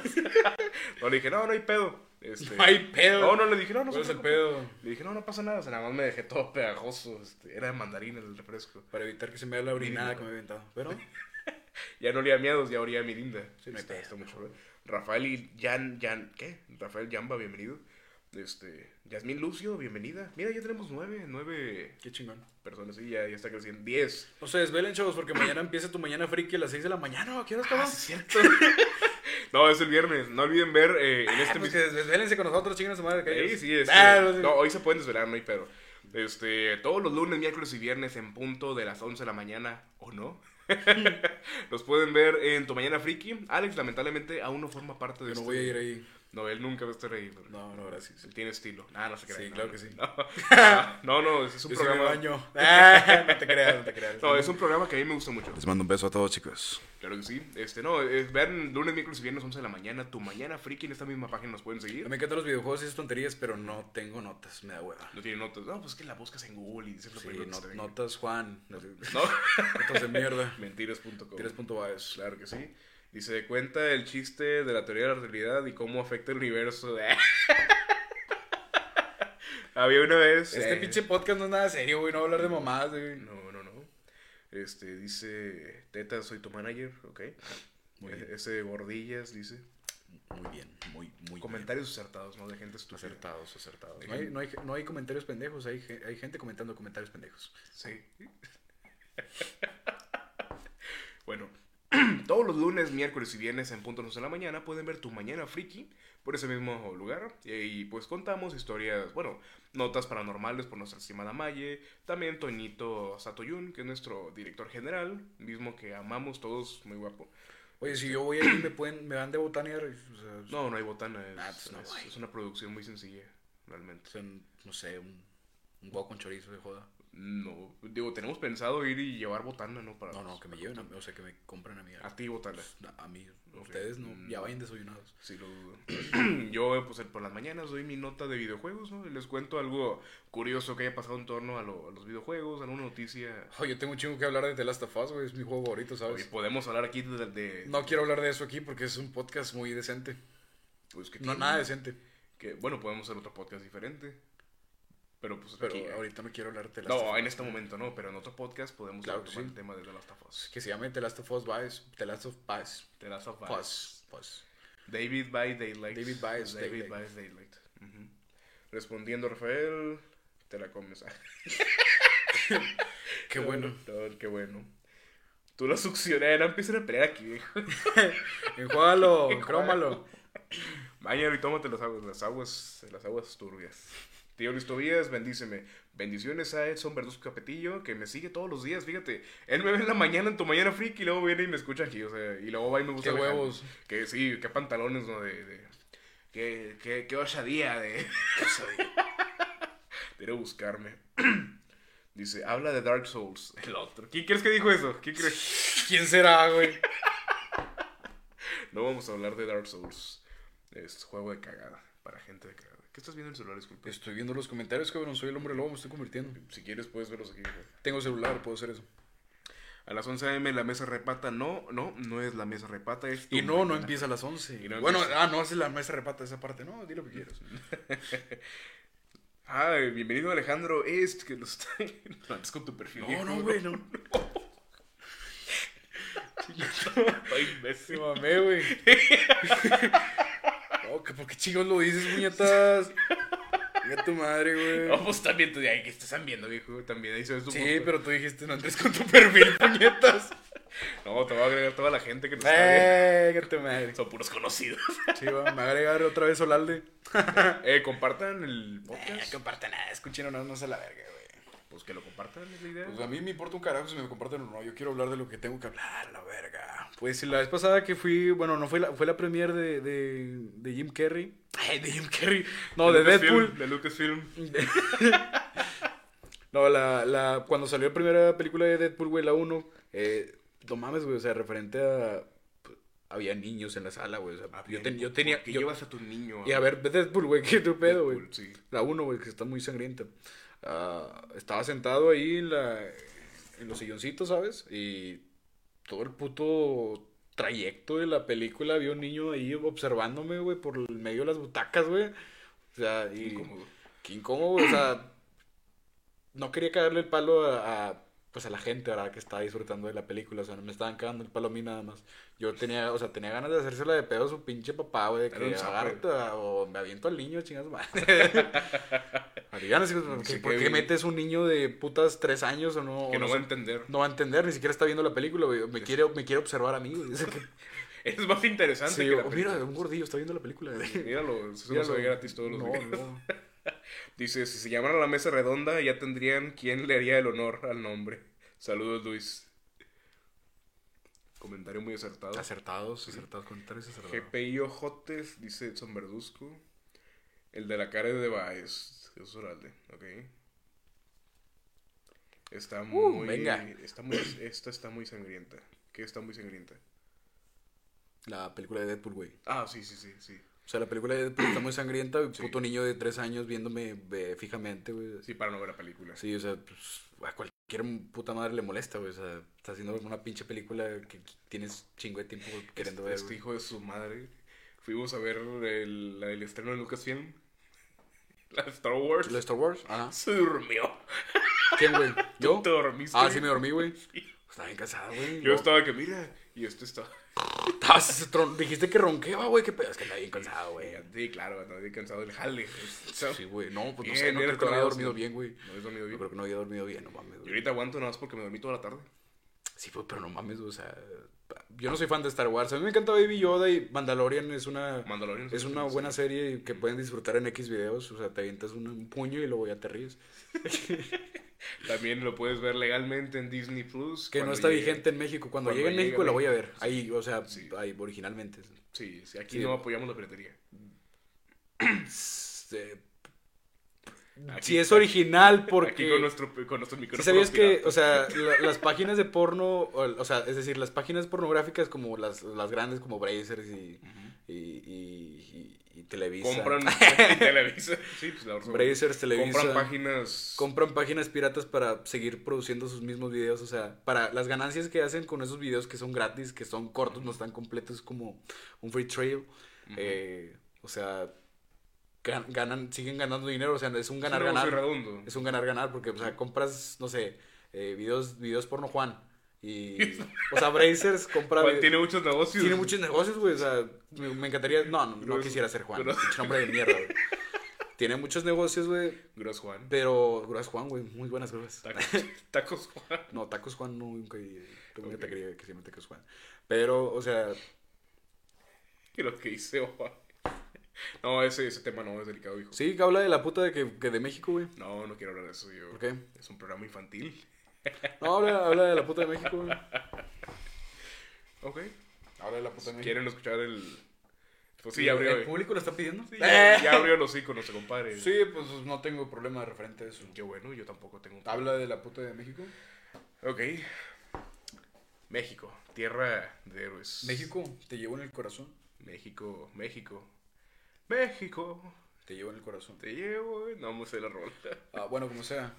Speaker 2: No, le dije, no, no hay pedo. Este,
Speaker 1: No hay pedo.
Speaker 2: No, no, le dije, no, no.
Speaker 1: ¿Cuál es
Speaker 2: se
Speaker 1: el
Speaker 2: preocupe.
Speaker 1: pedo?
Speaker 2: Le dije, no, no pasa nada. O sea, nada más me dejé todo pegajoso. este, era de mandarina el refresco.
Speaker 1: Para evitar que se me vea la orinada que me he aventado. Pero,
Speaker 2: Ya no olía a miedos, ya olía a Mirinda.
Speaker 1: Sí, no hay
Speaker 2: Está-
Speaker 1: pedo.
Speaker 2: está mucho, ¿verdad? Rafael y Jan, Jan, ¿qué? Rafael Yamba, bienvenido. Este, Yasmín Lucio, bienvenida. Mira, ya tenemos nueve, nueve
Speaker 1: qué chingón.
Speaker 2: personas, sí, ya, ya está creciendo. Diez.
Speaker 1: O sea, desvelen, chavos, porque mañana empieza tu mañana friki a las 6 de la mañana. ¿A qué hora estamos?
Speaker 2: cierto. no, es el viernes. No olviden ver eh, en este
Speaker 1: Pues
Speaker 2: mismo...
Speaker 1: que desvelense con nosotros, chingan a su madre.
Speaker 2: Sí,
Speaker 1: que-
Speaker 2: sí, este,
Speaker 1: Ah, no, sí.
Speaker 2: No, hoy se pueden desvelar, no hay pero. Este, todos los lunes, miércoles y viernes en punto de las 11 de la mañana, ¿o no? Los pueden ver en Tu Mañana Friki. Alex, lamentablemente, aún no forma parte de
Speaker 1: Yo no
Speaker 2: este-
Speaker 1: voy a ir ahí.
Speaker 2: No, él nunca va a estar ahí. pero-
Speaker 1: No, no, gracias.
Speaker 2: Él tiene estilo. Nada, no se crea.
Speaker 1: Sí,
Speaker 2: no,
Speaker 1: claro
Speaker 2: no,
Speaker 1: que sí.
Speaker 2: No, no, no, es
Speaker 1: Yo
Speaker 2: un
Speaker 1: sí me
Speaker 2: programa.
Speaker 1: baño. Ah, no te creas, no te creas.
Speaker 2: no, es un programa que a mí me gusta mucho.
Speaker 6: Les mando un beso a todos, chicos.
Speaker 2: Claro que sí. Este, no, es, vean lunes, miércoles y viernes, 11 de la mañana. Tu mañana friki en esta misma página nos pueden seguir.
Speaker 1: Me encantan los videojuegos y esas tonterías, pero no tengo notas. Me da hueva.
Speaker 2: No tiene notas. No, pues que la buscas en Google y dices lo
Speaker 1: Sí,
Speaker 2: primero que
Speaker 1: no-
Speaker 2: se te venga.
Speaker 1: notas Juan.
Speaker 2: No.
Speaker 1: Notas de mierda.
Speaker 2: Mentiras.com.
Speaker 1: Tienes punto baes.
Speaker 2: Claro que sí. Dice, cuenta el chiste de la teoría de la realidad y cómo afecta el universo. Había una vez.
Speaker 1: Este
Speaker 2: eh,
Speaker 1: pinche podcast no es nada serio, güey. No voy a hablar de mamadas, güey.
Speaker 2: No, no, no. Este, dice, Teta, soy tu manager, ok.
Speaker 1: Muy
Speaker 2: E-
Speaker 1: bien.
Speaker 2: Ese Gordillas dice.
Speaker 1: Muy bien, muy, muy
Speaker 2: Comentarios acertados, ¿no? De gente estúpida.
Speaker 1: Acertados, acertados. No hay, no hay, no hay comentarios pendejos, hay, ge- hay gente comentando comentarios pendejos.
Speaker 2: Sí. bueno, todos los lunes, miércoles y viernes en punto 11 de la mañana pueden ver tu mañana friki por ese mismo lugar. Y ahí, pues contamos historias, bueno, notas paranormales por nuestra estimada Maye. También Toñito Satoyun, que es nuestro director general, mismo que amamos todos, muy guapo.
Speaker 1: Oye, si yo voy ahí, me pueden, me van de botanear. o sea,
Speaker 2: No, no hay botana, es,
Speaker 1: Ah, pues no,
Speaker 2: es-
Speaker 1: güey.
Speaker 2: es una producción muy sencilla, realmente.
Speaker 1: o sea, un- no sé, un, un huevo con chorizo de joda.
Speaker 2: No, digo, tenemos pensado ir y llevar botana, ¿no? Para pues,
Speaker 1: No, no, que me lleven, a mí, o sea, que me compren a mí.
Speaker 2: A ti botana.
Speaker 1: A, a mí, ustedes no, ya vayan desayunados.
Speaker 2: Sí, lo dudo. Yo, pues, por las mañanas doy mi nota de videojuegos, ¿no? Y les cuento algo curioso que haya pasado en torno a, lo- a los videojuegos, alguna noticia.
Speaker 1: Oye, Oh, yo tengo un chingo que hablar de The Last of Us, güey, es mi juego favorito,
Speaker 2: Y
Speaker 1: ¿sabes?
Speaker 2: podemos hablar aquí de... de-
Speaker 1: No quiero hablar de eso aquí porque es un podcast muy decente.
Speaker 2: pues, que
Speaker 1: No,
Speaker 2: tiene-
Speaker 1: nada decente.
Speaker 2: que, bueno, podemos hacer otro podcast diferente. Pero, pues,
Speaker 1: Pero
Speaker 2: aquí-
Speaker 1: ahorita no quiero hablar de The Last of
Speaker 2: No,
Speaker 1: Us.
Speaker 2: en este momento no, pero en otro podcast podemos
Speaker 1: Claro que
Speaker 2: tomar
Speaker 1: sí.
Speaker 2: el tema de The Last of Us.
Speaker 1: Que se llame The Last of Us Bias. The Last of Us.
Speaker 2: The Last of Us.
Speaker 1: Us. Us.
Speaker 2: David by Daylight.
Speaker 1: David by
Speaker 2: David
Speaker 1: Daylight.
Speaker 2: by Daylight. Ujú. Respondiendo, Rafael, te la comes.
Speaker 1: Qué
Speaker 2: No,
Speaker 1: bueno.
Speaker 2: no, qué bueno. Tú lo succioné, no empiecen a pelear aquí, viejo.
Speaker 1: Enjuágalo,
Speaker 2: Enjuágalo.
Speaker 1: crómalo.
Speaker 2: Mañana y tómate las aguas, las aguas, las aguas turbias. Tío Luis Tobías, bendíceme. Bendiciones a Edson Verduzco Capetillo, que me sigue todos los días, fíjate. Él me ve en la mañana, en tu mañana friki, y luego viene y me escucha aquí, o sea, y luego va y me
Speaker 1: Qué
Speaker 2: gusta. Alejandro.
Speaker 1: huevos.
Speaker 2: Que sí, qué pantalones, ¿no? De, de- qué, qué, qué osadía de... de ir a buscarme. Dice, habla de Dark Souls. El otro. ¿Quién crees que dijo eso? ¿Quién crees?
Speaker 1: ¿Quién será, güey?
Speaker 2: No vamos a hablar de Dark Souls. Es juego de cagada para gente de cagada. ¿Qué estás viendo en el celular? Disculpe.
Speaker 1: Estoy viendo los comentarios, cabrón. Soy el hombre lobo, me estoy convirtiendo.
Speaker 2: Si quieres, puedes verlos aquí. güey.
Speaker 1: Tengo celular, puedo hacer eso.
Speaker 2: A las 11 a.m. la mesa repata. No, no, no es la mesa repata. Es tu
Speaker 1: Y no, no
Speaker 2: mañana.
Speaker 1: empieza a las 11.
Speaker 2: Y no
Speaker 1: bueno,
Speaker 2: empieza.
Speaker 1: ah, no, haces la mesa repata esa parte. No, di lo que quieras.
Speaker 2: Ay, Ah, bienvenido Alejandro Est, que nos está... No, es con tu perfil.
Speaker 1: No,
Speaker 2: viejo,
Speaker 1: no, güey, no.
Speaker 2: Ay, imbécil.
Speaker 1: Te mamé, güey. No, que por qué chingos lo dices, puñetas. Mira tu madre,
Speaker 2: No,
Speaker 1: güey.
Speaker 2: pues también, te- ay, que estás viendo, viejo. También ahí sabes tu
Speaker 1: Sí,
Speaker 2: punto.
Speaker 1: pero tú dijiste no entres con tu perfil, puñetas.
Speaker 2: No, te va a agregar toda la gente que nos está viendo.
Speaker 1: Eh, que te madre.
Speaker 2: Son puros conocidos.
Speaker 1: Sí, va, me va a agregar otra vez Olalde.
Speaker 2: Eh, compartan el podcast.
Speaker 1: compartan Eh, nada, escuchen o no, no se la verga, güey.
Speaker 2: Pues que lo compartan, es la idea.
Speaker 1: Pues a mí me importa un carajo si me comparten o no. Yo quiero hablar de lo que tengo que hablar, la verga. Pues la vez pasada que fui, bueno, no fue la, fue la premier de, de, de Jim Carrey. Ay, de Jim Carrey. No, de
Speaker 2: Lucasfilm,
Speaker 1: Deadpool.
Speaker 2: De Lucasfilm.
Speaker 1: No, la, la, cuando salió la primera película de Deadpool, güey, la 1, eh, no mames, güey, o sea, referente a... pues, Había niños en la sala, güey. O sea, yo, ten- yo tenía...
Speaker 2: que
Speaker 1: yo-
Speaker 2: llevas a tu niño.
Speaker 1: Y a ver, Deadpool, güey, qué tu pedo, güey.
Speaker 2: Deadpool, sí.
Speaker 1: La 1, güey, que está muy sangrienta. Ah, estaba sentado ahí en, la, en los silloncitos, ¿sabes? Y todo el puto trayecto de la película había un niño ahí observándome, güey, por el medio de las butacas, güey. O sea, y...
Speaker 2: Incómodo.
Speaker 1: Qué incómodo, güey, o sea... No quería caerle el palo a, a, pues a la gente, ¿verdad? Que estaba disfrutando de la película, o sea, no me estaban cagando el palo a mí nada más. Yo tenía, o sea, tenía ganas de hacérsela de pedo a su pinche papá, güey, de
Speaker 2: Era
Speaker 1: que
Speaker 2: un sapo,
Speaker 1: agárrate a- o me aviento al niño, chingas madre. Ariganas, hijos, ¿por qué-
Speaker 2: Sí,
Speaker 1: ¿por
Speaker 2: qué
Speaker 1: qué
Speaker 2: bien.
Speaker 1: metes un niño de putas tres años o no? o
Speaker 2: Que no
Speaker 1: no
Speaker 2: va a
Speaker 1: sé?
Speaker 2: entender.
Speaker 1: no va a entender, ni siquiera está viendo la película, güey. Me quiere, me quiere observar a mí, güey. Dice que-
Speaker 2: Es más interesante
Speaker 1: Sí,
Speaker 2: que la
Speaker 1: oh, mira,
Speaker 2: película.
Speaker 1: un gordillo está viendo la película.
Speaker 2: Míralo, eso no
Speaker 1: Míralo.
Speaker 2: se ve gratis todos los
Speaker 1: No,
Speaker 2: días.
Speaker 1: no.
Speaker 2: Dice, si se llamaran a la mesa redonda, ya tendrían quién le haría el honor al nombre. Saludos, Luis. Comentario muy acertado.
Speaker 1: Acertados, acertados, comentarios acertados.
Speaker 2: GPI Ojotes, dice Edson Verduzco. El de la cara de Baez, Jesús Oralde, ok. Está muy.
Speaker 1: Uh, venga.
Speaker 2: Está muy esta está muy sangrienta. ¿Qué está muy sangrienta?
Speaker 1: La película de Deadpool, güey.
Speaker 2: Ah, sí, sí, sí, sí.
Speaker 1: O sea, la película de Deadpool está muy sangrienta. Un puto niño de tres años viéndome eh, fijamente, güey. Sí.
Speaker 2: Sí, para no ver la película.
Speaker 1: o sea, pues, a cualquier puta madre le molesta, güey. O sea, está haciendo una pinche película que tienes chingo de tiempo queriendo ver.
Speaker 2: este
Speaker 1: güey.
Speaker 2: hijo de su madre. Fuimos a ver el, la del estreno de Lucasfilm. La de Star Wars.
Speaker 1: ¿Lo de Star Wars? Ajá.
Speaker 2: Se durmió.
Speaker 1: ¿Quién, güey? ¿Yo?
Speaker 2: ¿Te dormiste?
Speaker 1: Ah, sí, me dormí, güey. Estaba bien cansado, güey.
Speaker 2: Yo
Speaker 1: No.
Speaker 2: estaba que, mira, y este estaba.
Speaker 1: Ah, Estabas ese tron- Dijiste que ronqueaba, güey. Qué pedo. Es que andaba bien cansado, güey.
Speaker 2: Sí, claro, estaba bien cansado del jale.
Speaker 1: Sí, güey. No, pues no
Speaker 2: Bien,
Speaker 1: sé. No
Speaker 2: bien
Speaker 1: creo que no había
Speaker 2: acordado,
Speaker 1: dormido
Speaker 2: sí.
Speaker 1: bien, güey.
Speaker 2: No habías dormido
Speaker 1: Yo
Speaker 2: bien.
Speaker 1: creo que no había dormido bien, no mames,
Speaker 2: Y
Speaker 1: güey.
Speaker 2: ahorita aguanto nada más porque me dormí toda la tarde.
Speaker 1: Sí, pues, pero no mames, o sea. Yo no soy fan de Star Wars. A mí me encanta Baby Yoda y Mandalorian es una.
Speaker 2: Mandalorian.
Speaker 1: Es una buena serie que pueden disfrutar en X videos. O sea, te avientas un, un puño y luego ya te ríes.
Speaker 2: También lo puedes ver legalmente en Disney Plus.
Speaker 1: Que no
Speaker 2: cuando
Speaker 1: está
Speaker 2: llegue.
Speaker 1: vigente en México. Cuando,
Speaker 2: Cuando
Speaker 1: llegue en
Speaker 2: llegue
Speaker 1: México
Speaker 2: a
Speaker 1: la voy a
Speaker 2: México,
Speaker 1: ver. Ahí, o sea,
Speaker 2: Sí.
Speaker 1: ahí originalmente.
Speaker 2: Sí, sí, aquí
Speaker 1: Sí.
Speaker 2: no apoyamos la piratería.
Speaker 1: Se-
Speaker 2: Aquí-
Speaker 1: si es original, porque.
Speaker 2: Aquí con nuestro, con nuestro
Speaker 1: Si
Speaker 2: micrófono.
Speaker 1: sabías que,
Speaker 2: pirata.
Speaker 1: o sea, la- las páginas de porno, o, o sea, es decir, las páginas pornográficas como las, las grandes, como Brazers y, y, y- y- y Televisa.
Speaker 2: Compran Televisa. Sí, pues la verdad.
Speaker 1: Brazers, Televisa.
Speaker 2: Compran páginas.
Speaker 1: compran páginas piratas para seguir produciendo sus mismos videos, o sea, para las ganancias que hacen con esos videos que son gratis, que son cortos, no están completos, como un free trail, eh, o sea, gan- ganan, siguen ganando dinero, o sea, es un
Speaker 2: Es un negocio
Speaker 1: ganar-ganar.
Speaker 2: redondo.
Speaker 1: Es un ganar-ganar porque, o sea, compras, no sé, eh, videos, videos porno Juan. Y, o sea, Brazers compra...
Speaker 2: Juan
Speaker 1: vide-
Speaker 2: tiene muchos negocios.
Speaker 1: tiene muchos negocios, güey. O sea, me, me encantaría... No, no, no
Speaker 2: Grosso.
Speaker 1: quisiera ser Juan.
Speaker 2: Grosso.
Speaker 1: pinche nombre de mierda, güey. Tiene muchos negocios, güey.
Speaker 2: Gros Juan.
Speaker 1: Pero gruras Juan, güey. Muy buenas gruras.
Speaker 2: Tacos, tacos Juan.
Speaker 1: No, tacos Juan no, nunca he Tengo una
Speaker 2: Ok.
Speaker 1: taquería que se llama tacos Juan. Pero, o sea...
Speaker 2: Y lo que hice Juan. No, ese, ese tema no es delicado, hijo.
Speaker 1: Sí, que habla de la puta de que, que de México, güey.
Speaker 2: No, no quiero hablar de eso. Yo.
Speaker 1: ¿Por qué?
Speaker 2: Es un programa infantil.
Speaker 1: No, habla, habla de la puta de México, güey.
Speaker 2: Ok.
Speaker 1: Habla de la puta de
Speaker 2: ¿Quieren escuchar el.? Pues sí, ya abrió.
Speaker 1: Pues, ¿El
Speaker 2: eh.
Speaker 1: público lo está pidiendo? Sí,
Speaker 2: Ya, ya abrió los iconos, se compare.
Speaker 1: pues no tengo problema de referente a eso.
Speaker 2: Qué bueno, yo tampoco tengo.
Speaker 1: Habla de la puta de México.
Speaker 2: Ok. México, tierra de héroes.
Speaker 1: México, te llevo en el corazón.
Speaker 2: México, México. México,
Speaker 1: Te llevo en el corazón.
Speaker 2: te llevo. eh. No, me sé la rola.
Speaker 1: Ah, bueno, como sea.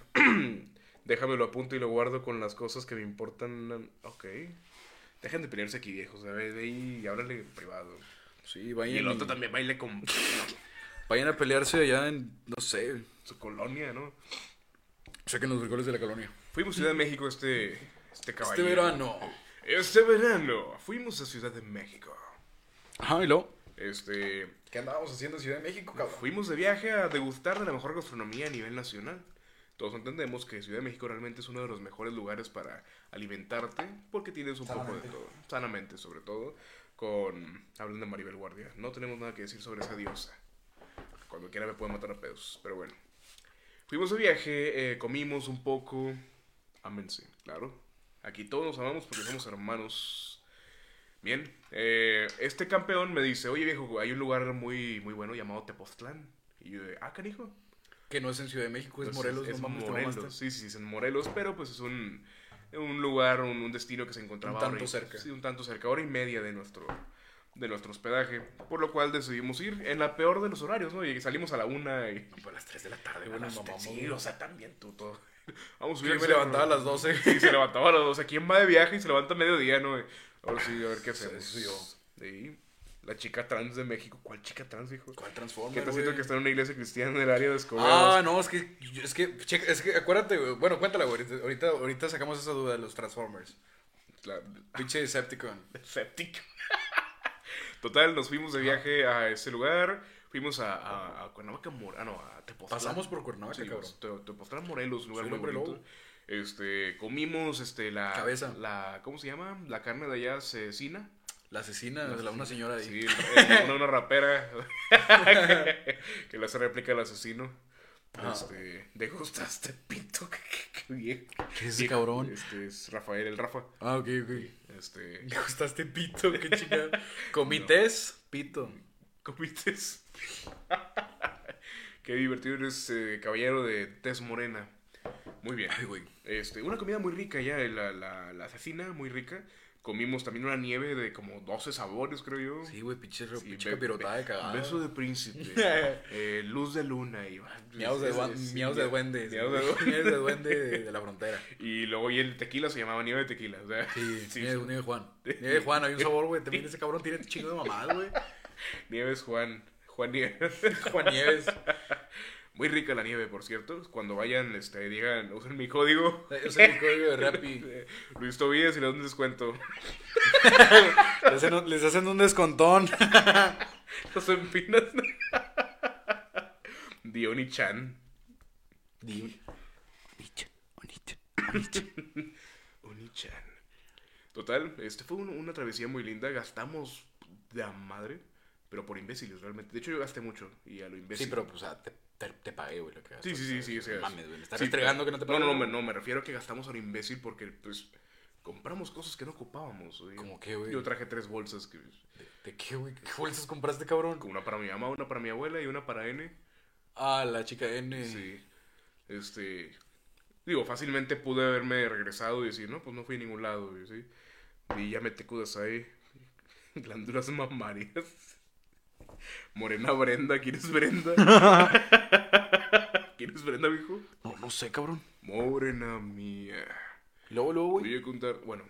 Speaker 2: Déjame lo apunto y lo guardo con las cosas que me importan. Ok. Dejen de pelearse aquí, viejos. A ver, ve y háblale en privado.
Speaker 1: Sí, vayan,
Speaker 2: Y el otro también baile con
Speaker 1: vayan a pelearse allá en, no sé,
Speaker 2: su colonia, ¿no?
Speaker 1: saquen los frijoles de la colonia.
Speaker 2: Fuimos a Ciudad de México este, este
Speaker 1: Este
Speaker 2: caballero.
Speaker 1: verano.
Speaker 2: Este verano. Fuimos a Ciudad de México.
Speaker 1: Ajá, y luego.
Speaker 2: Este.
Speaker 7: ¿Qué andábamos haciendo en Ciudad de México, cabrón?
Speaker 2: Fuimos de viaje a degustar de la mejor gastronomía a nivel nacional. Todos entendemos que Ciudad de México realmente es uno de los mejores lugares para alimentarte porque tienes un poco de todo. Sanamente, sobre todo. Con. Hablan de Maribel Guardia. No tenemos nada que decir sobre esa diosa. Cuando quiera me puede matar a pedos. Pero bueno. Fuimos de viaje, eh, comimos un poco. Ámense, claro. Aquí todos nos amamos porque somos hermanos. Bien, eh, este campeón me dice, oye viejo, hay un lugar muy, muy bueno llamado Tepoztlán. Y yo de, ah, canijo.
Speaker 1: Que no es en Ciudad de México, es
Speaker 2: Entonces,
Speaker 1: Pues Morelos.
Speaker 2: Pues es
Speaker 1: no mames, te
Speaker 2: Morelos.
Speaker 1: mamaste.
Speaker 2: Sí, sí, es en Morelos, pero pues es un, un lugar, un, un destino que se encontraba
Speaker 1: Un tanto
Speaker 2: ahora y-
Speaker 1: cerca.
Speaker 2: Sí, un tanto cerca, hora y media de nuestro, de nuestro hospedaje. Por lo cual decidimos ir en la peor de los horarios, ¿no? Y salimos a la una y...
Speaker 1: Fue a las 3 de la tarde,
Speaker 2: A
Speaker 1: güey. no
Speaker 2: las
Speaker 1: mamamos,
Speaker 2: tres, sí,
Speaker 1: güey.
Speaker 2: o sea, también tú todo. Vamos a
Speaker 1: Yo
Speaker 2: subir al
Speaker 1: me
Speaker 2: cerro.
Speaker 1: levantaba a las 12.
Speaker 2: Sí, se levantaba a las 12. ¿Quién va de viaje y se levanta a mediodía, no? Ahora sí, a ver qué hacemos.
Speaker 1: Eso yo.
Speaker 2: Sí. La chica trans de México. ¿Cuál chica trans, hijo?
Speaker 1: ¿Cuál
Speaker 2: Que
Speaker 1: Transformer,
Speaker 2: te
Speaker 1: güey?
Speaker 2: siento que está en una iglesia cristiana en el área de Escobedo.
Speaker 1: Ah, no, es que, es que, checa- es que acuérdate, güey. Bueno, cuéntala, güey. Ahorita- Ahorita, ahorita sacamos esa duda de los Transformers. Ah.
Speaker 2: La-
Speaker 1: Pinche Decepticon.
Speaker 2: Séptico. Total, nos fuimos de viaje a ese lugar. Fuimos a, a, a Cuernavaca, Mor- ah, no, a Tepoztlán.
Speaker 1: Pasamos por Cuernavaca,
Speaker 2: Sí,
Speaker 1: cabrón.
Speaker 2: Te- Tepoztlán, Morelos, un lugar
Speaker 1: Soy
Speaker 2: muy
Speaker 1: hombre
Speaker 2: bonito.
Speaker 1: lobo.
Speaker 2: Este, comimos, este, la...
Speaker 1: Cabeza.
Speaker 2: La, ¿cómo se llama? La carne de allá, cecina.
Speaker 1: La asesina, la, una señora ahí.
Speaker 2: Sí, eh, una, una rapera que, que le hace réplica al asesino.
Speaker 1: Ajá.
Speaker 2: Este, degustaste pito, qué, qué- qué bien.
Speaker 1: ¿Qué es ese cabrón?
Speaker 2: Este es Rafael, el Rafa.
Speaker 1: Ah, ok, ok.
Speaker 2: Este,
Speaker 1: Me gustaste pito, qué chingada. Comités, pito.
Speaker 2: Comites. Qué divertido eres, eh, caballero de Tez Morena. Muy bien.
Speaker 1: Ay, güey.
Speaker 2: Este, una comida muy rica ya, la, la, la asesina, muy rica. Comimos también una nieve de como 12 sabores, creo yo.
Speaker 1: Sí, güey, pinche,
Speaker 2: Sí,
Speaker 1: pinche
Speaker 2: be-
Speaker 1: capirotada de
Speaker 2: be-
Speaker 1: cagada.
Speaker 2: Beso de príncipe. eh, luz de luna. Y,
Speaker 1: Miaos de, duan-
Speaker 2: Sí,
Speaker 1: miaos de
Speaker 2: mia-
Speaker 1: duendes.
Speaker 2: miaos
Speaker 1: güey.
Speaker 2: de duendes.
Speaker 1: Miaos de duende de, de la frontera.
Speaker 2: Y luego y el tequila se llamaba nieve de tequila. O sea,
Speaker 1: Sí,
Speaker 2: sí,
Speaker 1: nieve, nieve Juan. Nieve Juan, hay un sabor, güey. También ese cabrón tiene chingo de mamadas, güey.
Speaker 2: Nieves Juan. Juan Nieves.
Speaker 1: Juan Nieves.
Speaker 2: Muy rica la nieve, por cierto. Cuando vayan, este, digan, usen mi código.
Speaker 1: O sea, el código de Rappi.
Speaker 2: Eh, Luis Tobías y le dan un descuento.
Speaker 1: Les hacen, un- les hacen un descontón.
Speaker 2: Los empinas. Diony Chan. Oni Chan. Total, este fue un- una travesía muy linda. Gastamos de a madre, pero por imbéciles realmente. De hecho, yo gasté mucho y a lo imbécil.
Speaker 5: Sí, pero pues, o sea, te, te, te pagué, güey, lo que
Speaker 2: Sí, sí, sí, sí. o sea,
Speaker 5: Mames, güey, me estás
Speaker 2: sí,
Speaker 5: entregando que no te
Speaker 2: No,
Speaker 5: pagué.
Speaker 2: no, no, me, no, me refiero a que gastamos a lo imbécil porque, pues, compramos cosas que no ocupábamos. güey.
Speaker 5: ¿Cómo qué, güey?
Speaker 2: Yo traje tres bolsas, que,
Speaker 5: ¿De qué, güey? ¿Qué bolsas compraste, cabrón?
Speaker 2: como una para mi mamá, una para mi abuela y una para N.
Speaker 5: Ah, la chica N.
Speaker 2: Sí. Este. Digo, fácilmente pude haberme regresado y decir, no, pues no fui a ningún lado, güey, ¿sí? Y ya me te cudas ahí. Glándulas mamarias. Morena Brenda, ¿quién es Brenda? ¿Quién es Brenda, viejo?
Speaker 5: No, no sé, cabrón.
Speaker 2: Morena mía.
Speaker 5: Luego, luego, güey.
Speaker 2: Voy a contar. Bueno,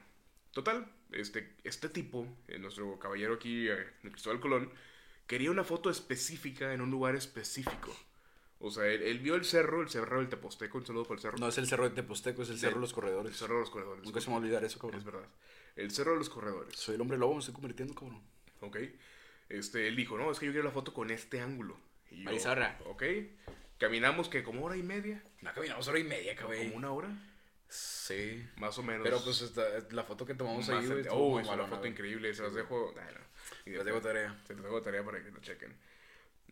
Speaker 2: total, este, este tipo, eh, nuestro caballero aquí, eh, Cristóbal Colón, quería una foto específica en un lugar específico. O sea, él, él vio el cerro, el cerro del Teposteco, un saludo por el cerro.
Speaker 5: No es el cerro de Teposteco, es el cerro de los
Speaker 2: el
Speaker 5: corredores.
Speaker 2: cerro de los corredores.
Speaker 5: Nunca se me va a olvidar eso,
Speaker 2: Es
Speaker 5: cabrón.
Speaker 2: verdad. El cerro de los corredores.
Speaker 5: Soy el hombre lobo, me estoy convirtiendo, cabrón.
Speaker 2: ¿Ok? Este, él dijo, no, es que yo quiero la foto con este ángulo. Y yo,
Speaker 5: Marizarra.
Speaker 2: Ok. Caminamos que como hora y media.
Speaker 1: No caminamos hora y media,
Speaker 2: Como
Speaker 1: cabrón.
Speaker 2: una hora.
Speaker 1: Sí.
Speaker 2: Más o menos.
Speaker 1: Pero pues esta- la foto que tomamos
Speaker 2: Más
Speaker 1: ahí, güey.
Speaker 2: ente-
Speaker 1: estuvo
Speaker 2: Oh,
Speaker 1: muy
Speaker 2: es una
Speaker 1: malona,
Speaker 2: foto
Speaker 1: güey.
Speaker 2: increíble. Se las dejo. ah, no. Y
Speaker 1: Les dejo tarea.
Speaker 2: Se los dejo tarea para que lo chequen.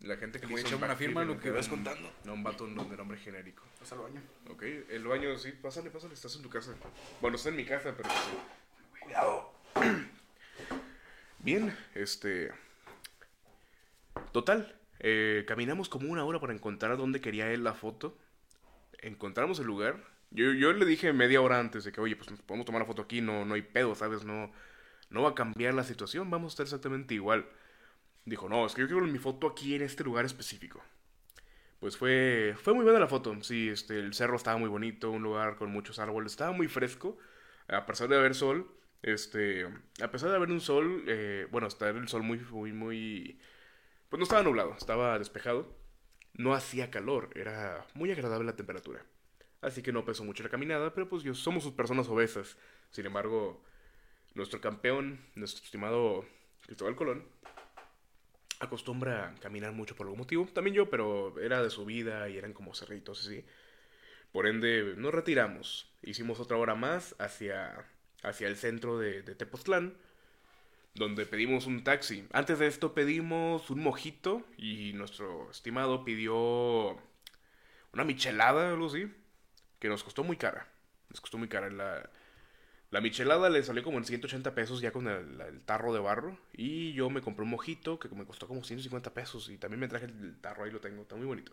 Speaker 2: La gente que le
Speaker 1: Güey,
Speaker 2: hizo
Speaker 1: échame una
Speaker 2: backflip
Speaker 1: firma
Speaker 2: en
Speaker 1: lo
Speaker 2: el
Speaker 1: que vas
Speaker 2: cabrón,
Speaker 1: contando.
Speaker 2: No, un vato de nombre genérico.
Speaker 1: Pasa al baño.
Speaker 2: Ok, el baño, sí, pásale, pásale, estás en tu casa. Bueno, está en mi casa, pero... Cuidado. Bien, este... Total, eh, caminamos como una hora para encontrar dónde quería él la foto. Encontramos el lugar. Yo, yo le dije media hora antes de que, oye, pues nos podemos tomar la foto aquí, no, no hay pedo, ¿sabes? No, no va a cambiar la situación, vamos a estar exactamente igual. Dijo, no, es que yo quiero mi foto aquí en este lugar específico. Pues fue, fue muy buena la foto. Sí, este, el cerro estaba muy bonito, un lugar con muchos árboles, estaba muy fresco, a pesar de haber sol. Este, a pesar de haber un sol, eh, bueno, estar el sol muy, muy, muy, pues no estaba nublado, estaba despejado. No hacía calor, era muy agradable la temperatura. Así que no pesó mucho la caminada, pero pues yo somos sus personas obesas. Sin embargo, nuestro campeón, nuestro estimado Cristóbal Colón, acostumbra a caminar mucho por algún motivo. También yo, pero era de subida y eran como cerritos así. Por ende, nos retiramos. Hicimos otra hora más hacia, hacia el centro de, de Tepoztlán, donde pedimos un taxi. Antes de esto pedimos un mojito y nuestro estimado pidió una michelada o algo así, que nos costó muy cara. Nos costó muy cara. La, la michelada le salió como en 180 pesos ya con el, la- el tarro de barro. Y yo me compré un mojito que me costó como 150 pesos. Y también me traje el, el tarro, ahí lo tengo, está muy bonito.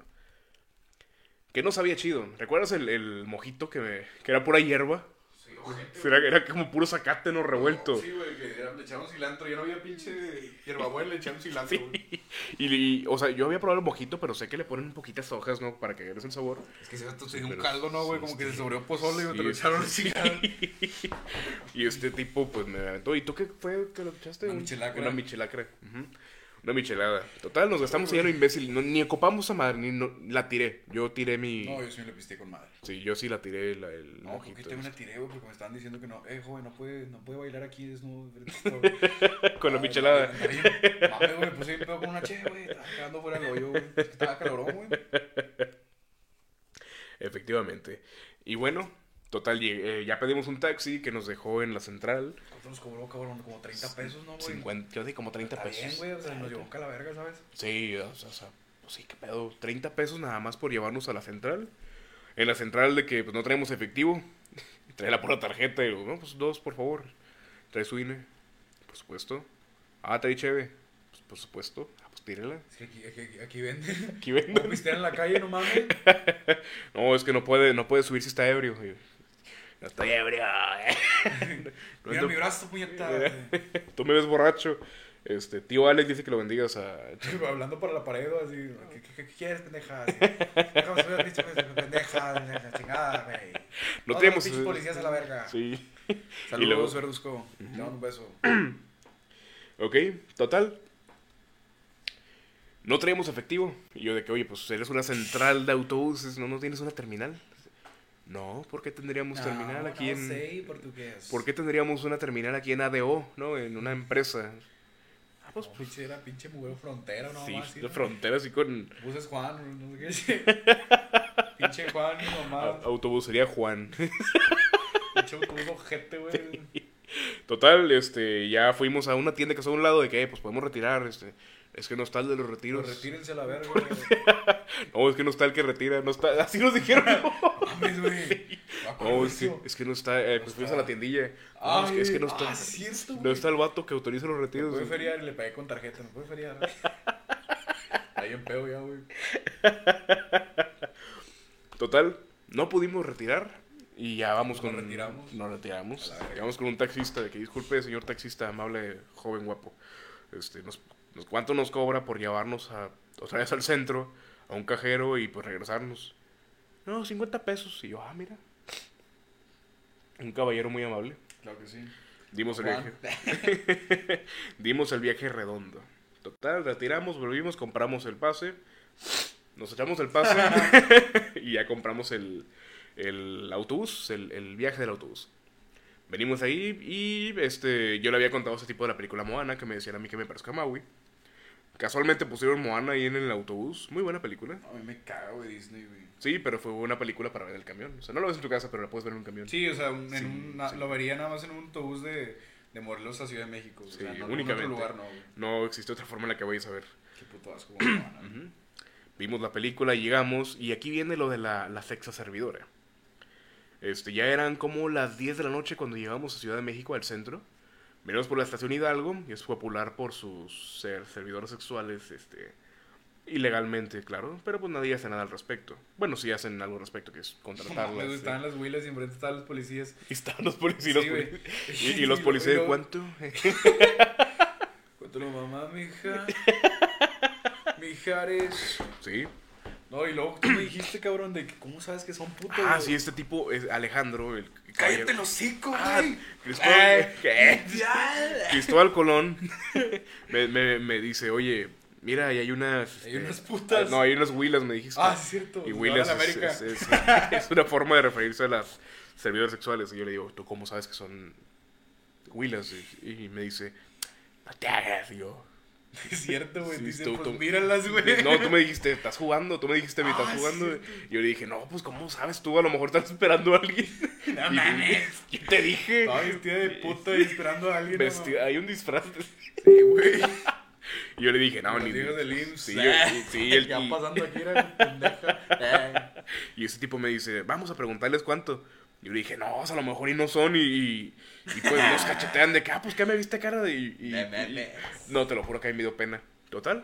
Speaker 2: Que no sabía chido. ¿Recuerdas el, el mojito que, me- que era pura hierba?
Speaker 1: Sí, bien ojete,
Speaker 2: Era, era como puro zacate no revuelto.
Speaker 1: Sí, güey, que era- le echaron cilantro. Ya no había pinche hierbabuena, le echaron cilantro, güey.
Speaker 2: Y, y, o sea, yo había probado el mojito, pero sé que le ponen poquitas hojas, ¿no? Para que agarres el sabor.
Speaker 1: Es que se se dio un
Speaker 2: Pero
Speaker 1: caldo, ¿no, güey?
Speaker 2: sí,
Speaker 1: Como que
Speaker 2: sí.
Speaker 1: se sobró pozole y te lo
Speaker 2: Sí,
Speaker 1: echaron
Speaker 2: sí.
Speaker 1: cilantro.
Speaker 2: Y este tipo, pues me aventó. ¿Y tú qué fue que lo echaste?
Speaker 1: Una
Speaker 2: Un-
Speaker 1: michelacra.
Speaker 2: Una michelacra. ujú. Una michelada. Total, nos gastamos dinero imbécil. No, ni ocupamos a madre, ni no- la tiré. Yo tiré mi.
Speaker 1: No, yo sí me lo pisté con madre.
Speaker 2: Sí, yo sí la tiré la- el
Speaker 1: No, creo
Speaker 2: mojito.
Speaker 1: que también la tiré, güey, porque me estaban diciendo que no. Eh, joven, no puede, no puede bailar aquí desnudo. frente a esto, güey.
Speaker 2: Con la
Speaker 1: Ay,
Speaker 2: michelada.
Speaker 1: güey, güey, Mames, güey, me puse el pedo con una che, güey. Estaba cagando fuera del hoyo, güey. Es que Estaba calorón, güey.
Speaker 2: Efectivamente. Y bueno, total, llegué- eh, ya pedimos un taxi que nos dejó en la central.
Speaker 1: ¿Cuánto nos cobró, cabrón? Como 30 pesos, ¿no, güey?
Speaker 2: 50, yo di como 30
Speaker 1: Está
Speaker 2: pesos.
Speaker 1: bien, güey. O sea, nos llevó a la verga, ¿sabes?
Speaker 2: Sí, o sea, o sea, pues sí, qué pedo. 30 pesos nada más por llevarnos a la central. En la central de que pues, no traemos efectivo. Trae la pura tarjeta. Y digo, no, pues dos, por favor. Trae su INE. Por supuesto. Ah, trae cheve. Pues, por supuesto. Ah, pues tírela.
Speaker 1: Es que aquí, aquí, aquí venden.
Speaker 2: Aquí
Speaker 1: No
Speaker 2: venden.
Speaker 1: pistean en la calle, no mames.
Speaker 2: No, es que no puede, no puede subir si está ebrio. Y yo, no estoy ebrio. eh". No
Speaker 1: Mira
Speaker 2: ando-
Speaker 1: mi brazo, puñeta.
Speaker 2: Tú me ves borracho. Este, tío Alex dice que lo bendigas a...
Speaker 1: Hablando para la pared, o así. ¿Qué, qué, qué quieres, pendeja? Así, Déjame subir al pinche pendeja, pendeja, chingada, güey.
Speaker 2: No
Speaker 1: Todos
Speaker 2: tenemos-
Speaker 1: los pinches policías a la verga.
Speaker 2: Sí.
Speaker 1: Saludos,
Speaker 2: luego-
Speaker 1: Verduzco. Te mando un beso.
Speaker 2: Ok, total. No traíamos efectivo. Y yo de que, oye, pues eres una central de autobuses, ¿no, no tienes una terminal? No, ¿por qué tendríamos terminal aquí
Speaker 1: Ah, no
Speaker 2: en...
Speaker 1: sé portugués.
Speaker 2: ¿Por qué tendríamos una terminal aquí en ADO, ¿no? En una empresa. Ah, pues,
Speaker 1: No, pinche era pinche mujer frontera, no
Speaker 2: sí,
Speaker 1: más. Sí,
Speaker 2: la frontera así con
Speaker 1: Buses Juan, no sé qué. pinche Juan, mi mamá.
Speaker 2: a- autobusería Juan.
Speaker 1: Pinche autobús ojete, güey.
Speaker 2: Total, este, ya fuimos a una tienda que está a un lado de que, eh, pues podemos retirar, este... Es que no está el de los
Speaker 1: Pero
Speaker 2: retiros.
Speaker 1: retírense a la verga, güey.
Speaker 2: No, es que no está el que retira, no está... Así nos dijeron.
Speaker 1: Mames, güey. Ah,
Speaker 2: No, es que, es que no está. eh, pues fuimos a la tiendilla. No, es, que, es que no está.
Speaker 1: Ah, cierto,
Speaker 2: no
Speaker 1: güey. Pues,
Speaker 2: está el vato que autoriza los retiros.
Speaker 1: Puede feriar y le pagué con tarjeta, no puede feriar. Ahí en pedo ya, güey.
Speaker 2: Total, no pudimos retirar. Y ya vamos con.
Speaker 1: Nos retiramos.
Speaker 2: Nos retiramos.
Speaker 1: A la verga.
Speaker 2: Llegamos con un taxista de que disculpe, señor taxista, amable, joven, guapo. Este, nos, nos- ¿Cuánto nos cobra por llevarnos a, otra vez al centro, a un cajero y pues regresarnos? No, 50 pesos. Y yo, ah, mira. Un caballero muy amable.
Speaker 1: Claro que sí.
Speaker 2: Dimos el
Speaker 1: Juan.
Speaker 2: viaje. Dimos el viaje redondo. Total, retiramos, volvimos, compramos el pase. Nos echamos el pase y ya compramos el, el autobús, el, el viaje del autobús. Venimos ahí y este, yo le había contado ese tipo de la película Moana que me decían a mí que me parezca Maui. Casualmente pusieron Moana ahí en el autobús. Muy buena película.
Speaker 1: A mí me caga, güey, Disney, güey.
Speaker 2: Sí, pero fue una película para ver en el camión. O sea, no la ves en tu casa, pero la puedes ver en un camión.
Speaker 1: Sí, o sea, un- en
Speaker 2: Sí,
Speaker 1: una-
Speaker 2: sí.
Speaker 1: lo vería nada más en un autobús de, de Morelos a Ciudad de México. o sea,
Speaker 2: Sí,
Speaker 1: no,
Speaker 2: únicamente.
Speaker 1: En otro lugar, no, güey.
Speaker 2: No existe otra forma en la que vayas a ver.
Speaker 1: Qué puto asco, güey. no, no, no.
Speaker 2: Vimos la película, llegamos y aquí viene lo de la, la sexta servidora. Este, ya eran como las 10 de la noche cuando llegamos a Ciudad de México, al centro. Venimos por la estación Hidalgo y es popular por sus ser- servidores sexuales, este, ilegalmente, claro, pero pues nadie hace nada al respecto. Bueno, sí hacen algo al respecto, que es
Speaker 1: Me
Speaker 2: contratarlas.
Speaker 1: gustaban
Speaker 2: eh,
Speaker 1: las huilas y enfrente estaban los policías.
Speaker 2: Y están los policías.
Speaker 1: Sí, güey.
Speaker 2: y, y los policías,
Speaker 1: luego-
Speaker 2: ¿cuánto?
Speaker 1: ¿Cuánto lo mamá, mija? Mijares.
Speaker 2: sí.
Speaker 1: No, y luego tú me dijiste, cabrón, de que cómo sabes que son putos.
Speaker 2: Ah,
Speaker 1: güey?
Speaker 2: sí, este tipo es Alejandro. El,
Speaker 1: Cállate los hocico,
Speaker 2: Ah,
Speaker 1: güey.
Speaker 2: Cristóbal-
Speaker 1: Eh,
Speaker 2: ¿Qué?
Speaker 1: Ya.
Speaker 2: Cristóbal Colón me, me- me dice, oye, mira, ahí hay unas...
Speaker 1: Hay unas
Speaker 2: este,
Speaker 1: putas.
Speaker 2: No, hay unas huilas, me dijiste.
Speaker 1: Ah, sí, es cierto.
Speaker 2: Y
Speaker 1: se
Speaker 2: huilas
Speaker 1: van a
Speaker 2: es,
Speaker 1: América.
Speaker 2: es- es- es una forma de referirse a las servidores sexuales. Y yo le digo, ¿tú cómo sabes que son huilas? Y, y me dice, no te hagas, y yo.
Speaker 1: Es cierto, güey.
Speaker 2: Sí,
Speaker 1: Dice,
Speaker 2: tú-
Speaker 1: pues
Speaker 2: tú-
Speaker 1: míralas, güey.
Speaker 2: No, tú me dijiste, estás jugando, tú me dijiste, me estás
Speaker 1: Ah,
Speaker 2: jugando. Y yo le dije, no, pues ¿cómo sabes tú? A lo mejor estás esperando a alguien.
Speaker 1: No
Speaker 2: Y-
Speaker 1: mames.
Speaker 2: Yo te dije.
Speaker 1: Estaba vestida de puta y esperando a alguien. ¿no?
Speaker 2: Vesti- Hay un disfraz.
Speaker 1: Sí, güey.
Speaker 2: Y yo le dije, no, ni.
Speaker 1: Los hijos del IMSS.
Speaker 2: Sí, yo- sí, el-
Speaker 5: Ya
Speaker 2: y-
Speaker 5: pasando aquí era pendeja. Eh,
Speaker 2: Y ese tipo me dice, vamos a preguntarles cuánto. Y yo le dije, no, o sea, a lo mejor y no son. Y, y, y pues nos cachetean de que, ah, pues que me viste cara de. Y, y-
Speaker 5: Me
Speaker 2: y-
Speaker 5: memes.
Speaker 2: no, te lo juro que a mí me dio pena. Total.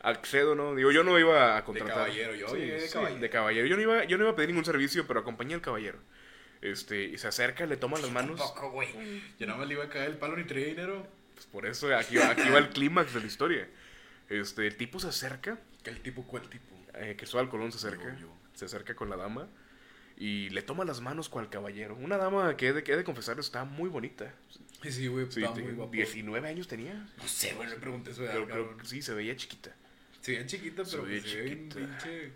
Speaker 2: Accedo, ¿no? Digo, yo no iba a contratar.
Speaker 1: caballero, yo llegué de caballero.
Speaker 2: de caballero. Yo no, iba, yo no iba a pedir ningún servicio, pero acompañé al caballero. Este, y se acerca, le toma las manos.
Speaker 5: Poco, güey.
Speaker 1: Yo nada más le iba a caer el palo ni traía dinero.
Speaker 2: Pues por eso aquí, va- aquí va el clímax de la historia. Este, el tipo se acerca,
Speaker 1: ¿Qué el tipo? ¿Cuál tipo?
Speaker 2: eh, que Cristóbal Colón se acerca,
Speaker 1: Yo, yo.
Speaker 2: se acerca con la dama y le toma las manos cual caballero. Una dama que he de, que he de confesar está muy bonita.
Speaker 1: Sí, sí, güey,
Speaker 2: Sí,
Speaker 1: estaba
Speaker 2: te-
Speaker 1: muy guapo.
Speaker 2: 19 años tenía.
Speaker 1: No sé, güey, le pregunté eso de ah,
Speaker 2: Pero, pero
Speaker 1: cabrón.
Speaker 2: sí, se veía chiquita.
Speaker 1: Se veía chiquita,
Speaker 2: Se
Speaker 1: pero
Speaker 2: veía
Speaker 1: pues, se veía un
Speaker 2: chiquita.
Speaker 1: pinche,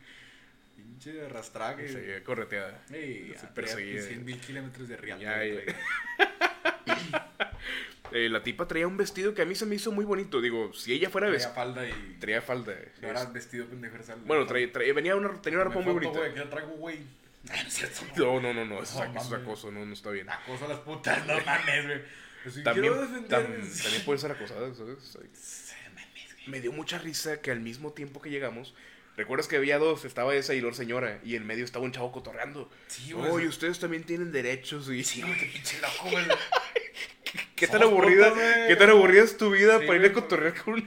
Speaker 1: pinche arrastraje.
Speaker 2: Se veía correteada.
Speaker 1: Ey,
Speaker 2: se
Speaker 1: a
Speaker 2: perseguía.
Speaker 1: 100 mil kilómetros de riata.
Speaker 2: Ya,
Speaker 1: güey,
Speaker 2: ya.
Speaker 1: traía.
Speaker 2: Eh, la tipa traía un vestido que a mí se me hizo muy bonito. Digo, si ella fuera
Speaker 1: Traía
Speaker 2: vestida.
Speaker 1: falda y...
Speaker 2: Traía falda. eh.
Speaker 1: No era vestido pendejo, era sal-
Speaker 2: Bueno, traía, traía- venía una, tenía una
Speaker 1: Me
Speaker 2: ropa muy
Speaker 1: faltó,
Speaker 2: bonita.
Speaker 1: güey, que yo traigo, güey. Ah, no es cierto.
Speaker 2: No, no, no,
Speaker 1: No,
Speaker 2: no, eso, es, eso es
Speaker 1: mames.
Speaker 2: acoso, no, no está bien.
Speaker 1: Cosa a las putas, no mames, güey. Pues, si
Speaker 2: También,
Speaker 1: quiero defender...
Speaker 2: tam- también pueden ser acosadas, ¿sabes? Ay, Me dio mucha risa que al mismo tiempo que llegamos, ¿recuerdas que había dos? Estaba esa y la señora, y en medio estaba un chavo cotorreando.
Speaker 1: Sí, güey.
Speaker 2: Oye, ustedes también tienen derechos y...
Speaker 1: Sí, güey, qué pinche loco, güey.
Speaker 2: ¿Qué tan
Speaker 1: Somos
Speaker 2: aburrida,
Speaker 1: putas, güey.
Speaker 2: qué tan aburrida es tu vida
Speaker 1: Sí,
Speaker 2: para ir a
Speaker 1: güey.
Speaker 2: cotorrear con una...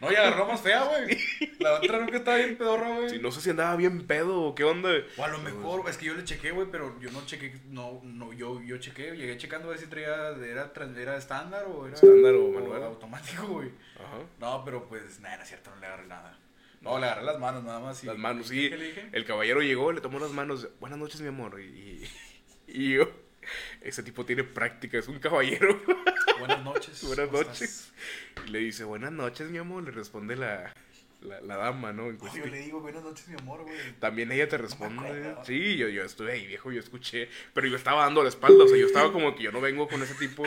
Speaker 1: No, ya agarró más fea, güey. La otra nunca estaba bien pedorra, güey.
Speaker 2: Sí, no sé si andaba bien pedo o qué onda.
Speaker 1: O a lo
Speaker 2: Pues,
Speaker 1: mejor, es que yo le chequé, güey, pero yo no chequé, no, no, yo, yo chequé, llegué checando a ver si traía, era, tran- era estándar o era...
Speaker 2: Estándar o manual.
Speaker 1: automático, güey.
Speaker 2: Ajá.
Speaker 1: No, pero pues, nada, no es cierto, no le agarré nada. No, le agarré las manos nada más y...
Speaker 2: Las manos,
Speaker 1: ¿Qué
Speaker 2: sí.
Speaker 1: le dije?
Speaker 2: El caballero llegó, le tomó las manos. Buenas noches, mi amor. Y, y yo, ese tipo tiene práctica, es un caballero.
Speaker 1: Buenas noches.
Speaker 2: Buenas
Speaker 1: ¿cómo
Speaker 2: noches. Y le dice, buenas noches, mi amor. Le responde la, la, la dama, ¿no? En
Speaker 1: estás?
Speaker 2: cuestión.
Speaker 1: Pues Yo le digo, buenas noches, mi amor, güey.
Speaker 2: También ella te responde.
Speaker 1: acuerdo.
Speaker 2: sí, yo, yo estuve ahí, viejo, yo escuché. Pero yo estaba dando la espalda, o sea, yo estaba como que yo no vengo con ese tipo.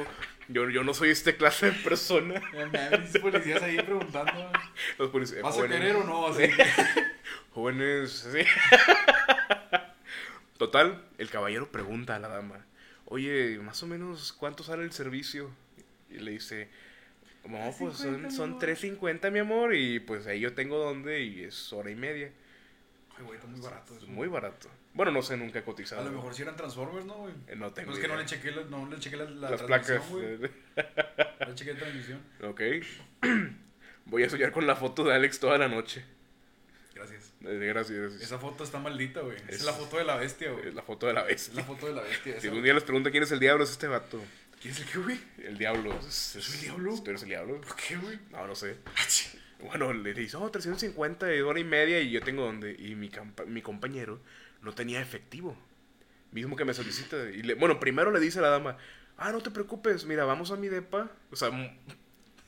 Speaker 2: Yo, yo no soy este clase de persona.
Speaker 1: Ya Me habían visto policías ahí preguntando, güey,
Speaker 2: Los policías.
Speaker 1: ¿vas a
Speaker 2: jóvenes-
Speaker 1: querer o no? Así.
Speaker 2: Jóvenes, sí. Total, el caballero pregunta a la dama, oye, más o menos, ¿cuánto sale el servicio? Y le dice, no, pues son, son 3.50, mi amor, y pues ahí yo tengo donde y es hora y media.
Speaker 1: Ay, güey, está muy barato.
Speaker 2: Es
Speaker 1: eso.
Speaker 2: muy barato. Bueno, no sé, nunca he cotizado.
Speaker 1: A lo mejor si eran Transformers, ¿no, güey?
Speaker 2: Eh, No tengo
Speaker 1: Pues que no
Speaker 2: idea.
Speaker 1: le chequé, la- no le chequé la, la
Speaker 2: las
Speaker 1: transmisión,
Speaker 2: placas.
Speaker 1: güey.
Speaker 2: eh,
Speaker 1: No le chequé la transmisión.
Speaker 2: ok. Voy a soñar con la foto de Alex toda la noche.
Speaker 1: Gracias.
Speaker 2: Eh, Gracias, gracias.
Speaker 1: Esa foto está maldita, güey. Esa
Speaker 2: Es-
Speaker 1: Es la foto de la bestia, güey.
Speaker 2: Es la foto de la
Speaker 1: Es
Speaker 2: bestia.
Speaker 1: la foto de la bestia.
Speaker 2: Si
Speaker 1: Esa,
Speaker 2: algún
Speaker 1: güey.
Speaker 2: día les pregunta quién es el diablo, es este vato.
Speaker 1: ¿Quién es el que, güey?
Speaker 2: El diablo. ¿Es, el diablo? ¿Tú eres el diablo?
Speaker 1: ¿Por qué, Ah, güey?
Speaker 2: No, no sé. Bueno, le dice, oh, 350 de hora y media y yo tengo donde. Y mi, campa- mi compañero no tenía efectivo. Mismo que me solicita. Y le, bueno, primero le dice a la dama, ah, no te preocupes, mira, vamos a mi depa. O sea, m-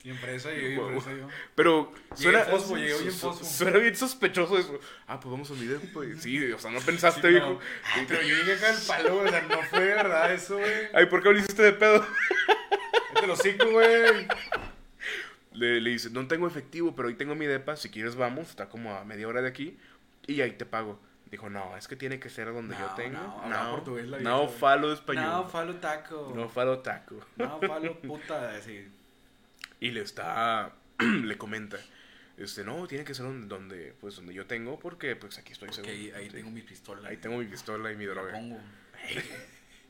Speaker 1: Y empresa yo, y
Speaker 2: Wow.
Speaker 1: empresa yo.
Speaker 2: pero suena,
Speaker 1: en fosfo, llegué hoy en
Speaker 2: su-
Speaker 1: fosfo.
Speaker 2: suena bien sospechoso eso. Ah, pues vamos a mi depa. Y Sí, o sea, no pensaste,
Speaker 1: Sí,
Speaker 2: viejo.
Speaker 1: no. Pero yo llegué acá al palo, güey. O sea, no fue verdad eso, güey.
Speaker 2: Ay, ¿por qué lo hiciste de pedo?
Speaker 1: Te lo cinco, güey.
Speaker 2: Le, le dice, no tengo efectivo, pero ahí tengo mi depa, si quieres vamos, está como a media hora de aquí, y ahí te pago. Dijo, no, es que tiene que ser donde yo
Speaker 1: No,
Speaker 2: tengo.
Speaker 1: no, hablaba portugués la
Speaker 2: no
Speaker 1: vieja, güey.
Speaker 2: falo español. No,
Speaker 1: falo taco.
Speaker 2: falo taco.
Speaker 1: No, falo puta. Así.
Speaker 2: Y le está, le comenta, este, no, tiene que ser donde, donde, pues, donde yo tengo, porque, pues, aquí estoy
Speaker 1: Porque
Speaker 2: seguro.
Speaker 1: ahí, ahí
Speaker 2: Sí.
Speaker 1: tengo mi pistola.
Speaker 2: Ahí tengo mi pistola y mi
Speaker 1: La
Speaker 2: droga.
Speaker 1: pongo.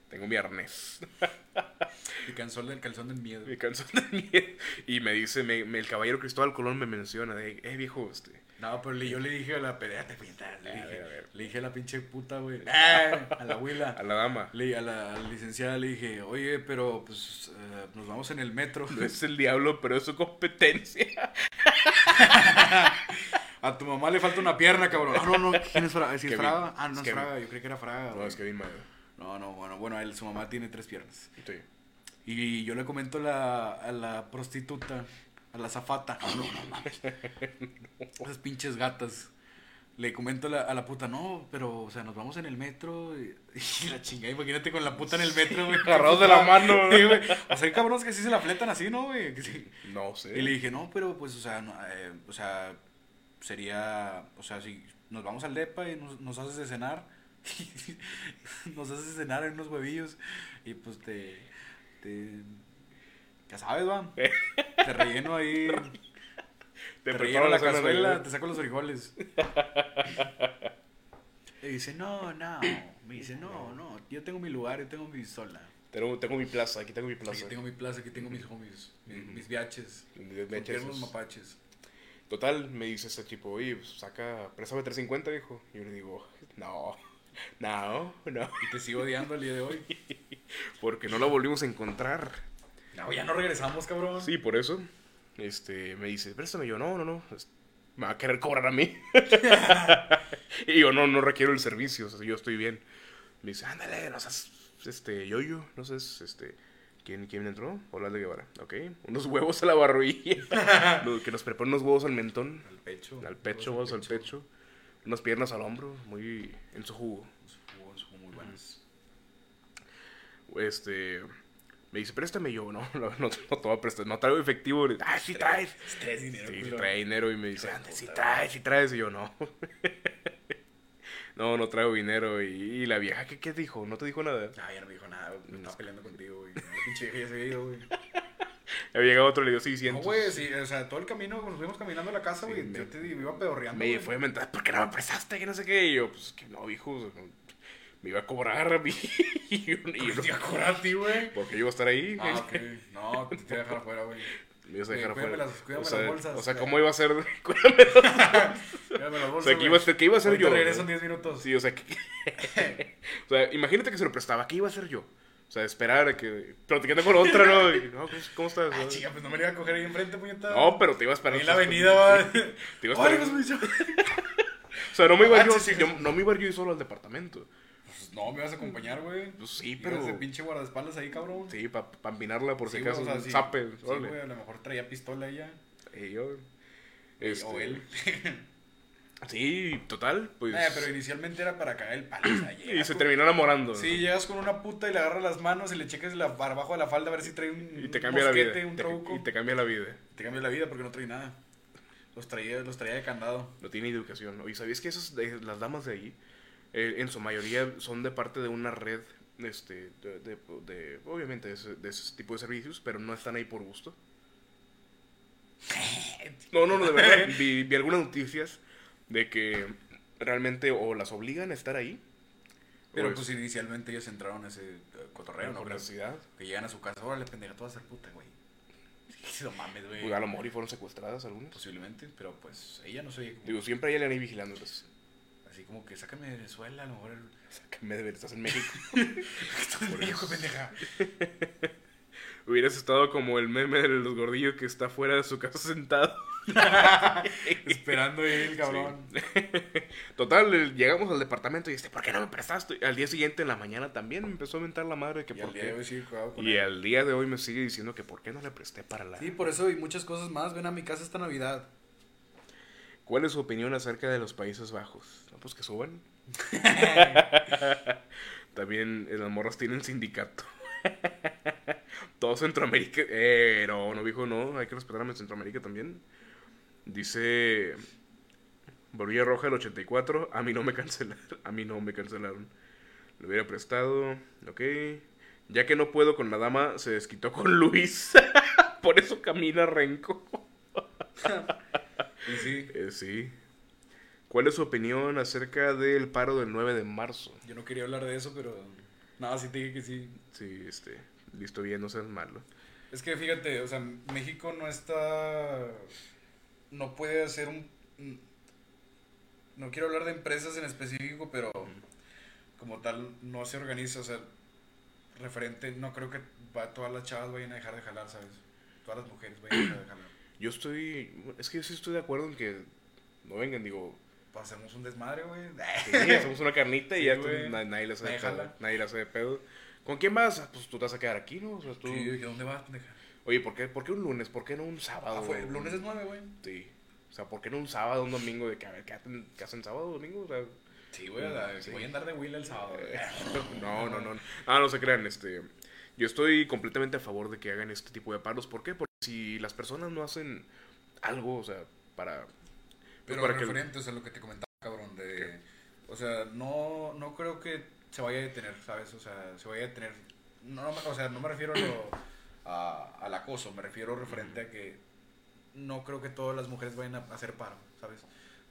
Speaker 2: Tengo mi arnés.
Speaker 1: Y calzón, del calzón del miedo.
Speaker 2: Mi calzón de miel. Y me dice, me- me- el caballero Cristóbal Colón me menciona, de, eh, viejo, este,
Speaker 1: No, pero le- yo le dije a la pelea te pinta. Le,
Speaker 2: A
Speaker 1: dije,
Speaker 2: ver, a ver.
Speaker 1: le dije a la pinche puta, güey. A la abuela.
Speaker 2: Ah. a la dama.
Speaker 1: Le, a, la, a la licenciada le dije, oye, pero pues eh, nos vamos en el metro.
Speaker 2: No es el diablo, pero es su competencia.
Speaker 1: A tu mamá le falta una pierna, cabrón. Ah, no, no, ¿quién es Fraga? ¿Sí es
Speaker 2: Kevin.
Speaker 1: Fraga? Ah,
Speaker 2: Es
Speaker 1: no es
Speaker 2: Kevin.
Speaker 1: Fraga, yo creí que era Fraga.
Speaker 2: No,
Speaker 1: güey.
Speaker 2: es que bien madre.
Speaker 1: No, no, bueno, bueno, él, su mamá tiene tres piernas.
Speaker 2: Sí.
Speaker 1: Y yo le comento la, a la prostituta, a la zafata.
Speaker 2: Ah,
Speaker 1: No, no mames. Esas pinches gatas. Le comento a la, a la puta, no, pero, o sea, nos vamos en el metro. Y, y la chingada, imagínate con la puta en el metro, güey.
Speaker 2: agarrados de la mano,
Speaker 1: Sí,
Speaker 2: güey.
Speaker 1: güey. O sea, hay cabrones que sí se la fletan así, ¿no, güey? Que sí.
Speaker 2: No sé.
Speaker 1: Y le dije, no, pero pues, o sea, no, eh, o sea, sería, o sea, si nos vamos al DEPA y nos, nos haces de cenar, nos haces de cenar en unos huevillos y pues te, te ya sabes, va, te relleno ahí, te, relleno
Speaker 2: preparo
Speaker 1: la
Speaker 2: cena
Speaker 1: cazuela,
Speaker 2: de-
Speaker 1: te saco los frijoles. Y dice, no, no, me dice, no, no, yo tengo mi lugar, yo tengo mi sola.
Speaker 2: Tengo, tengo mi plaza, aquí tengo mi plaza.
Speaker 1: Aquí tengo mi plaza, aquí tengo mis homies, mis,
Speaker 2: Ujú.
Speaker 1: mis viaches,
Speaker 2: Mis
Speaker 1: mis
Speaker 2: viaches.
Speaker 1: los mapaches.
Speaker 2: Total, me dice este tipo, oye, pues, saca, préstame 350, viejo. Y yo le digo, no. No, no.
Speaker 1: Y te sigo odiando el día de hoy.
Speaker 2: Porque no la volvimos a encontrar.
Speaker 1: No, ya no regresamos, cabrón.
Speaker 2: Sí, por eso. Este, me dice, préstame. Yo, no, no, no. es- Me va a querer cobrar a mí. y yo, no, no requiero el servicio. o sea, yo estoy bien. Me dice, ándale, no seas, este, yo-yo. No sé, este, ¿quién, quién entró? Hola de Guevara. Ok. Unos huevos a la barruilla. Lo que nos prepara unos huevos al mentón.
Speaker 1: Al pecho.
Speaker 2: Al pecho, huevos al pecho. Unas piernas al hombro. Muy en su jugo.
Speaker 1: Jugos, jugos muy buenos.
Speaker 2: Este. Me dice, préstame Y yo, no, no, no, no te voy a prestar, no traigo efectivo. Ah, sí traes.
Speaker 1: Tres dinero,
Speaker 2: Sí, sí
Speaker 1: culero.
Speaker 2: trae dinero y me dice, antes sí traes, sí traes. Y yo, no. no, no traigo dinero. Y, y la vieja, ¿qué, ¿qué dijo? ¿No te dijo nada?
Speaker 1: Ah, ya no me dijo nada, güey. Me estaba peleando contigo, güey. La pinche vieja ya se había ido, güey.
Speaker 2: Había llegado otro y le dio
Speaker 1: No,
Speaker 2: 600.
Speaker 1: güey, sí, o sea, todo el camino, nos fuimos caminando a la casa, güey.
Speaker 2: me-
Speaker 1: yo te me iba pedorreando.
Speaker 2: me
Speaker 1: güey.
Speaker 2: fue a mentar, ¿por qué no me prestaste? Que no sé qué. Y yo, pues que no, hijo. Me iba a cobrar a mí. y yo, y yo,
Speaker 1: Te iba a cobrar a ti, güey.
Speaker 2: porque yo iba a estar ahí.
Speaker 1: Pues, Ah, ok. No, te te iba a dejar afuera, güey.
Speaker 2: Me ibas a
Speaker 1: Güey,
Speaker 2: dejar
Speaker 1: cuídame
Speaker 2: afuera.
Speaker 1: las- cuídame
Speaker 2: o sea,
Speaker 1: las bolsas,
Speaker 2: o sea,
Speaker 1: güey.
Speaker 2: ¿cómo iba a ser?
Speaker 1: Llévame las
Speaker 2: o
Speaker 1: bolsas,
Speaker 2: sea, ¿qué iba a ser, qué iba a ser yo?
Speaker 1: Ahorita regreso en
Speaker 2: güey?
Speaker 1: 10 minutos.
Speaker 2: Sí, o sea, que- o sea, imagínate que se lo prestaba. ¿Qué iba a hacer yo? O sea, esperar a que. Platicando con otra, ¿no? Y, no, ¿cómo- ¿Cómo estás?
Speaker 1: Ah, chica, pues no me lo iba a coger ahí enfrente, puñeta.
Speaker 2: no, pero te ibas para
Speaker 1: Ahí en la avenida, va.
Speaker 2: Te ibas
Speaker 1: Órale,
Speaker 2: para-
Speaker 1: pues, me dice,
Speaker 2: O sea, no me iba yo,
Speaker 1: Avances, hijos.
Speaker 2: yo- no me iba yo solo al departamento.
Speaker 1: Pues no, me vas a acompañar, güey.
Speaker 2: Pues sí,
Speaker 1: Pero...
Speaker 2: pero.
Speaker 1: Ese pinche guardaespaldas ahí, cabrón.
Speaker 2: Sí, para empinarla por si
Speaker 1: Sí,
Speaker 2: acaso.
Speaker 1: güey, o sea, sí.
Speaker 2: zape,
Speaker 1: Sí,
Speaker 2: órale.
Speaker 1: güey, a lo mejor traía pistola ella.
Speaker 2: Y yo, este,
Speaker 1: O él.
Speaker 2: Sí, total, pues.
Speaker 1: Eh, pero inicialmente era para cagar el palo. o sea,
Speaker 2: y
Speaker 1: llegas
Speaker 2: se
Speaker 1: con-
Speaker 2: terminó enamorando. ¿no?
Speaker 1: Sí, llegas con una puta y le agarras las manos y le checas la, abajo de la falda a ver si trae un,
Speaker 2: Y te cambia la
Speaker 1: mosquete,
Speaker 2: vida.
Speaker 1: un
Speaker 2: Te-
Speaker 1: trabuco.
Speaker 2: y te cambia la vida.
Speaker 1: Te cambia la vida porque no trae nada. Los traía, los traía de candado.
Speaker 2: No tiene educación. Oye, ¿sabías que esas, eh, las damas de ahí, eh, en su mayoría, son de parte de una red, este, de, de- de- obviamente, de ese, de ese tipo de servicios, pero no están ahí por gusto? No, no, no, de verdad. Vi, vi algunas noticias de que realmente o las obligan a estar ahí,
Speaker 1: Pero
Speaker 2: Pues- Ah,
Speaker 1: pues inicialmente ellos entraron a ese eh, cotorreo, ¿no?
Speaker 2: por necesidad.
Speaker 1: Que llegan a su casa, órale, pendeja, tú vas a ser puta, güey. No mames, güey.
Speaker 2: Pues, a lo mejor y fueron secuestradas algunas.
Speaker 1: Posiblemente, pero pues ella no se oye como-
Speaker 2: Digo, siempre hay alguien ahí vigilándolas.
Speaker 1: así como que sácame de Venezuela, a lo mejor.
Speaker 2: Que me deberías estar en México.
Speaker 1: Por hijo, pendeja.
Speaker 2: Hubieras estado como el meme de los gordillos que está fuera de su casa sentado.
Speaker 1: Esperando él, cabrón.
Speaker 2: Total, eh, llegamos al departamento y este, ¿por qué no me prestaste? Al día siguiente, en la mañana, también me empezó a mentar la madre que
Speaker 1: Y
Speaker 2: por
Speaker 1: al día de
Speaker 2: qué.
Speaker 1: hoy sí, cuidado con
Speaker 2: Y
Speaker 1: él.
Speaker 2: al día de hoy me sigue diciendo que por qué no le presté para la...
Speaker 1: Sí, por eso y muchas cosas más. Ven a mi casa esta Navidad.
Speaker 2: ¿Cuál es su opinión acerca de los Países Bajos? No, pues que suban. también eh, las morras tienen sindicato. Todo Centroamérica... Eh, no, no, viejo, no. Hay que respetar a Centroamérica también. Dice... Barbilla Roja del 84. A mí no me cancelaron. A mí no me cancelaron. Lo hubiera prestado. Ok. Ya que no puedo con la dama, se desquitó con Luis. Por eso camina renco.
Speaker 1: Y sí,
Speaker 2: Eh, sí. ¿Cuál es su opinión acerca del paro del 9 de marzo?
Speaker 1: yo no quería hablar de eso, pero. Nada, sí te dije que sí.
Speaker 2: Sí, este. Listo, bien, no seas malo.
Speaker 1: Es que fíjate, o sea, México no está. No puede hacer un. No quiero hablar de empresas en específico, pero como tal no se organiza, o sea, referente, no creo que va- todas las chavas vayan a dejar de jalar, ¿sabes? Todas las mujeres vayan a dejar de jalar.
Speaker 2: Yo estoy. Es que yo sí estoy de acuerdo en que. No vengan, digo.
Speaker 1: Pasemos un desmadre, güey.
Speaker 2: sí, hacemos una carnita y
Speaker 1: Sí,
Speaker 2: ya
Speaker 1: güey.
Speaker 2: tú- na- nadie le hace de
Speaker 1: Nadie
Speaker 2: pedo.
Speaker 1: jala.
Speaker 2: Nadie le hace de pedo. ¿Con quién vas? Ah, Pues tú te vas a quedar aquí, ¿no? O sea, tú-
Speaker 1: Sí, ¿y ¿Dónde vas, pendeja?
Speaker 2: Oye, ¿por qué, ¿por qué un lunes? ¿Por qué no un sábado?
Speaker 1: Ah, fue, el lunes es 9, güey.
Speaker 2: Sí. O sea, ¿por qué no un sábado, un domingo? De que, a ver, ¿qué hacen, qué hacen sábado, domingo? O sea,
Speaker 1: Sí, güey, la-
Speaker 2: Sí.
Speaker 1: voy a andar de Will el sábado. güey.
Speaker 2: No, no, no. Ah, no se crean, este. Yo estoy completamente a favor de que hagan este tipo de paros. ¿Por qué? Porque si las personas no hacen algo, o sea, para. pues,
Speaker 1: Pero
Speaker 2: para que-
Speaker 1: referente, o sea, lo que te comentaba, cabrón, de... O sea, no, no creo que se vaya a detener, ¿sabes? O sea, se vaya a detener... No, no, o sea, no me refiero a lo- a- al acoso, me refiero referente a que no creo que todas las mujeres vayan a hacer paro, ¿sabes?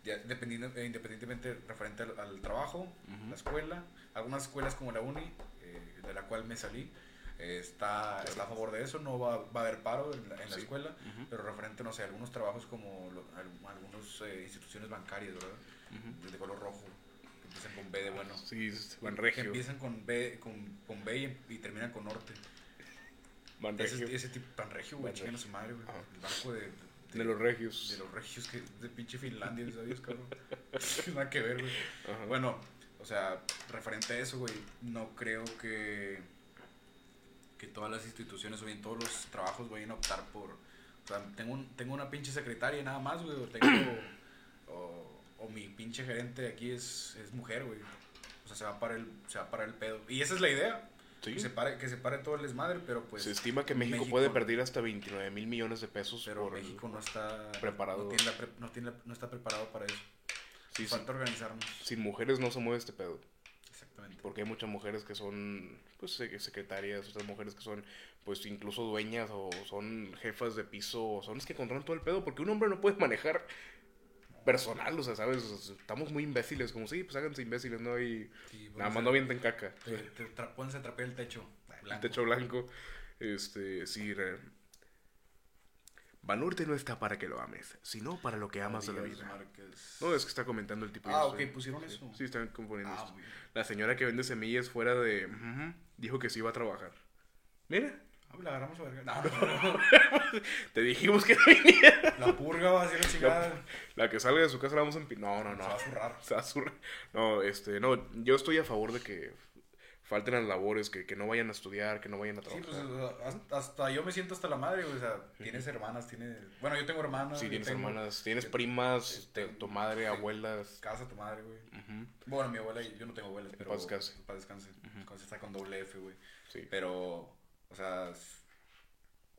Speaker 1: Ya, dependiendo, eh, independientemente referente al, al trabajo, la escuela, algunas escuelas como la uni, eh, de la cual me salí, eh, está, está a favor de eso, no va, va a haber paro en la, en la
Speaker 2: Sí.
Speaker 1: escuela, pero referente, no sé, a algunos trabajos como lo- al- algunas eh, instituciones bancarias, ¿verdad? De- De color rojo, que empiezan empiezan con B de bueno.
Speaker 2: Sí, es Van
Speaker 1: Que
Speaker 2: Ah, Regio.
Speaker 1: empiezan con B, con, con B y, y terminan con Norte.
Speaker 2: Van
Speaker 1: Ese,
Speaker 2: Regio.
Speaker 1: ese tipo, tan regio, güey, chingan a su madre, güey.
Speaker 2: Ajá.
Speaker 1: El barco de, de,
Speaker 2: De los Regios.
Speaker 1: de los regios, que de pinche Finlandia, ¿sabes, cabrón? Nada que ver, güey.
Speaker 2: Ajá.
Speaker 1: Bueno, o sea, referente a eso, güey, no creo que, que todas las instituciones o bien todos los trabajos vayan a optar por... O sea, tengo, un- tengo una pinche secretaria nada más, güey, o tengo... o, o mi pinche gerente aquí es, es mujer, güey. O sea, se va, para el, se va para el pedo. Y esa es la idea,
Speaker 2: Sí.
Speaker 1: que, se pare, que se pare todo el desmadre, pero pues...
Speaker 2: se estima que México,
Speaker 1: México-
Speaker 2: puede perder hasta 29 mil millones de pesos
Speaker 1: Pero
Speaker 2: por el-
Speaker 1: México no está...
Speaker 2: preparado.
Speaker 1: No, tiene la pre- no tiene la- no está preparado para eso.
Speaker 2: Sí, sí.
Speaker 1: Falta organizarnos.
Speaker 2: Sin mujeres no se mueve este pedo.
Speaker 1: Exactamente.
Speaker 2: Porque hay muchas mujeres que son pues se- secretarias, otras mujeres que son pues incluso dueñas o son jefas de piso, o son las que controlan todo el pedo, porque un hombre no puede manejar personal, o sea, sabes, O sea, estamos muy imbéciles, como sí, pues háganse imbéciles, no hay
Speaker 1: Sí,
Speaker 2: nada
Speaker 1: vamos
Speaker 2: más
Speaker 1: a-
Speaker 2: no avienten caca.
Speaker 1: Te, te tra- pónganse a trapear el techo.
Speaker 2: El
Speaker 1: blanco.
Speaker 2: techo blanco. Este, sí, re- Banorte no está para que lo ames, sino para lo que amas de la
Speaker 1: Díaz
Speaker 2: vida.
Speaker 1: Márquez.
Speaker 2: No, es que está comentando el tipo. y
Speaker 1: ah,
Speaker 2: yo
Speaker 1: ok,
Speaker 2: estoy-
Speaker 1: pusieron eso.
Speaker 2: Sí, están componiendo
Speaker 1: Ah,
Speaker 2: esto.
Speaker 1: muy bien.
Speaker 2: La señora que vende semillas fuera de... ujú, dijo que sí iba a trabajar. Mira,
Speaker 1: Ah, la agarramos a verga. No, no, no.
Speaker 2: te dijimos que no viniera.
Speaker 1: La purga va a ser la chingada.
Speaker 2: La que salga de su casa la vamos a empinar. No, no, no.
Speaker 1: Se va a zurrar.
Speaker 2: Se va a zurrar. No, este, no, yo estoy a favor de que falten las labores, que, que no vayan a estudiar, que no vayan a
Speaker 1: Sí,
Speaker 2: trabajar.
Speaker 1: pues o sea, hasta, hasta yo me siento hasta la madre, güey. O sea, tienes hermanas, tienes. Bueno, yo tengo hermanas.
Speaker 2: si
Speaker 1: yo
Speaker 2: tienes
Speaker 1: tengo este,
Speaker 2: hermanas, tienes primas,
Speaker 1: tengo-
Speaker 2: te- tu madre,
Speaker 1: tengo-
Speaker 2: abuelas.
Speaker 1: Casa, tu madre, güey.
Speaker 2: ujú,
Speaker 1: Bueno, mi abuela, yo no tengo abuelas, pero.
Speaker 2: paz descanse.
Speaker 1: en paz descanse. Entonces Está con doble F, güey.
Speaker 2: sí.
Speaker 1: Pero, o sea, es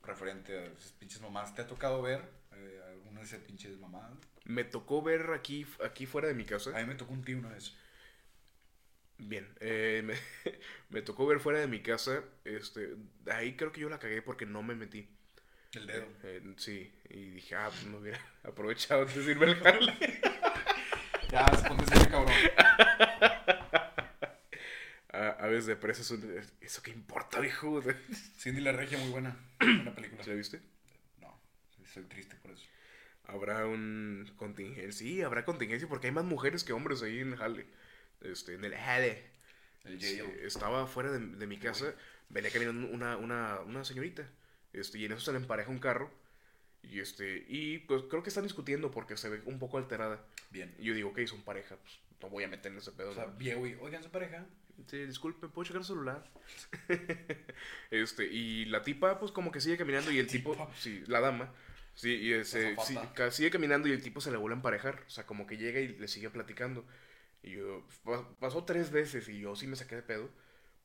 Speaker 1: referente a esas pinches mamás, ¿te ha tocado ver eh, alguna de esas pinches mamás?
Speaker 2: Me tocó ver aquí, aquí fuera de mi casa.
Speaker 1: A mí me tocó un tío una vez.
Speaker 2: Bien, eh, me, me tocó ver fuera de mi casa, este, ahí creo que yo la cagué porque no me metí.
Speaker 1: El dedo.
Speaker 2: Eh, sí, y dije, ah, pues no hubiera aprovechado antes de irme al jale.
Speaker 1: Ya, se pone
Speaker 2: este
Speaker 1: serio, cabrón.
Speaker 2: A, a veces de presa es un- ¿Eso qué importa, viejo?
Speaker 1: Cindy la Regia, muy buena. Buena película.
Speaker 2: ¿La viste?
Speaker 1: No, estoy triste por eso.
Speaker 2: Habrá un contingencia, sí, habrá contingencia porque hay más mujeres que hombres ahí en el jale. Este, en el jale.
Speaker 1: El
Speaker 2: Sí,
Speaker 1: J.O.
Speaker 2: estaba fuera de, de mi casa, venía caminando una, una, una señorita, este, y en eso se le empareja un carro, y este, y pues, creo que están discutiendo porque se ve un poco alterada.
Speaker 1: Bien.
Speaker 2: Y yo digo, ok, son pareja, pues, no voy a meterle ese pedo.
Speaker 1: O sea,
Speaker 2: ¿no?
Speaker 1: viejo, güey. Oigan, su pareja.
Speaker 2: Sí, disculpen, ¿puedo checar el celular? este, y la tipa, pues como que sigue caminando y el tipo,
Speaker 1: tipa.
Speaker 2: sí, la dama, sí, y ese,
Speaker 1: La
Speaker 2: sí,
Speaker 1: azafata.
Speaker 2: ca- sigue caminando y el tipo se la vuelve a emparejar, o sea, como que llega y le sigue platicando. Y yo, pa- pasó tres veces y yo sí me saqué de pedo,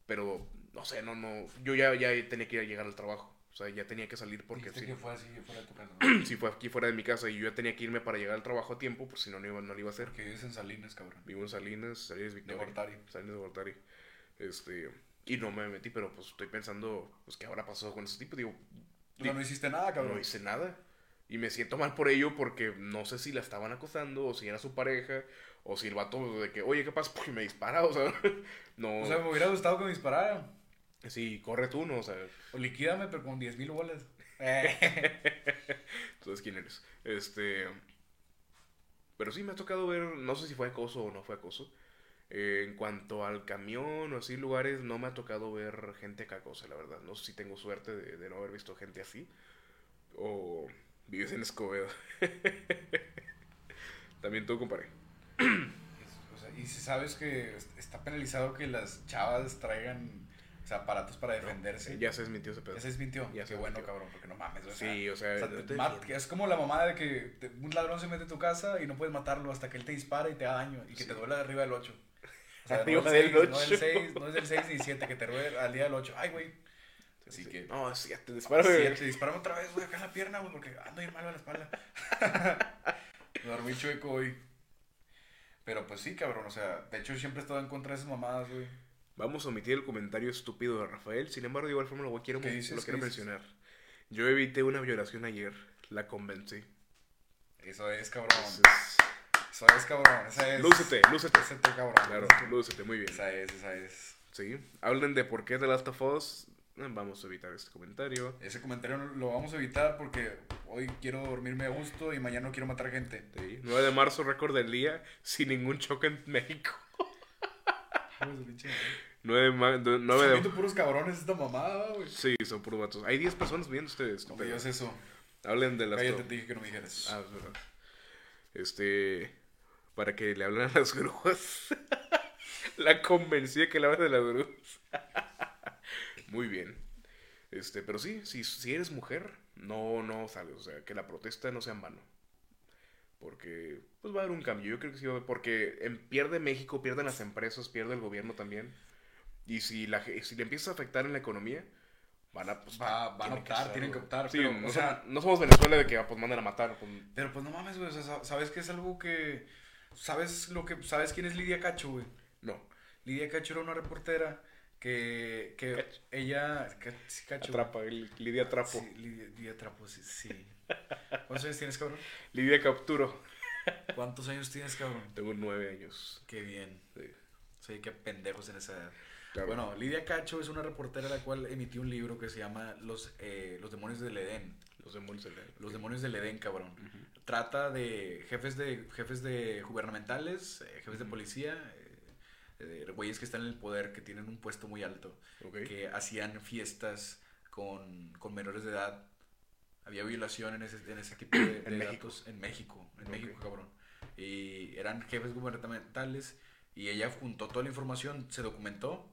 Speaker 2: pero, no sé, no, no, yo ya, ya tenía que ir a llegar al trabajo, o sea, ya tenía que salir porque
Speaker 1: Dijiste
Speaker 2: sí
Speaker 1: que fue así, que fuera de tu casa.
Speaker 2: si fue aquí fuera de mi casa y yo ya tenía que irme para llegar al trabajo a tiempo, pues si no, no, iba- no lo iba a hacer.
Speaker 1: Porque vives en Salinas, cabrón.
Speaker 2: Vivo en Salinas, Salinas Victoria.
Speaker 1: Gortari.
Speaker 2: Salinas de Gortari. Este, y no me metí, pero pues estoy pensando, pues, ¿qué habrá pasado con ese tipo? Digo,
Speaker 1: O sea, no hiciste nada,
Speaker 2: no
Speaker 1: cabrón.
Speaker 2: hice nada. Y me siento mal por ello porque no sé si la estaban acosando, o si era su pareja, o si el vato de que, oye, ¿qué pasa? Pues me dispara, o sea, no.
Speaker 1: O sea, me hubiera gustado que me disparara.
Speaker 2: sí, corre tú, ¿no? O sea,
Speaker 1: O liquídame, pero con 10 mil bolas. Eh.
Speaker 2: entonces, ¿quién eres? Este. Pero sí me ha tocado ver, no sé si fue acoso o no fue acoso. Eh, en cuanto al camión o así lugares, no me ha tocado ver gente que acose, la verdad. No sé si tengo suerte de, de no haber visto gente así. O vives en Escobedo. También tú, compadre.
Speaker 1: Es- o sea, y si sabes que est- está penalizado que las chavas traigan o sea, aparatos para defenderse.
Speaker 2: Ya se desmintió ese pedo.
Speaker 1: Ya se desmintió.
Speaker 2: Ya se
Speaker 1: Qué bueno,
Speaker 2: desmintió.
Speaker 1: cabrón, porque no mames. O sea,
Speaker 2: Sí, o sea,
Speaker 1: o sea,
Speaker 2: no
Speaker 1: te
Speaker 2: te
Speaker 1: ma-
Speaker 2: defiendes.
Speaker 1: Eh, es como la mamada de que te- un ladrón se mete a tu casa y no puedes matarlo hasta que él te dispara y te haga daño y que te
Speaker 2: Sí.
Speaker 1: duela arriba del 8. O sea,
Speaker 2: Arriba
Speaker 1: no del
Speaker 2: del
Speaker 1: 6, no
Speaker 2: ocho.
Speaker 1: del 6, no es del 6 ni 7, que te rueda al día del 8. Ay, güey. Así
Speaker 2: Sí.
Speaker 1: que.
Speaker 2: No, sí, ya te disparo.
Speaker 1: Sí, te disparame otra vez, güey, acá en la pierna, güey, porque ando bien malo a la espalda. Me dormí chueco hoy. Pero pues sí, cabrón, o sea, de hecho siempre he estado en contra de esas mamadas, güey.
Speaker 2: Vamos a omitir el comentario estúpido de Rafael, sin embargo, de igual forma lo voy- quiero,
Speaker 1: ¿Qué
Speaker 2: lo
Speaker 1: dices?
Speaker 2: quiero
Speaker 1: ¿Qué dices?
Speaker 2: mencionar. Yo evité una violación ayer, la convencí.
Speaker 1: Eso es, cabrón.
Speaker 2: Entonces,
Speaker 1: Eso es, cabrón. Esa es.
Speaker 2: lúcete, lúcete.
Speaker 1: Esa es, cabrón.
Speaker 2: Claro, lúcete, muy bien.
Speaker 1: Esa es, esa es.
Speaker 2: Sí, hablen de por qué The Last of Us. Vamos a evitar este comentario.
Speaker 1: Ese comentario lo vamos a evitar porque hoy quiero dormirme a gusto y mañana no quiero matar gente.
Speaker 2: Sí, 9 de marzo, récord del día, sin ningún choque en México.
Speaker 1: Hijo de su pinche madre.
Speaker 2: Nueve, ma- de- nueve
Speaker 1: Se
Speaker 2: de-
Speaker 1: han visto puros cabrones esta mamada, güey.
Speaker 2: Sí, son puros vatos. Hay 10 personas viendo ustedes.
Speaker 1: No
Speaker 2: pero-
Speaker 1: digas eso.
Speaker 2: Hablen de las...
Speaker 1: Cállate, te dije que no me dijeras. eso.
Speaker 2: Ah, es verdad. Este... Para que le hablen a las grúas. La convencí de que le hablen de las grúas. Muy bien. Este, pero sí, si, si eres mujer, no, no sales. O sea, que la protesta no sea en vano. Porque, pues va a haber un cambio. Yo creo que sí va a haber. Porque en- pierde México, pierden las empresas, pierde el gobierno también. Y si, la, ge- si le empieza a afectar en la economía, van a. Pues,
Speaker 1: Va- van a
Speaker 2: tienen
Speaker 1: optar,
Speaker 2: hacerlo.
Speaker 1: tienen que optar,
Speaker 2: Sí,
Speaker 1: pero,
Speaker 2: no,
Speaker 1: o
Speaker 2: som-
Speaker 1: sea-
Speaker 2: no somos Venezuela de que ah, pues, mandan a matar. pues,
Speaker 1: Pero pues no mames, güey. O sea, sa- sabes que es algo que. ¿Sabes lo que. ¿Sabes quién es Lidia Cacho, güey?
Speaker 2: no.
Speaker 1: Lidia Cacho era una reportera que. que
Speaker 2: Cacho.
Speaker 1: ella. que- sí, Cacho. güey.
Speaker 2: Atrapa, el- Lidia Trapo.
Speaker 1: Sí, Lidia, Lidia Trapo, sí. sí. ¿Cuántos años tienes, cabrón?
Speaker 2: Lidia Capturo.
Speaker 1: ¿Cuántos años tienes, cabrón?
Speaker 2: Tengo nueve años.
Speaker 1: Qué bien.
Speaker 2: Sí,
Speaker 1: Soy qué pendejos en esa edad.
Speaker 2: claro.
Speaker 1: Bueno, Lidia Cacho es una reportera la cual emitió un libro que se llama Los, eh, Los Demonios del Edén.
Speaker 2: los demonios del aire.
Speaker 1: Los demonios del Edén, cabrón. Trata de jefes de jefes de gubernamentales, eh, jefes de policía, eh, de güeyes que están en el poder, que tienen un puesto muy alto,
Speaker 2: Ok.
Speaker 1: que hacían fiestas con, con menores de edad. Había violación en ese, en ese tipo de,
Speaker 2: En
Speaker 1: de
Speaker 2: México.
Speaker 1: datos en México, en
Speaker 2: Ok.
Speaker 1: México, cabrón. Y eran jefes gubernamentales y ella juntó toda la información, se documentó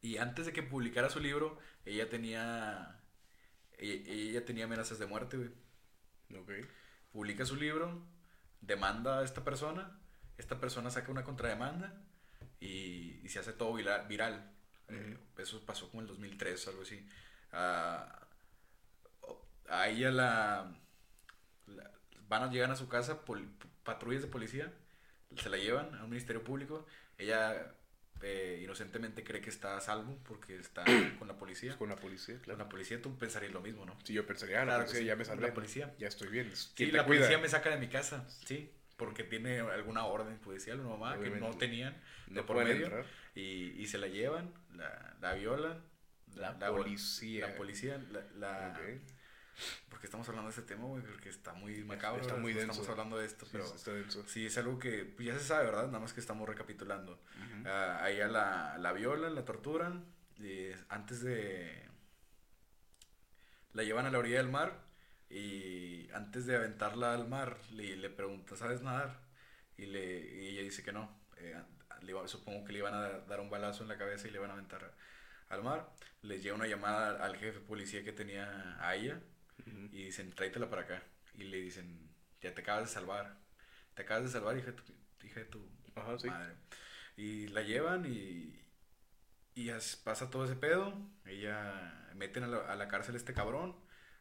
Speaker 1: y antes de que publicara su libro, ella tenía e- ella tenía amenazas de muerte, güey.
Speaker 2: Ok.
Speaker 1: Publica su libro, demanda a esta persona, esta persona saca una contrademanda y, y se hace todo vila- viral. Eh, eso pasó como en el 2003, algo así. Ah, o- a ella la, la- Van a llegar a su casa pol- patrullas de policía, se la llevan a un ministerio público. Ella eh, inocentemente cree que está a salvo porque está con la policía.
Speaker 2: Es Con la policía,
Speaker 1: Con
Speaker 2: claro.
Speaker 1: la policía tú pensarías lo mismo, ¿no?
Speaker 2: Sí, yo pensaría, ah,
Speaker 1: Claro
Speaker 2: la
Speaker 1: que
Speaker 2: policía,
Speaker 1: sí,
Speaker 2: ya
Speaker 1: la
Speaker 2: me salvé.
Speaker 1: policía.
Speaker 2: Ya estoy bien.
Speaker 1: Sí,
Speaker 2: ¿Quién te
Speaker 1: la
Speaker 2: cuida?
Speaker 1: policía me saca de mi casa, sí, porque tiene alguna orden judicial, una mamá que no
Speaker 2: Obviamente.
Speaker 1: tenían de
Speaker 2: No
Speaker 1: por
Speaker 2: pueden
Speaker 1: medio
Speaker 2: entrar.
Speaker 1: y, y se la llevan, la, la violan,
Speaker 2: La policía.
Speaker 1: la policía, la, la-
Speaker 2: Ok.
Speaker 1: porque estamos hablando de este tema, güey, porque está muy macabro,
Speaker 2: está
Speaker 1: ¿verdad?
Speaker 2: muy denso.
Speaker 1: estamos hablando de esto,
Speaker 2: Sí,
Speaker 1: pero
Speaker 2: sí, está denso.
Speaker 1: sí es algo que pues, ya se sabe, ¿verdad? Nada más que estamos recapitulando. Ah, a ella la, la violan, la torturan, y antes de... La llevan a la orilla del mar y antes de aventarla al mar le, le pregunta, ¿sabes nadar? Y, le, y ella dice que no. Eh, le iba- supongo que le iban a dar un balazo en la cabeza y le van a aventar al mar. Les llega una llamada al jefe de policía que tenía a ella
Speaker 2: Ujú.
Speaker 1: y dicen, tráetela para acá. Y le dicen, ya te acabas de salvar. Te acabas de salvar, hija de tu, hija de tu
Speaker 2: Ajá, sí.
Speaker 1: madre. Y la llevan y, y as- pasa todo ese pedo. Ella meten a la, a la cárcel a este cabrón,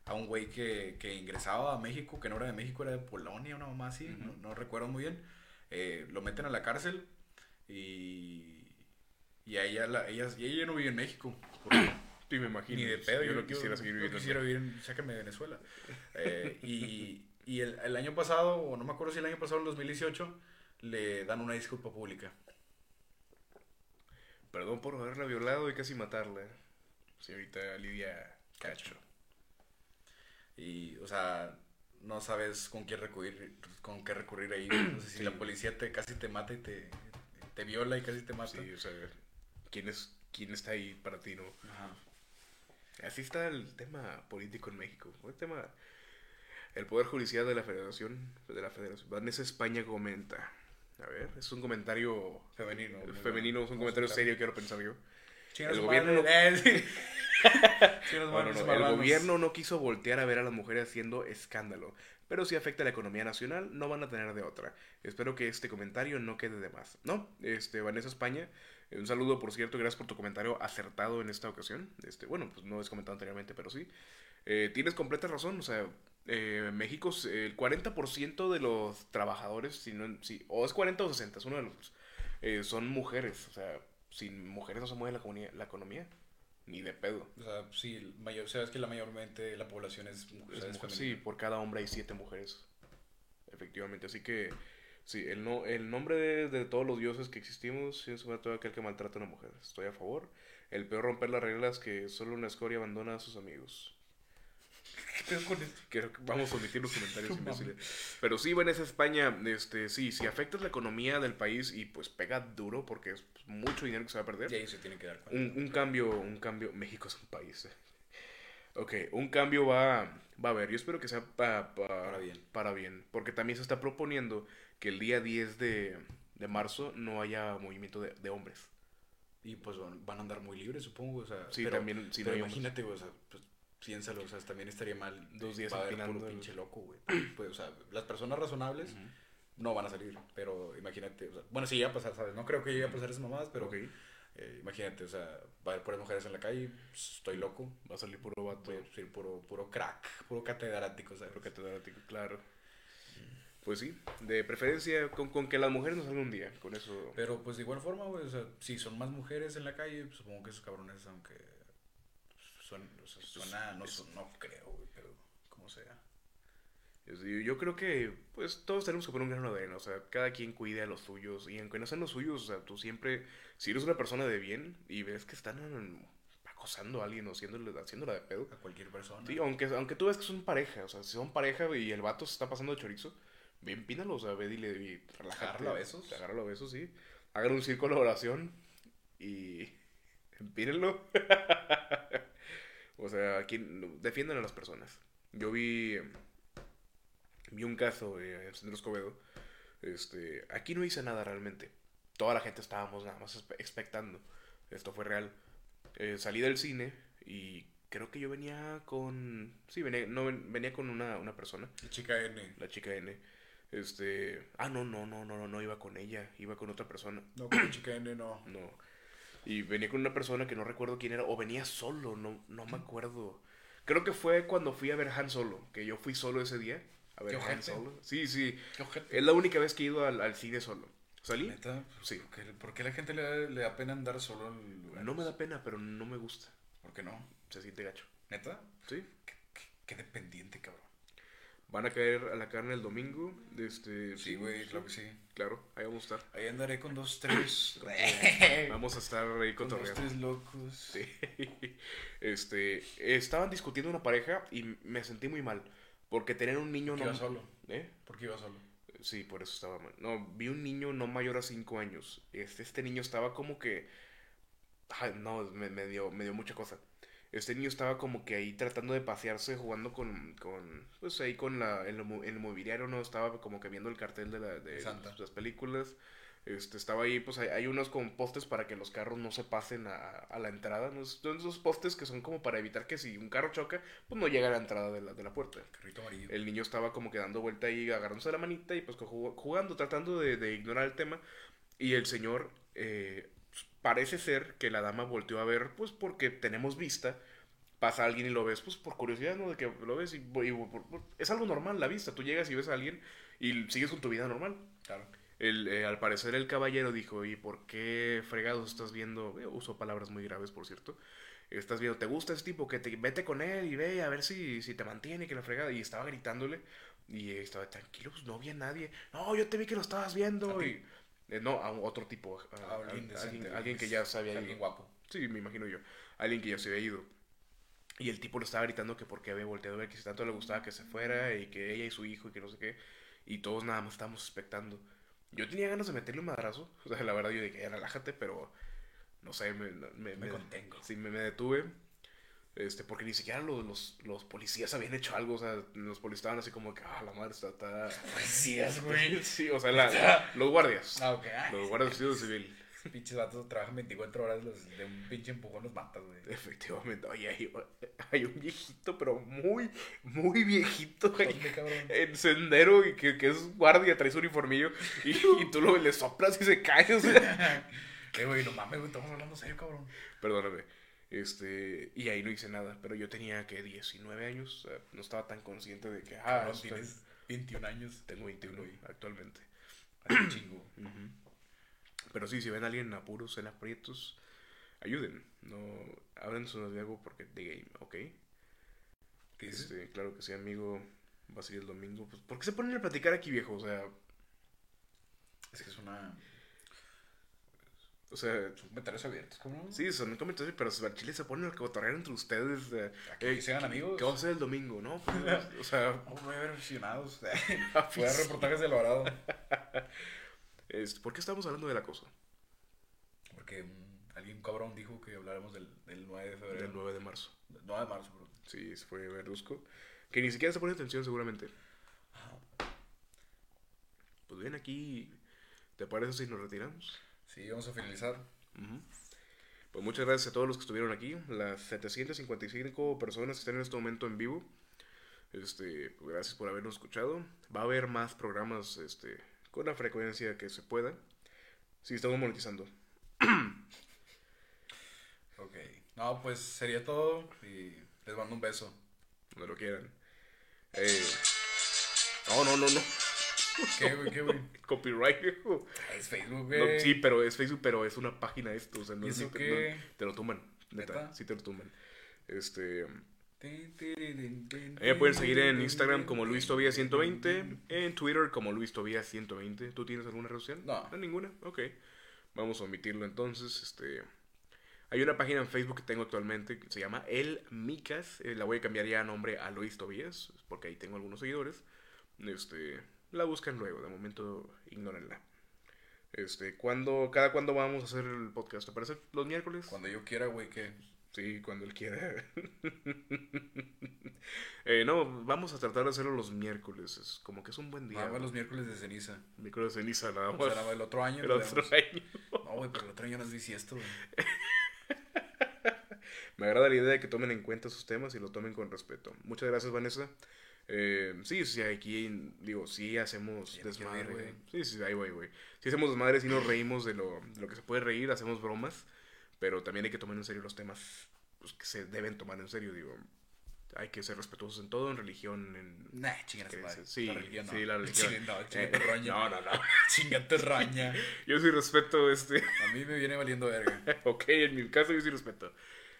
Speaker 1: a un güey que, que ingresaba a México, que no era de México, era de Polonia, una mamá así, no,
Speaker 2: Ujú.
Speaker 1: no recuerdo muy bien. Eh, lo meten a la cárcel y, y a ella, la, ella, y ella no vive en México. porque-
Speaker 2: Sí, me imagino.
Speaker 1: ni de pedo.
Speaker 2: Yo, no quisiera seguir
Speaker 1: yo
Speaker 2: viviendo.
Speaker 1: quisiera vivir en- sáquenme de Venezuela. Eh, y y el, el año pasado, o no me acuerdo si el año pasado, en 2018, le dan una disculpa pública.
Speaker 2: Perdón por haberla violado y casi matarla. Señorita Lidia Cacho.
Speaker 1: Y, o sea, no sabes con quién recurrir, con qué recurrir ahí. No sé si
Speaker 2: Sí.
Speaker 1: la policía te casi te mata y te, te viola y casi te mata.
Speaker 2: Sí, o sea, ¿quién, es, ¿quién está ahí para ti, no?
Speaker 1: Ajá.
Speaker 2: Así está el tema político en México. El tema. El Poder Judicial de la Federación. De la Federación. Vanessa España comenta. A ver, es un comentario.
Speaker 1: Femenino. muy
Speaker 2: Femenino,
Speaker 1: bueno.
Speaker 2: es un comentario
Speaker 1: Vamos a
Speaker 2: serio, quiero pensar yo.
Speaker 1: entrar. Chinga
Speaker 2: El
Speaker 1: su
Speaker 2: gobierno
Speaker 1: madre. Eh, sí. Chinga su
Speaker 2: No,
Speaker 1: madre,
Speaker 2: no, no,
Speaker 1: sus
Speaker 2: El
Speaker 1: marranos.
Speaker 2: gobierno no quiso voltear a ver a las mujeres haciendo escándalo. Pero si afecta a la economía nacional, no van a tener de otra. Espero que este comentario no quede de más. No, este, Vanessa España, eh, un saludo por cierto, gracias por tu comentario acertado en esta ocasión. Este, bueno, pues no es comentado anteriormente, pero sí. Eh, tienes completa razón, o sea, eh, México, es- el 40% de los trabajadores, si no, si, o es 40 o 60, es uno de los dos, eh, son mujeres. O sea, sin mujeres no se mueve la, comuni- la economía, ni de pedo.
Speaker 1: O sea, sí, el mayor, sabes que la mayormente la población es, mujer,
Speaker 2: Es
Speaker 1: es
Speaker 2: mujer, sí,
Speaker 1: femenina.
Speaker 2: por cada hombre hay siete mujeres. Efectivamente, así que sí, el, no, el nombre de, de todos los dioses que existimos es sobre todo aquel que maltrata a una mujer. Estoy a favor. El peor romper las reglas que solo una escoria abandona a sus amigos. ¿Qué pedo con esto? Creo que vamos a omitir los comentarios imbéciles. Pero sí, bueno, es España, este, sí, si afectas la economía del país y pues pega duro porque es mucho dinero que se va a perder.
Speaker 1: Y ahí se tiene que dar cuenta.
Speaker 2: Un, un cambio, un cambio. México es un país. eh. Ok, un cambio va, va a haber. Yo espero que sea pa- pa-
Speaker 1: Para bien.
Speaker 2: para bien, Porque también se está proponiendo que el día 10 de, de marzo no haya movimiento de, de hombres.
Speaker 1: Y pues van, van a andar muy libres, supongo. O sea,
Speaker 2: Sí,
Speaker 1: pero,
Speaker 2: también, sí,
Speaker 1: pero
Speaker 2: no hay hombres.
Speaker 1: imagínate, güey, o sea, pues piénsalo, o sea, también estaría mal.
Speaker 2: Dos días
Speaker 1: va a haber
Speaker 2: empinando
Speaker 1: puro
Speaker 2: el-
Speaker 1: pinche loco, güey. Pues, o sea, las personas razonables no van a salir, pero imagínate, o sea, bueno, sí, ya a pasar, ¿sabes? No creo que llegue a pasar esas mamadas, pero
Speaker 2: Ok.
Speaker 1: eh, imagínate, o sea, va a haber puras mujeres en la calle, pues, estoy loco,
Speaker 2: Va a salir puro vato.
Speaker 1: voy a decir puro, puro crack, puro catedrático, ¿sabes?
Speaker 2: Creo que te da a ti, claro. Pues sí, de preferencia con, con que las mujeres nos salgan un día. Con eso.
Speaker 1: Pero pues de igual forma, güey, o sea, si son más mujeres en la calle, pues, supongo que esos cabrones, aunque suena, o sea, suena no, son- no creo, güey, pero como sea.
Speaker 2: Yo, sí- yo creo que pues todos tenemos que poner un grano de arena, o sea, cada quien cuide a los suyos y aunque no sean los suyos, o sea, tú siempre, si eres una persona de bien y ves que están mm, acosando a alguien o haciéndole, haciéndola de pedo,
Speaker 1: A cualquier persona.
Speaker 2: sí, aunque, aunque tú ves que son pareja, o sea, si son pareja y el vato se está pasando de chorizo, bien pínalo, o sea, ve dile y relájate.
Speaker 1: Agárralo a besos.
Speaker 2: Agárralo a besos, sí. Hagan un círculo de oración y empírenlo. o sea, aquí defiendan a las personas. Yo vi vi un caso eh, en Centro Escobedo. Este, aquí no hice nada realmente. Toda la gente estábamos nada más espe- expectando. Esto fue real. Eh, salí del cine y creo que yo venía con... Sí, venía, no, ven- venía con una, una persona
Speaker 1: Chica N.
Speaker 2: la chica N. Este, ah, no, no, no, no, no, no iba con ella, iba con otra persona.
Speaker 1: No, con chica N no.
Speaker 2: No. Y venía con una persona que no recuerdo quién era, o venía solo, no, no me acuerdo. Creo que fue cuando fui a ver Han Solo, que yo fui solo ese día. A ver
Speaker 1: Qué
Speaker 2: Han
Speaker 1: ojete.
Speaker 2: Solo. Sí, sí. Es la única vez que he ido al, al cine solo. ¿Salí?
Speaker 1: ¿Neta?
Speaker 2: Sí.
Speaker 1: ¿Por qué, por qué la gente le da, le da pena andar solo en lugares?
Speaker 2: No me da pena, pero no me gusta.
Speaker 1: ¿Por qué no?
Speaker 2: Se siente gacho.
Speaker 1: ¿Neta?
Speaker 2: Sí.
Speaker 1: Qué, qué- qué dependiente, cabrón.
Speaker 2: Van a caer a la carne el domingo. Este,
Speaker 1: Sí, güey, claro que sí.
Speaker 2: Claro, ahí vamos a estar.
Speaker 1: Ahí andaré con dos, tres.
Speaker 2: Vamos a estar ahí
Speaker 1: con dos,
Speaker 2: cotorreando.
Speaker 1: tres locos.
Speaker 2: Sí. Este, estaban discutiendo una pareja y me sentí muy mal. Porque tener un niño
Speaker 1: Porque
Speaker 2: no.
Speaker 1: iba solo.
Speaker 2: ¿Eh?
Speaker 1: Porque iba solo.
Speaker 2: Sí, por eso estaba mal. No, vi un niño no mayor a 5 años. Este, este niño estaba como que. Ay, no, me, me dio, me dio mucha cosa. Este niño estaba como que ahí tratando de pasearse, jugando con. con pues ahí con la, el, mo- el mobiliario, ¿no? Estaba como que viendo el cartel de, la, de
Speaker 1: Santa.
Speaker 2: las películas. Este, estaba ahí, pues hay, hay unos con postes para que los carros no se pasen a, a la entrada. ¿no? Son esos postes que son como para evitar que si un carro choca, pues no llega a la entrada de la, de la puerta.
Speaker 1: Carrito amarillo.
Speaker 2: El niño estaba como que dando vuelta ahí, agarrándose la manita y pues co- jug- jugando, tratando de, de ignorar el tema. Y el señor eh, parece ser que la dama volteó a ver, pues porque tenemos vista. Pasa alguien y lo ves, pues por curiosidad, ¿no? De que lo ves y, y- es algo normal la vista. Tú llegas y ves a alguien y sigues con tu vida normal.
Speaker 1: Claro.
Speaker 2: El, eh, al parecer el caballero dijo, ¿y por qué fregados estás viendo? eh, uso palabras muy graves, por cierto. Estás viendo, ¿te gusta ese tipo? Que te, vete con él y ve a ver si, si te mantiene, que la fregada. Y estaba gritándole y eh, estaba tranquilo, pues, no había nadie. No, yo te vi que lo estabas viendo.
Speaker 1: ¿A
Speaker 2: y- eh, no, a un- otro tipo. a- a-
Speaker 1: Ah,
Speaker 2: a-
Speaker 1: alguien decente,
Speaker 2: alguien,
Speaker 1: güey. Pues,
Speaker 2: alguien que ya sabía
Speaker 1: Alguien guapo.
Speaker 2: Sí, me imagino yo. Alguien que ya se había ido. Y el tipo lo estaba gritando que porque había volteado a ver que si tanto le gustaba que se fuera y que ella y su hijo y que no sé qué. Y todos nada más estábamos expectando. Yo tenía ganas de meterle un madrazo. O sea, la verdad yo dije, "Ya, relájate, pero no sé, me, me,
Speaker 1: Me contengo.
Speaker 2: Sí, me, me detuve. Este, porque ni siquiera los, los, los policías habían hecho algo. O sea, los policías estaban así como que, ah, la madre está. está...
Speaker 1: Policías, güey.
Speaker 2: Pues, Sí, o sea, la- los guardias.
Speaker 1: Ah, ok.
Speaker 2: Los guardias de seguridad civil.
Speaker 1: Pinches vatos trabajan 24 horas, los de un pinche empujón los matas, güey.
Speaker 2: Efectivamente, oye, hay, hay un viejito, pero muy, muy viejito, güey,
Speaker 1: ¿Dónde, cabrón?
Speaker 2: en sendero, y que, que es guardia, trae su uniformillo, y, y tú lo, le soplas y se cae, o sea.
Speaker 1: Eh, güey, no mames, güey, estamos hablando serio, cabrón.
Speaker 2: Perdóname, este, y ahí no hice nada, pero yo tenía, que 19 años, o sea, no estaba tan consciente de que, ah,
Speaker 1: Cabrón,
Speaker 2: estoy-
Speaker 1: tienes 21 años.
Speaker 2: tengo 21 actualmente.
Speaker 1: Ay, un chingo.
Speaker 2: Pero sí, si ven a alguien en apuros, en aprietos, ayuden, no, abren su noviazgo porque de game, ¿ok?
Speaker 1: ¿Qué dices?
Speaker 2: Este, claro que sí, amigo. Va a ser el domingo. Pues, ¿Por qué se ponen a platicar aquí, viejo? O sea,
Speaker 1: Es que es una. O sea, son comentarios abiertos, ¿cómo no?
Speaker 2: Sí, son comentarios, pero al chile se ponen a cotorrear entre ustedes. de,
Speaker 1: Aquí
Speaker 2: eh,
Speaker 1: sean
Speaker 2: ¿qué-
Speaker 1: amigos.
Speaker 2: ¿Qué va a hacer el domingo, no? Pues, o sea,
Speaker 1: No, voy a ver aficionados. Fue
Speaker 2: pues.
Speaker 1: a reportajes de Alvarado.
Speaker 2: este, ¿por qué estamos hablando del acoso?
Speaker 1: Porque mm, alguien cabrón dijo que habláramos del, del 9 de febrero.
Speaker 2: Del 9 de marzo.
Speaker 1: 9 de marzo, bro.
Speaker 2: Sí, ese fue Verduzco. Que ni siquiera se pone atención, seguramente. Pues bien, aquí. ¿Te parece si nos retiramos?
Speaker 1: Sí, vamos a finalizar.
Speaker 2: Ujú. Pues muchas gracias a todos los que estuvieron aquí, las 755 personas que están en este momento en vivo. Este, pues gracias por habernos escuchado. Va a haber más programas este, con la frecuencia que se pueda. Sí, estamos monetizando.
Speaker 1: Ok. No, pues sería todo y les mando un beso.
Speaker 2: Donde lo quieran. Eh, No, no, no, no.
Speaker 1: ¿Qué, güey? ¿Qué, güey?
Speaker 2: Copyright. viejo.
Speaker 1: Es Facebook,
Speaker 2: No,
Speaker 1: güey.
Speaker 2: sí, pero es Facebook, pero es una página esto. O sea, no
Speaker 1: Eh. ¿Y
Speaker 2: es
Speaker 1: eso
Speaker 2: inter-
Speaker 1: qué?
Speaker 2: no, te lo tuman. Neta,
Speaker 1: ¿Neta?
Speaker 2: sí te lo tuman. Este, a
Speaker 1: Tin, tirin, tin, tin,
Speaker 2: mí me pueden seguir en
Speaker 1: tin,
Speaker 2: Instagram
Speaker 1: tin,
Speaker 2: como
Speaker 1: tin,
Speaker 2: Luis
Speaker 1: tin, tin,
Speaker 2: Tobías120,
Speaker 1: tin.
Speaker 2: en Twitter como Luis Tobías120. ¿Tú tienes alguna red social?
Speaker 1: No.
Speaker 2: ninguna. Ok. Vamos a omitirlo entonces. Este, hay una página en Facebook que tengo actualmente que se llama El Micas. eh, la voy a cambiar ya a nombre a Luis Tobías, porque ahí tengo algunos seguidores. Este, la buscan luego, de momento ignórenla. Este, ¿cuándo, cada cuándo vamos a hacer el podcast? ¿Te parece? ¿Los miércoles?
Speaker 1: Cuando yo quiera, güey, que.
Speaker 2: Sí, cuando él quiera. Eh, no, vamos a tratar de hacerlo los miércoles. Es como que es un buen día.
Speaker 1: Vamos los miércoles de ceniza.
Speaker 2: Miércoles de ceniza, nada
Speaker 1: O
Speaker 2: más.
Speaker 1: sea, el otro año.
Speaker 2: Pues, El
Speaker 1: nos
Speaker 2: otro
Speaker 1: vemos.
Speaker 2: año.
Speaker 1: No, güey, pero el otro año no es bisiesto, güey.
Speaker 2: Me agrada la idea de que tomen en cuenta sus temas y lo tomen con respeto. Muchas gracias, Vanessa. Eh, sí, sí, aquí, digo, sí hacemos
Speaker 1: Ya me quiero ir,
Speaker 2: desmadre.
Speaker 1: güey.
Speaker 2: Sí, sí, ahí voy, güey. Sí hacemos desmadre, sí nos reímos de lo, de lo que se puede reír, hacemos bromas, pero también hay que tomar en serio los temas pues, que se deben tomar en serio, digo. Hay que ser respetuosos en todo, en religión, en...
Speaker 1: Nah, chinga esa madre.
Speaker 2: Sí,
Speaker 1: la religión, no.
Speaker 2: sí, la religión.
Speaker 1: Chile, no,
Speaker 2: Eh,
Speaker 1: chingate roña.
Speaker 2: no, no, no.
Speaker 1: Chingate raña.
Speaker 2: Yo sí respeto, este...
Speaker 1: A mí me viene valiendo verga.
Speaker 2: ok, en mi caso yo sí respeto.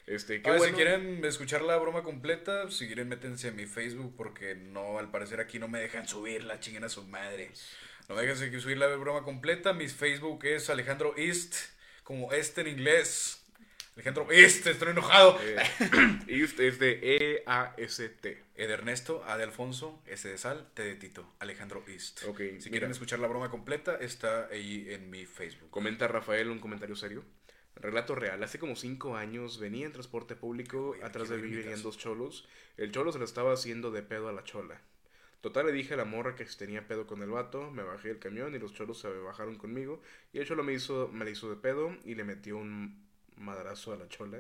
Speaker 2: Este, qué
Speaker 1: Ahora,
Speaker 2: bueno.
Speaker 1: Si quieren escuchar la broma completa, si quieren métense a mi Facebook porque no, al parecer aquí no me dejan subirla, chinguen a su madre. No me dejan seguir- subir la broma completa. Mi Facebook es Alejandro East, como este en inglés. Alejandro East, estoy enojado.
Speaker 2: Eh, y usted es de E-A-S-T.
Speaker 1: E de Ernesto, A de Alfonso, S de Sal, T de Tito, Alejandro East.
Speaker 2: Ok,
Speaker 1: si
Speaker 2: mira.
Speaker 1: quieren escuchar la broma completa, está ahí en mi Facebook.
Speaker 2: Comenta Rafael un comentario serio. Relato real. Hace como cinco años venía en transporte público.
Speaker 1: Oye, me
Speaker 2: atrás de
Speaker 1: quiero
Speaker 2: mí
Speaker 1: ir a mi
Speaker 2: venían
Speaker 1: casa.
Speaker 2: dos cholos. El cholo se lo estaba haciendo de pedo a la chola. Total, le dije a la morra que si tenía pedo con el vato. Me bajé del camión y los cholos se bajaron conmigo. Y el cholo me hizo, me la hizo de pedo y le metió un madrazo a la chola.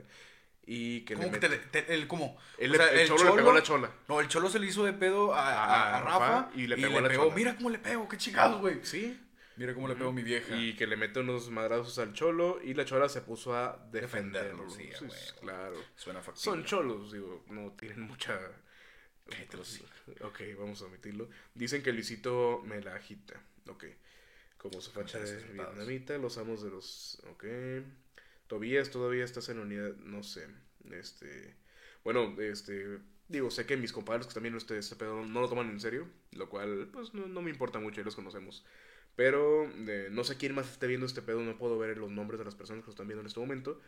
Speaker 2: Y que
Speaker 1: ¿Cómo
Speaker 2: le
Speaker 1: que
Speaker 2: metió.
Speaker 1: te, le- te- el, ¿cómo?
Speaker 2: El,
Speaker 1: O sea,
Speaker 2: el cholo, le pegó a la chola.
Speaker 1: No, el cholo se le hizo de pedo a,
Speaker 2: A-
Speaker 1: a- a Rafa y le pegó.
Speaker 2: a la chola.
Speaker 1: Mira cómo le pego, qué chingados, güey.
Speaker 2: Sí.
Speaker 1: Mira cómo le pegó mi vieja.
Speaker 2: Y que le mete unos madrazos al cholo y la chola se puso a defenderlo.
Speaker 1: Defenderlo, sí, a huevo.
Speaker 2: claro.
Speaker 1: Suena factible.
Speaker 2: Son cholos, digo, no tienen mucha...
Speaker 1: Cállate los
Speaker 2: Ok, vamos a omitirlo. Dicen que Luisito me la agita. Ok. Como su facha de
Speaker 1: Comentarios acertados.
Speaker 2: vietnamita, los amos de los... Ok. Tobías, todavía estás en unidad, no sé. Este... Bueno, este... Digo, sé que mis compadres que también este, este pedo no lo toman en serio, lo cual, pues, no, no me importa mucho y los conocemos. Pero eh, no sé quién más esté viendo este pedo, no puedo ver los nombres de las personas que lo están viendo en este momento.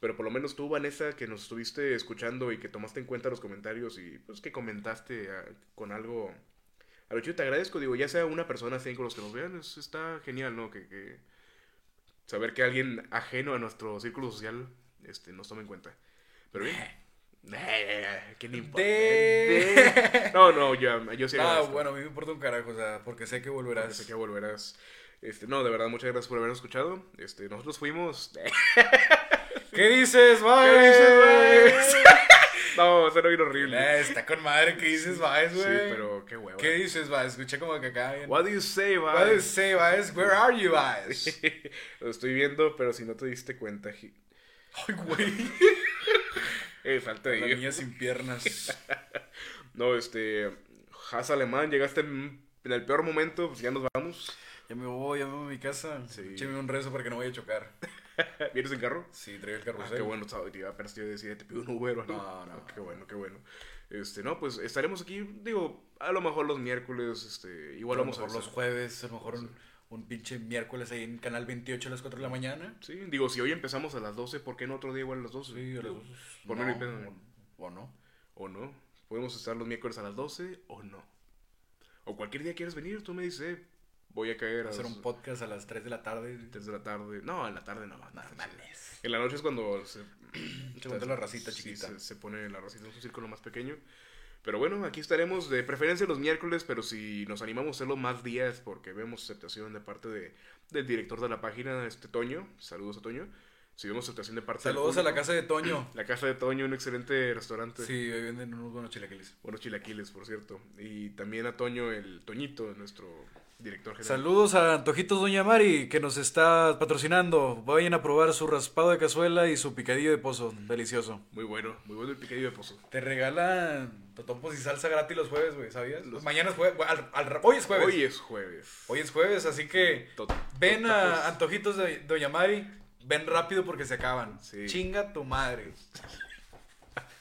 Speaker 2: Pero por lo menos tú, Vanessa, que nos estuviste escuchando y que tomaste en cuenta los comentarios y pues que comentaste ah, con algo... A lo chido, te agradezco, digo, ya sea una persona, cinco los que nos vean, es- está genial, ¿no? Que, que saber que alguien ajeno a nuestro círculo social este, nos tome en cuenta. Pero bien. Eh, ¿Qué le importa?
Speaker 1: De-
Speaker 2: No, no, yo, yo sí
Speaker 1: Ah,
Speaker 2: agradezco.
Speaker 1: bueno, a mí me importa un carajo, o sea, porque sé que volverás.
Speaker 2: Porque sé que volverás. Este, no, de verdad, muchas gracias por habernos escuchado. Este, nosotros fuimos.
Speaker 1: ¿Qué dices, Vaes?
Speaker 2: ¿Qué dices, no, eso no vino horrible.
Speaker 1: Nah, está con madre, ¿qué dices, Vaes,
Speaker 2: Sí,
Speaker 1: güey?
Speaker 2: pero qué huevo.
Speaker 1: ¿Qué dices, Vaes? Escuché como que acá bien.
Speaker 2: What do you say,
Speaker 1: What do you
Speaker 2: Vaes?
Speaker 1: say, Vaes? Where are you, Vaes?
Speaker 2: Lo estoy viendo, pero si no te diste cuenta. ji-
Speaker 1: Ay, güey.
Speaker 2: Eh, falta
Speaker 1: La
Speaker 2: de
Speaker 1: niña sin piernas.
Speaker 2: No, este. Has Alemán, llegaste en, en el peor momento, pues ya nos vamos.
Speaker 1: Ya me voy, ya me voy a mi casa.
Speaker 2: Sí.
Speaker 1: Écheme un rezo para que no vaya a chocar.
Speaker 2: ¿Vienes en carro?
Speaker 1: Eh. Sí, traigo el
Speaker 2: Ah,
Speaker 1: carrusel.
Speaker 2: qué bueno, sabes, tío, apenas te iba a decir, te pido un Uber o algo.
Speaker 1: No, no.
Speaker 2: Qué bueno, qué bueno. Este, no, pues estaremos aquí, digo, a lo mejor los miércoles, este, igual
Speaker 1: a lo
Speaker 2: vamos a
Speaker 1: mejor los
Speaker 2: avisar.
Speaker 1: jueves, a lo mejor un, un pinche miércoles ahí en Canal 28 a las 4 de la mañana.
Speaker 2: Sí, digo, si hoy empezamos a las 12, ¿por qué no otro día igual a las 12?
Speaker 1: Sí, a las
Speaker 2: Digo,
Speaker 1: 12.
Speaker 2: Por
Speaker 1: No,
Speaker 2: mí no hay pedo.
Speaker 1: ¿O no?
Speaker 2: O no. Podemos estar los miércoles a las 12 o no. O cualquier día quieres venir, tú me dices, eh, voy a caer a
Speaker 1: Hacer
Speaker 2: las
Speaker 1: un podcast a las 3 de la tarde.
Speaker 2: 3 de la tarde. No, en la tarde no. nada, sí.
Speaker 1: mames.
Speaker 2: En la noche es cuando se,
Speaker 1: Se junta la racita
Speaker 2: sí,
Speaker 1: chiquita.
Speaker 2: se, se pone la racita, es un círculo más pequeño. Pero bueno, aquí estaremos de preferencia los miércoles, pero si nos animamos a hacerlo más días porque vemos aceptación de parte de, del director de la página, este Toño. Saludos a Toño. Si vemos aceptación de parte del
Speaker 1: Saludos a la
Speaker 2: público.
Speaker 1: casa de Toño.
Speaker 2: La casa de Toño, un excelente restaurante.
Speaker 1: Sí, ahí venden unos buenos chilaquiles.
Speaker 2: Buenos chilaquiles, por cierto. Y también a Toño, el Toñito, nuestro director general.
Speaker 1: Saludos a Antojitos Doña Mari, que nos está patrocinando. Vayan a probar su raspado de cazuela y su picadillo de pozo. Delicioso.
Speaker 2: Muy bueno, muy bueno el picadillo de pozo.
Speaker 1: Te regalan totopos y salsa gratis los jueves, güey, ¿sabías? Mañana es jueves. Al, al- hoy es jueves.
Speaker 2: Hoy es jueves.
Speaker 1: Hoy es jueves, así que
Speaker 2: Tot-
Speaker 1: ven
Speaker 2: totopos.
Speaker 1: a Antojitos de Doña Mari. Ven rápido porque se acaban.
Speaker 2: Sí.
Speaker 1: Chinga tu madre.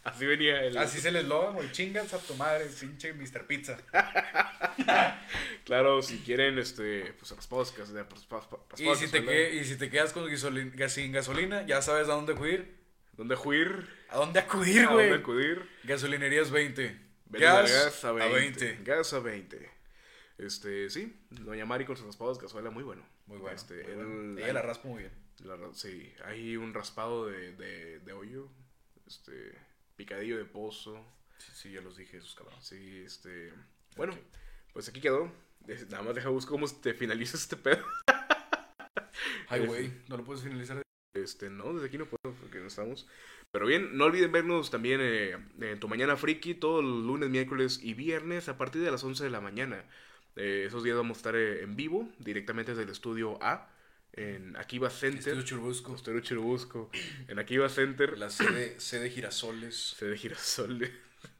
Speaker 2: Así venía el.
Speaker 1: Así se les logan, güey. Chingas a tu madre, pinche Mr. Pizza.
Speaker 2: Claro, si quieren, este, pues raspados, que sea, raspados,
Speaker 1: Y
Speaker 2: raspados,
Speaker 1: si, te
Speaker 2: ¿verdad?
Speaker 1: que- y si te quedas con guisolin- ga- sin gasolina, ya sabes a dónde acudir.
Speaker 2: ¿Dónde acudir?
Speaker 1: ¿A dónde acudir,
Speaker 2: ¿A dónde
Speaker 1: güey?
Speaker 2: acudir?
Speaker 1: Gasolinerías 20.
Speaker 2: Venden
Speaker 1: Gas,
Speaker 2: el
Speaker 1: a 20.
Speaker 2: Gas a 20. Este, sí, Doña Mari con sus raspados cazuela, muy bueno.
Speaker 1: Muy bueno.
Speaker 2: Este,
Speaker 1: muy
Speaker 2: el-
Speaker 1: bueno. Ella la raspa muy bien.
Speaker 2: La ra- sí, hay un raspado de, de, de hoyo, este, picadillo de pozo,
Speaker 1: Sí, sí, ya los dije, esos cabrones.
Speaker 2: sí, este, bueno, pues aquí quedó. Es- Nada más deja busco cómo te finaliza este pedo.
Speaker 1: Ay, güey, no lo puedes finalizar.
Speaker 2: Este, no, desde aquí no puedo porque no estamos. Pero bien, no olviden vernos también eh, en Tu Mañana Friki todos los lunes, miércoles y viernes a partir de las 11 de la mañana. Eh, esos días vamos a estar eh, en vivo, directamente desde el estudio A, en Akiva
Speaker 1: Estudio
Speaker 2: Center.
Speaker 1: Churubusco.
Speaker 2: Estudio Churubusco. En Akiva Center.
Speaker 1: La sede, sede Girasoles.
Speaker 2: Se de girasol.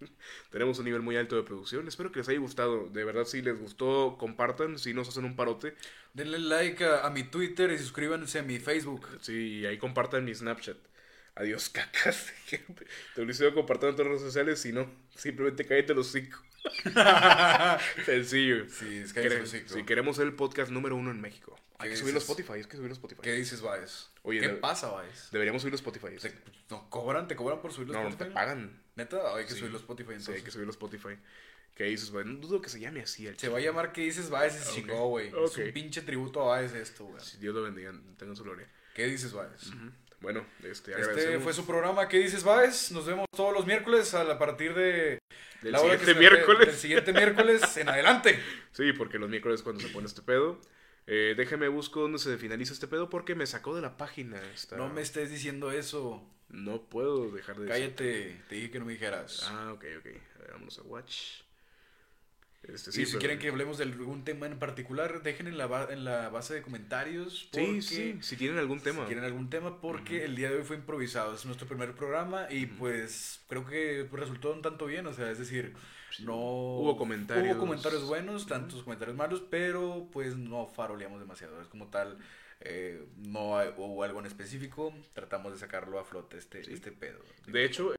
Speaker 2: Tenemos un nivel muy alto de producción. Espero que les haya gustado. De verdad, si les gustó, compartan. Si nos hacen un parote,
Speaker 1: Denle like a, a mi Twitter y suscríbanse a mi Facebook.
Speaker 2: sí, y ahí compartan mi Snapchat. Adiós, cacas. Te obligo a compartir en todas las redes sociales. Si no, simplemente cállate los cinco. Sencillo.
Speaker 1: Sí, es que hay
Speaker 2: Quere-
Speaker 1: hocico.
Speaker 2: Si queremos ser el podcast número uno en México,
Speaker 1: ¿Qué
Speaker 2: hay que subirlo a
Speaker 1: dices?
Speaker 2: Spotify. Hay que subirlo a Spotify.
Speaker 1: ¿Qué dices, Baez?
Speaker 2: Oye,
Speaker 1: ¿Qué
Speaker 2: de-
Speaker 1: pasa, Baez?
Speaker 2: Deberíamos subirlo a Spotify.
Speaker 1: ¿Te, no, cobran? ¿Te cobran por subir los
Speaker 2: No, no te
Speaker 1: Spotify?
Speaker 2: pagan.
Speaker 1: ¿Neta? Hay que
Speaker 2: Sí.
Speaker 1: subir los Spotify
Speaker 2: Sí, hay
Speaker 1: entonces.
Speaker 2: que subirlo a Spotify. ¿Qué dices? güey? No dudo que se llame así el
Speaker 1: Se va a llamar ¿Qué dices, Baez? Y se
Speaker 2: Ok.
Speaker 1: chingó, güey. Es
Speaker 2: Ok.
Speaker 1: un pinche tributo a Baez esto, güey.
Speaker 2: Si Dios lo bendiga, tengan su gloria.
Speaker 1: ¿Qué dices, Baez?
Speaker 2: Mm, Bueno, este,
Speaker 1: Este
Speaker 2: agradecemos.
Speaker 1: fue su programa ¿Qué dices, Baez? Nos vemos todos los miércoles a la partir de...
Speaker 2: Del
Speaker 1: la hora que
Speaker 2: siguiente
Speaker 1: se-
Speaker 2: miércoles.
Speaker 1: Del siguiente miércoles en adelante.
Speaker 2: Sí, porque los miércoles es cuando se pone este pedo. Eh, déjame busco dónde se finaliza este pedo porque me sacó de la página. esta-
Speaker 1: No me estés diciendo eso.
Speaker 2: No puedo dejar de decir-
Speaker 1: Cállate, te dije que no me dijeras.
Speaker 2: Ah, ok, ok. A ver, vámonos a Watch. Este,
Speaker 1: Y si
Speaker 2: sí, pero-
Speaker 1: quieren que hablemos de algún tema en particular, dejen en la, ba- en la base de comentarios.
Speaker 2: Sí,
Speaker 1: porque
Speaker 2: sí, si tienen algún tema.
Speaker 1: Si quieren algún tema, porque el día de hoy fue improvisado. Es nuestro primer programa y pues creo que pues, resultó un tanto bien. O sea, es decir, no.
Speaker 2: Hubo comentarios.
Speaker 1: Hubo comentarios buenos, tantos comentarios malos, pero pues no faroleamos demasiado. Es como tal. eh, no hay- hubo algo en específico, tratamos de sacarlo a flote este, este pedo.
Speaker 2: De hecho,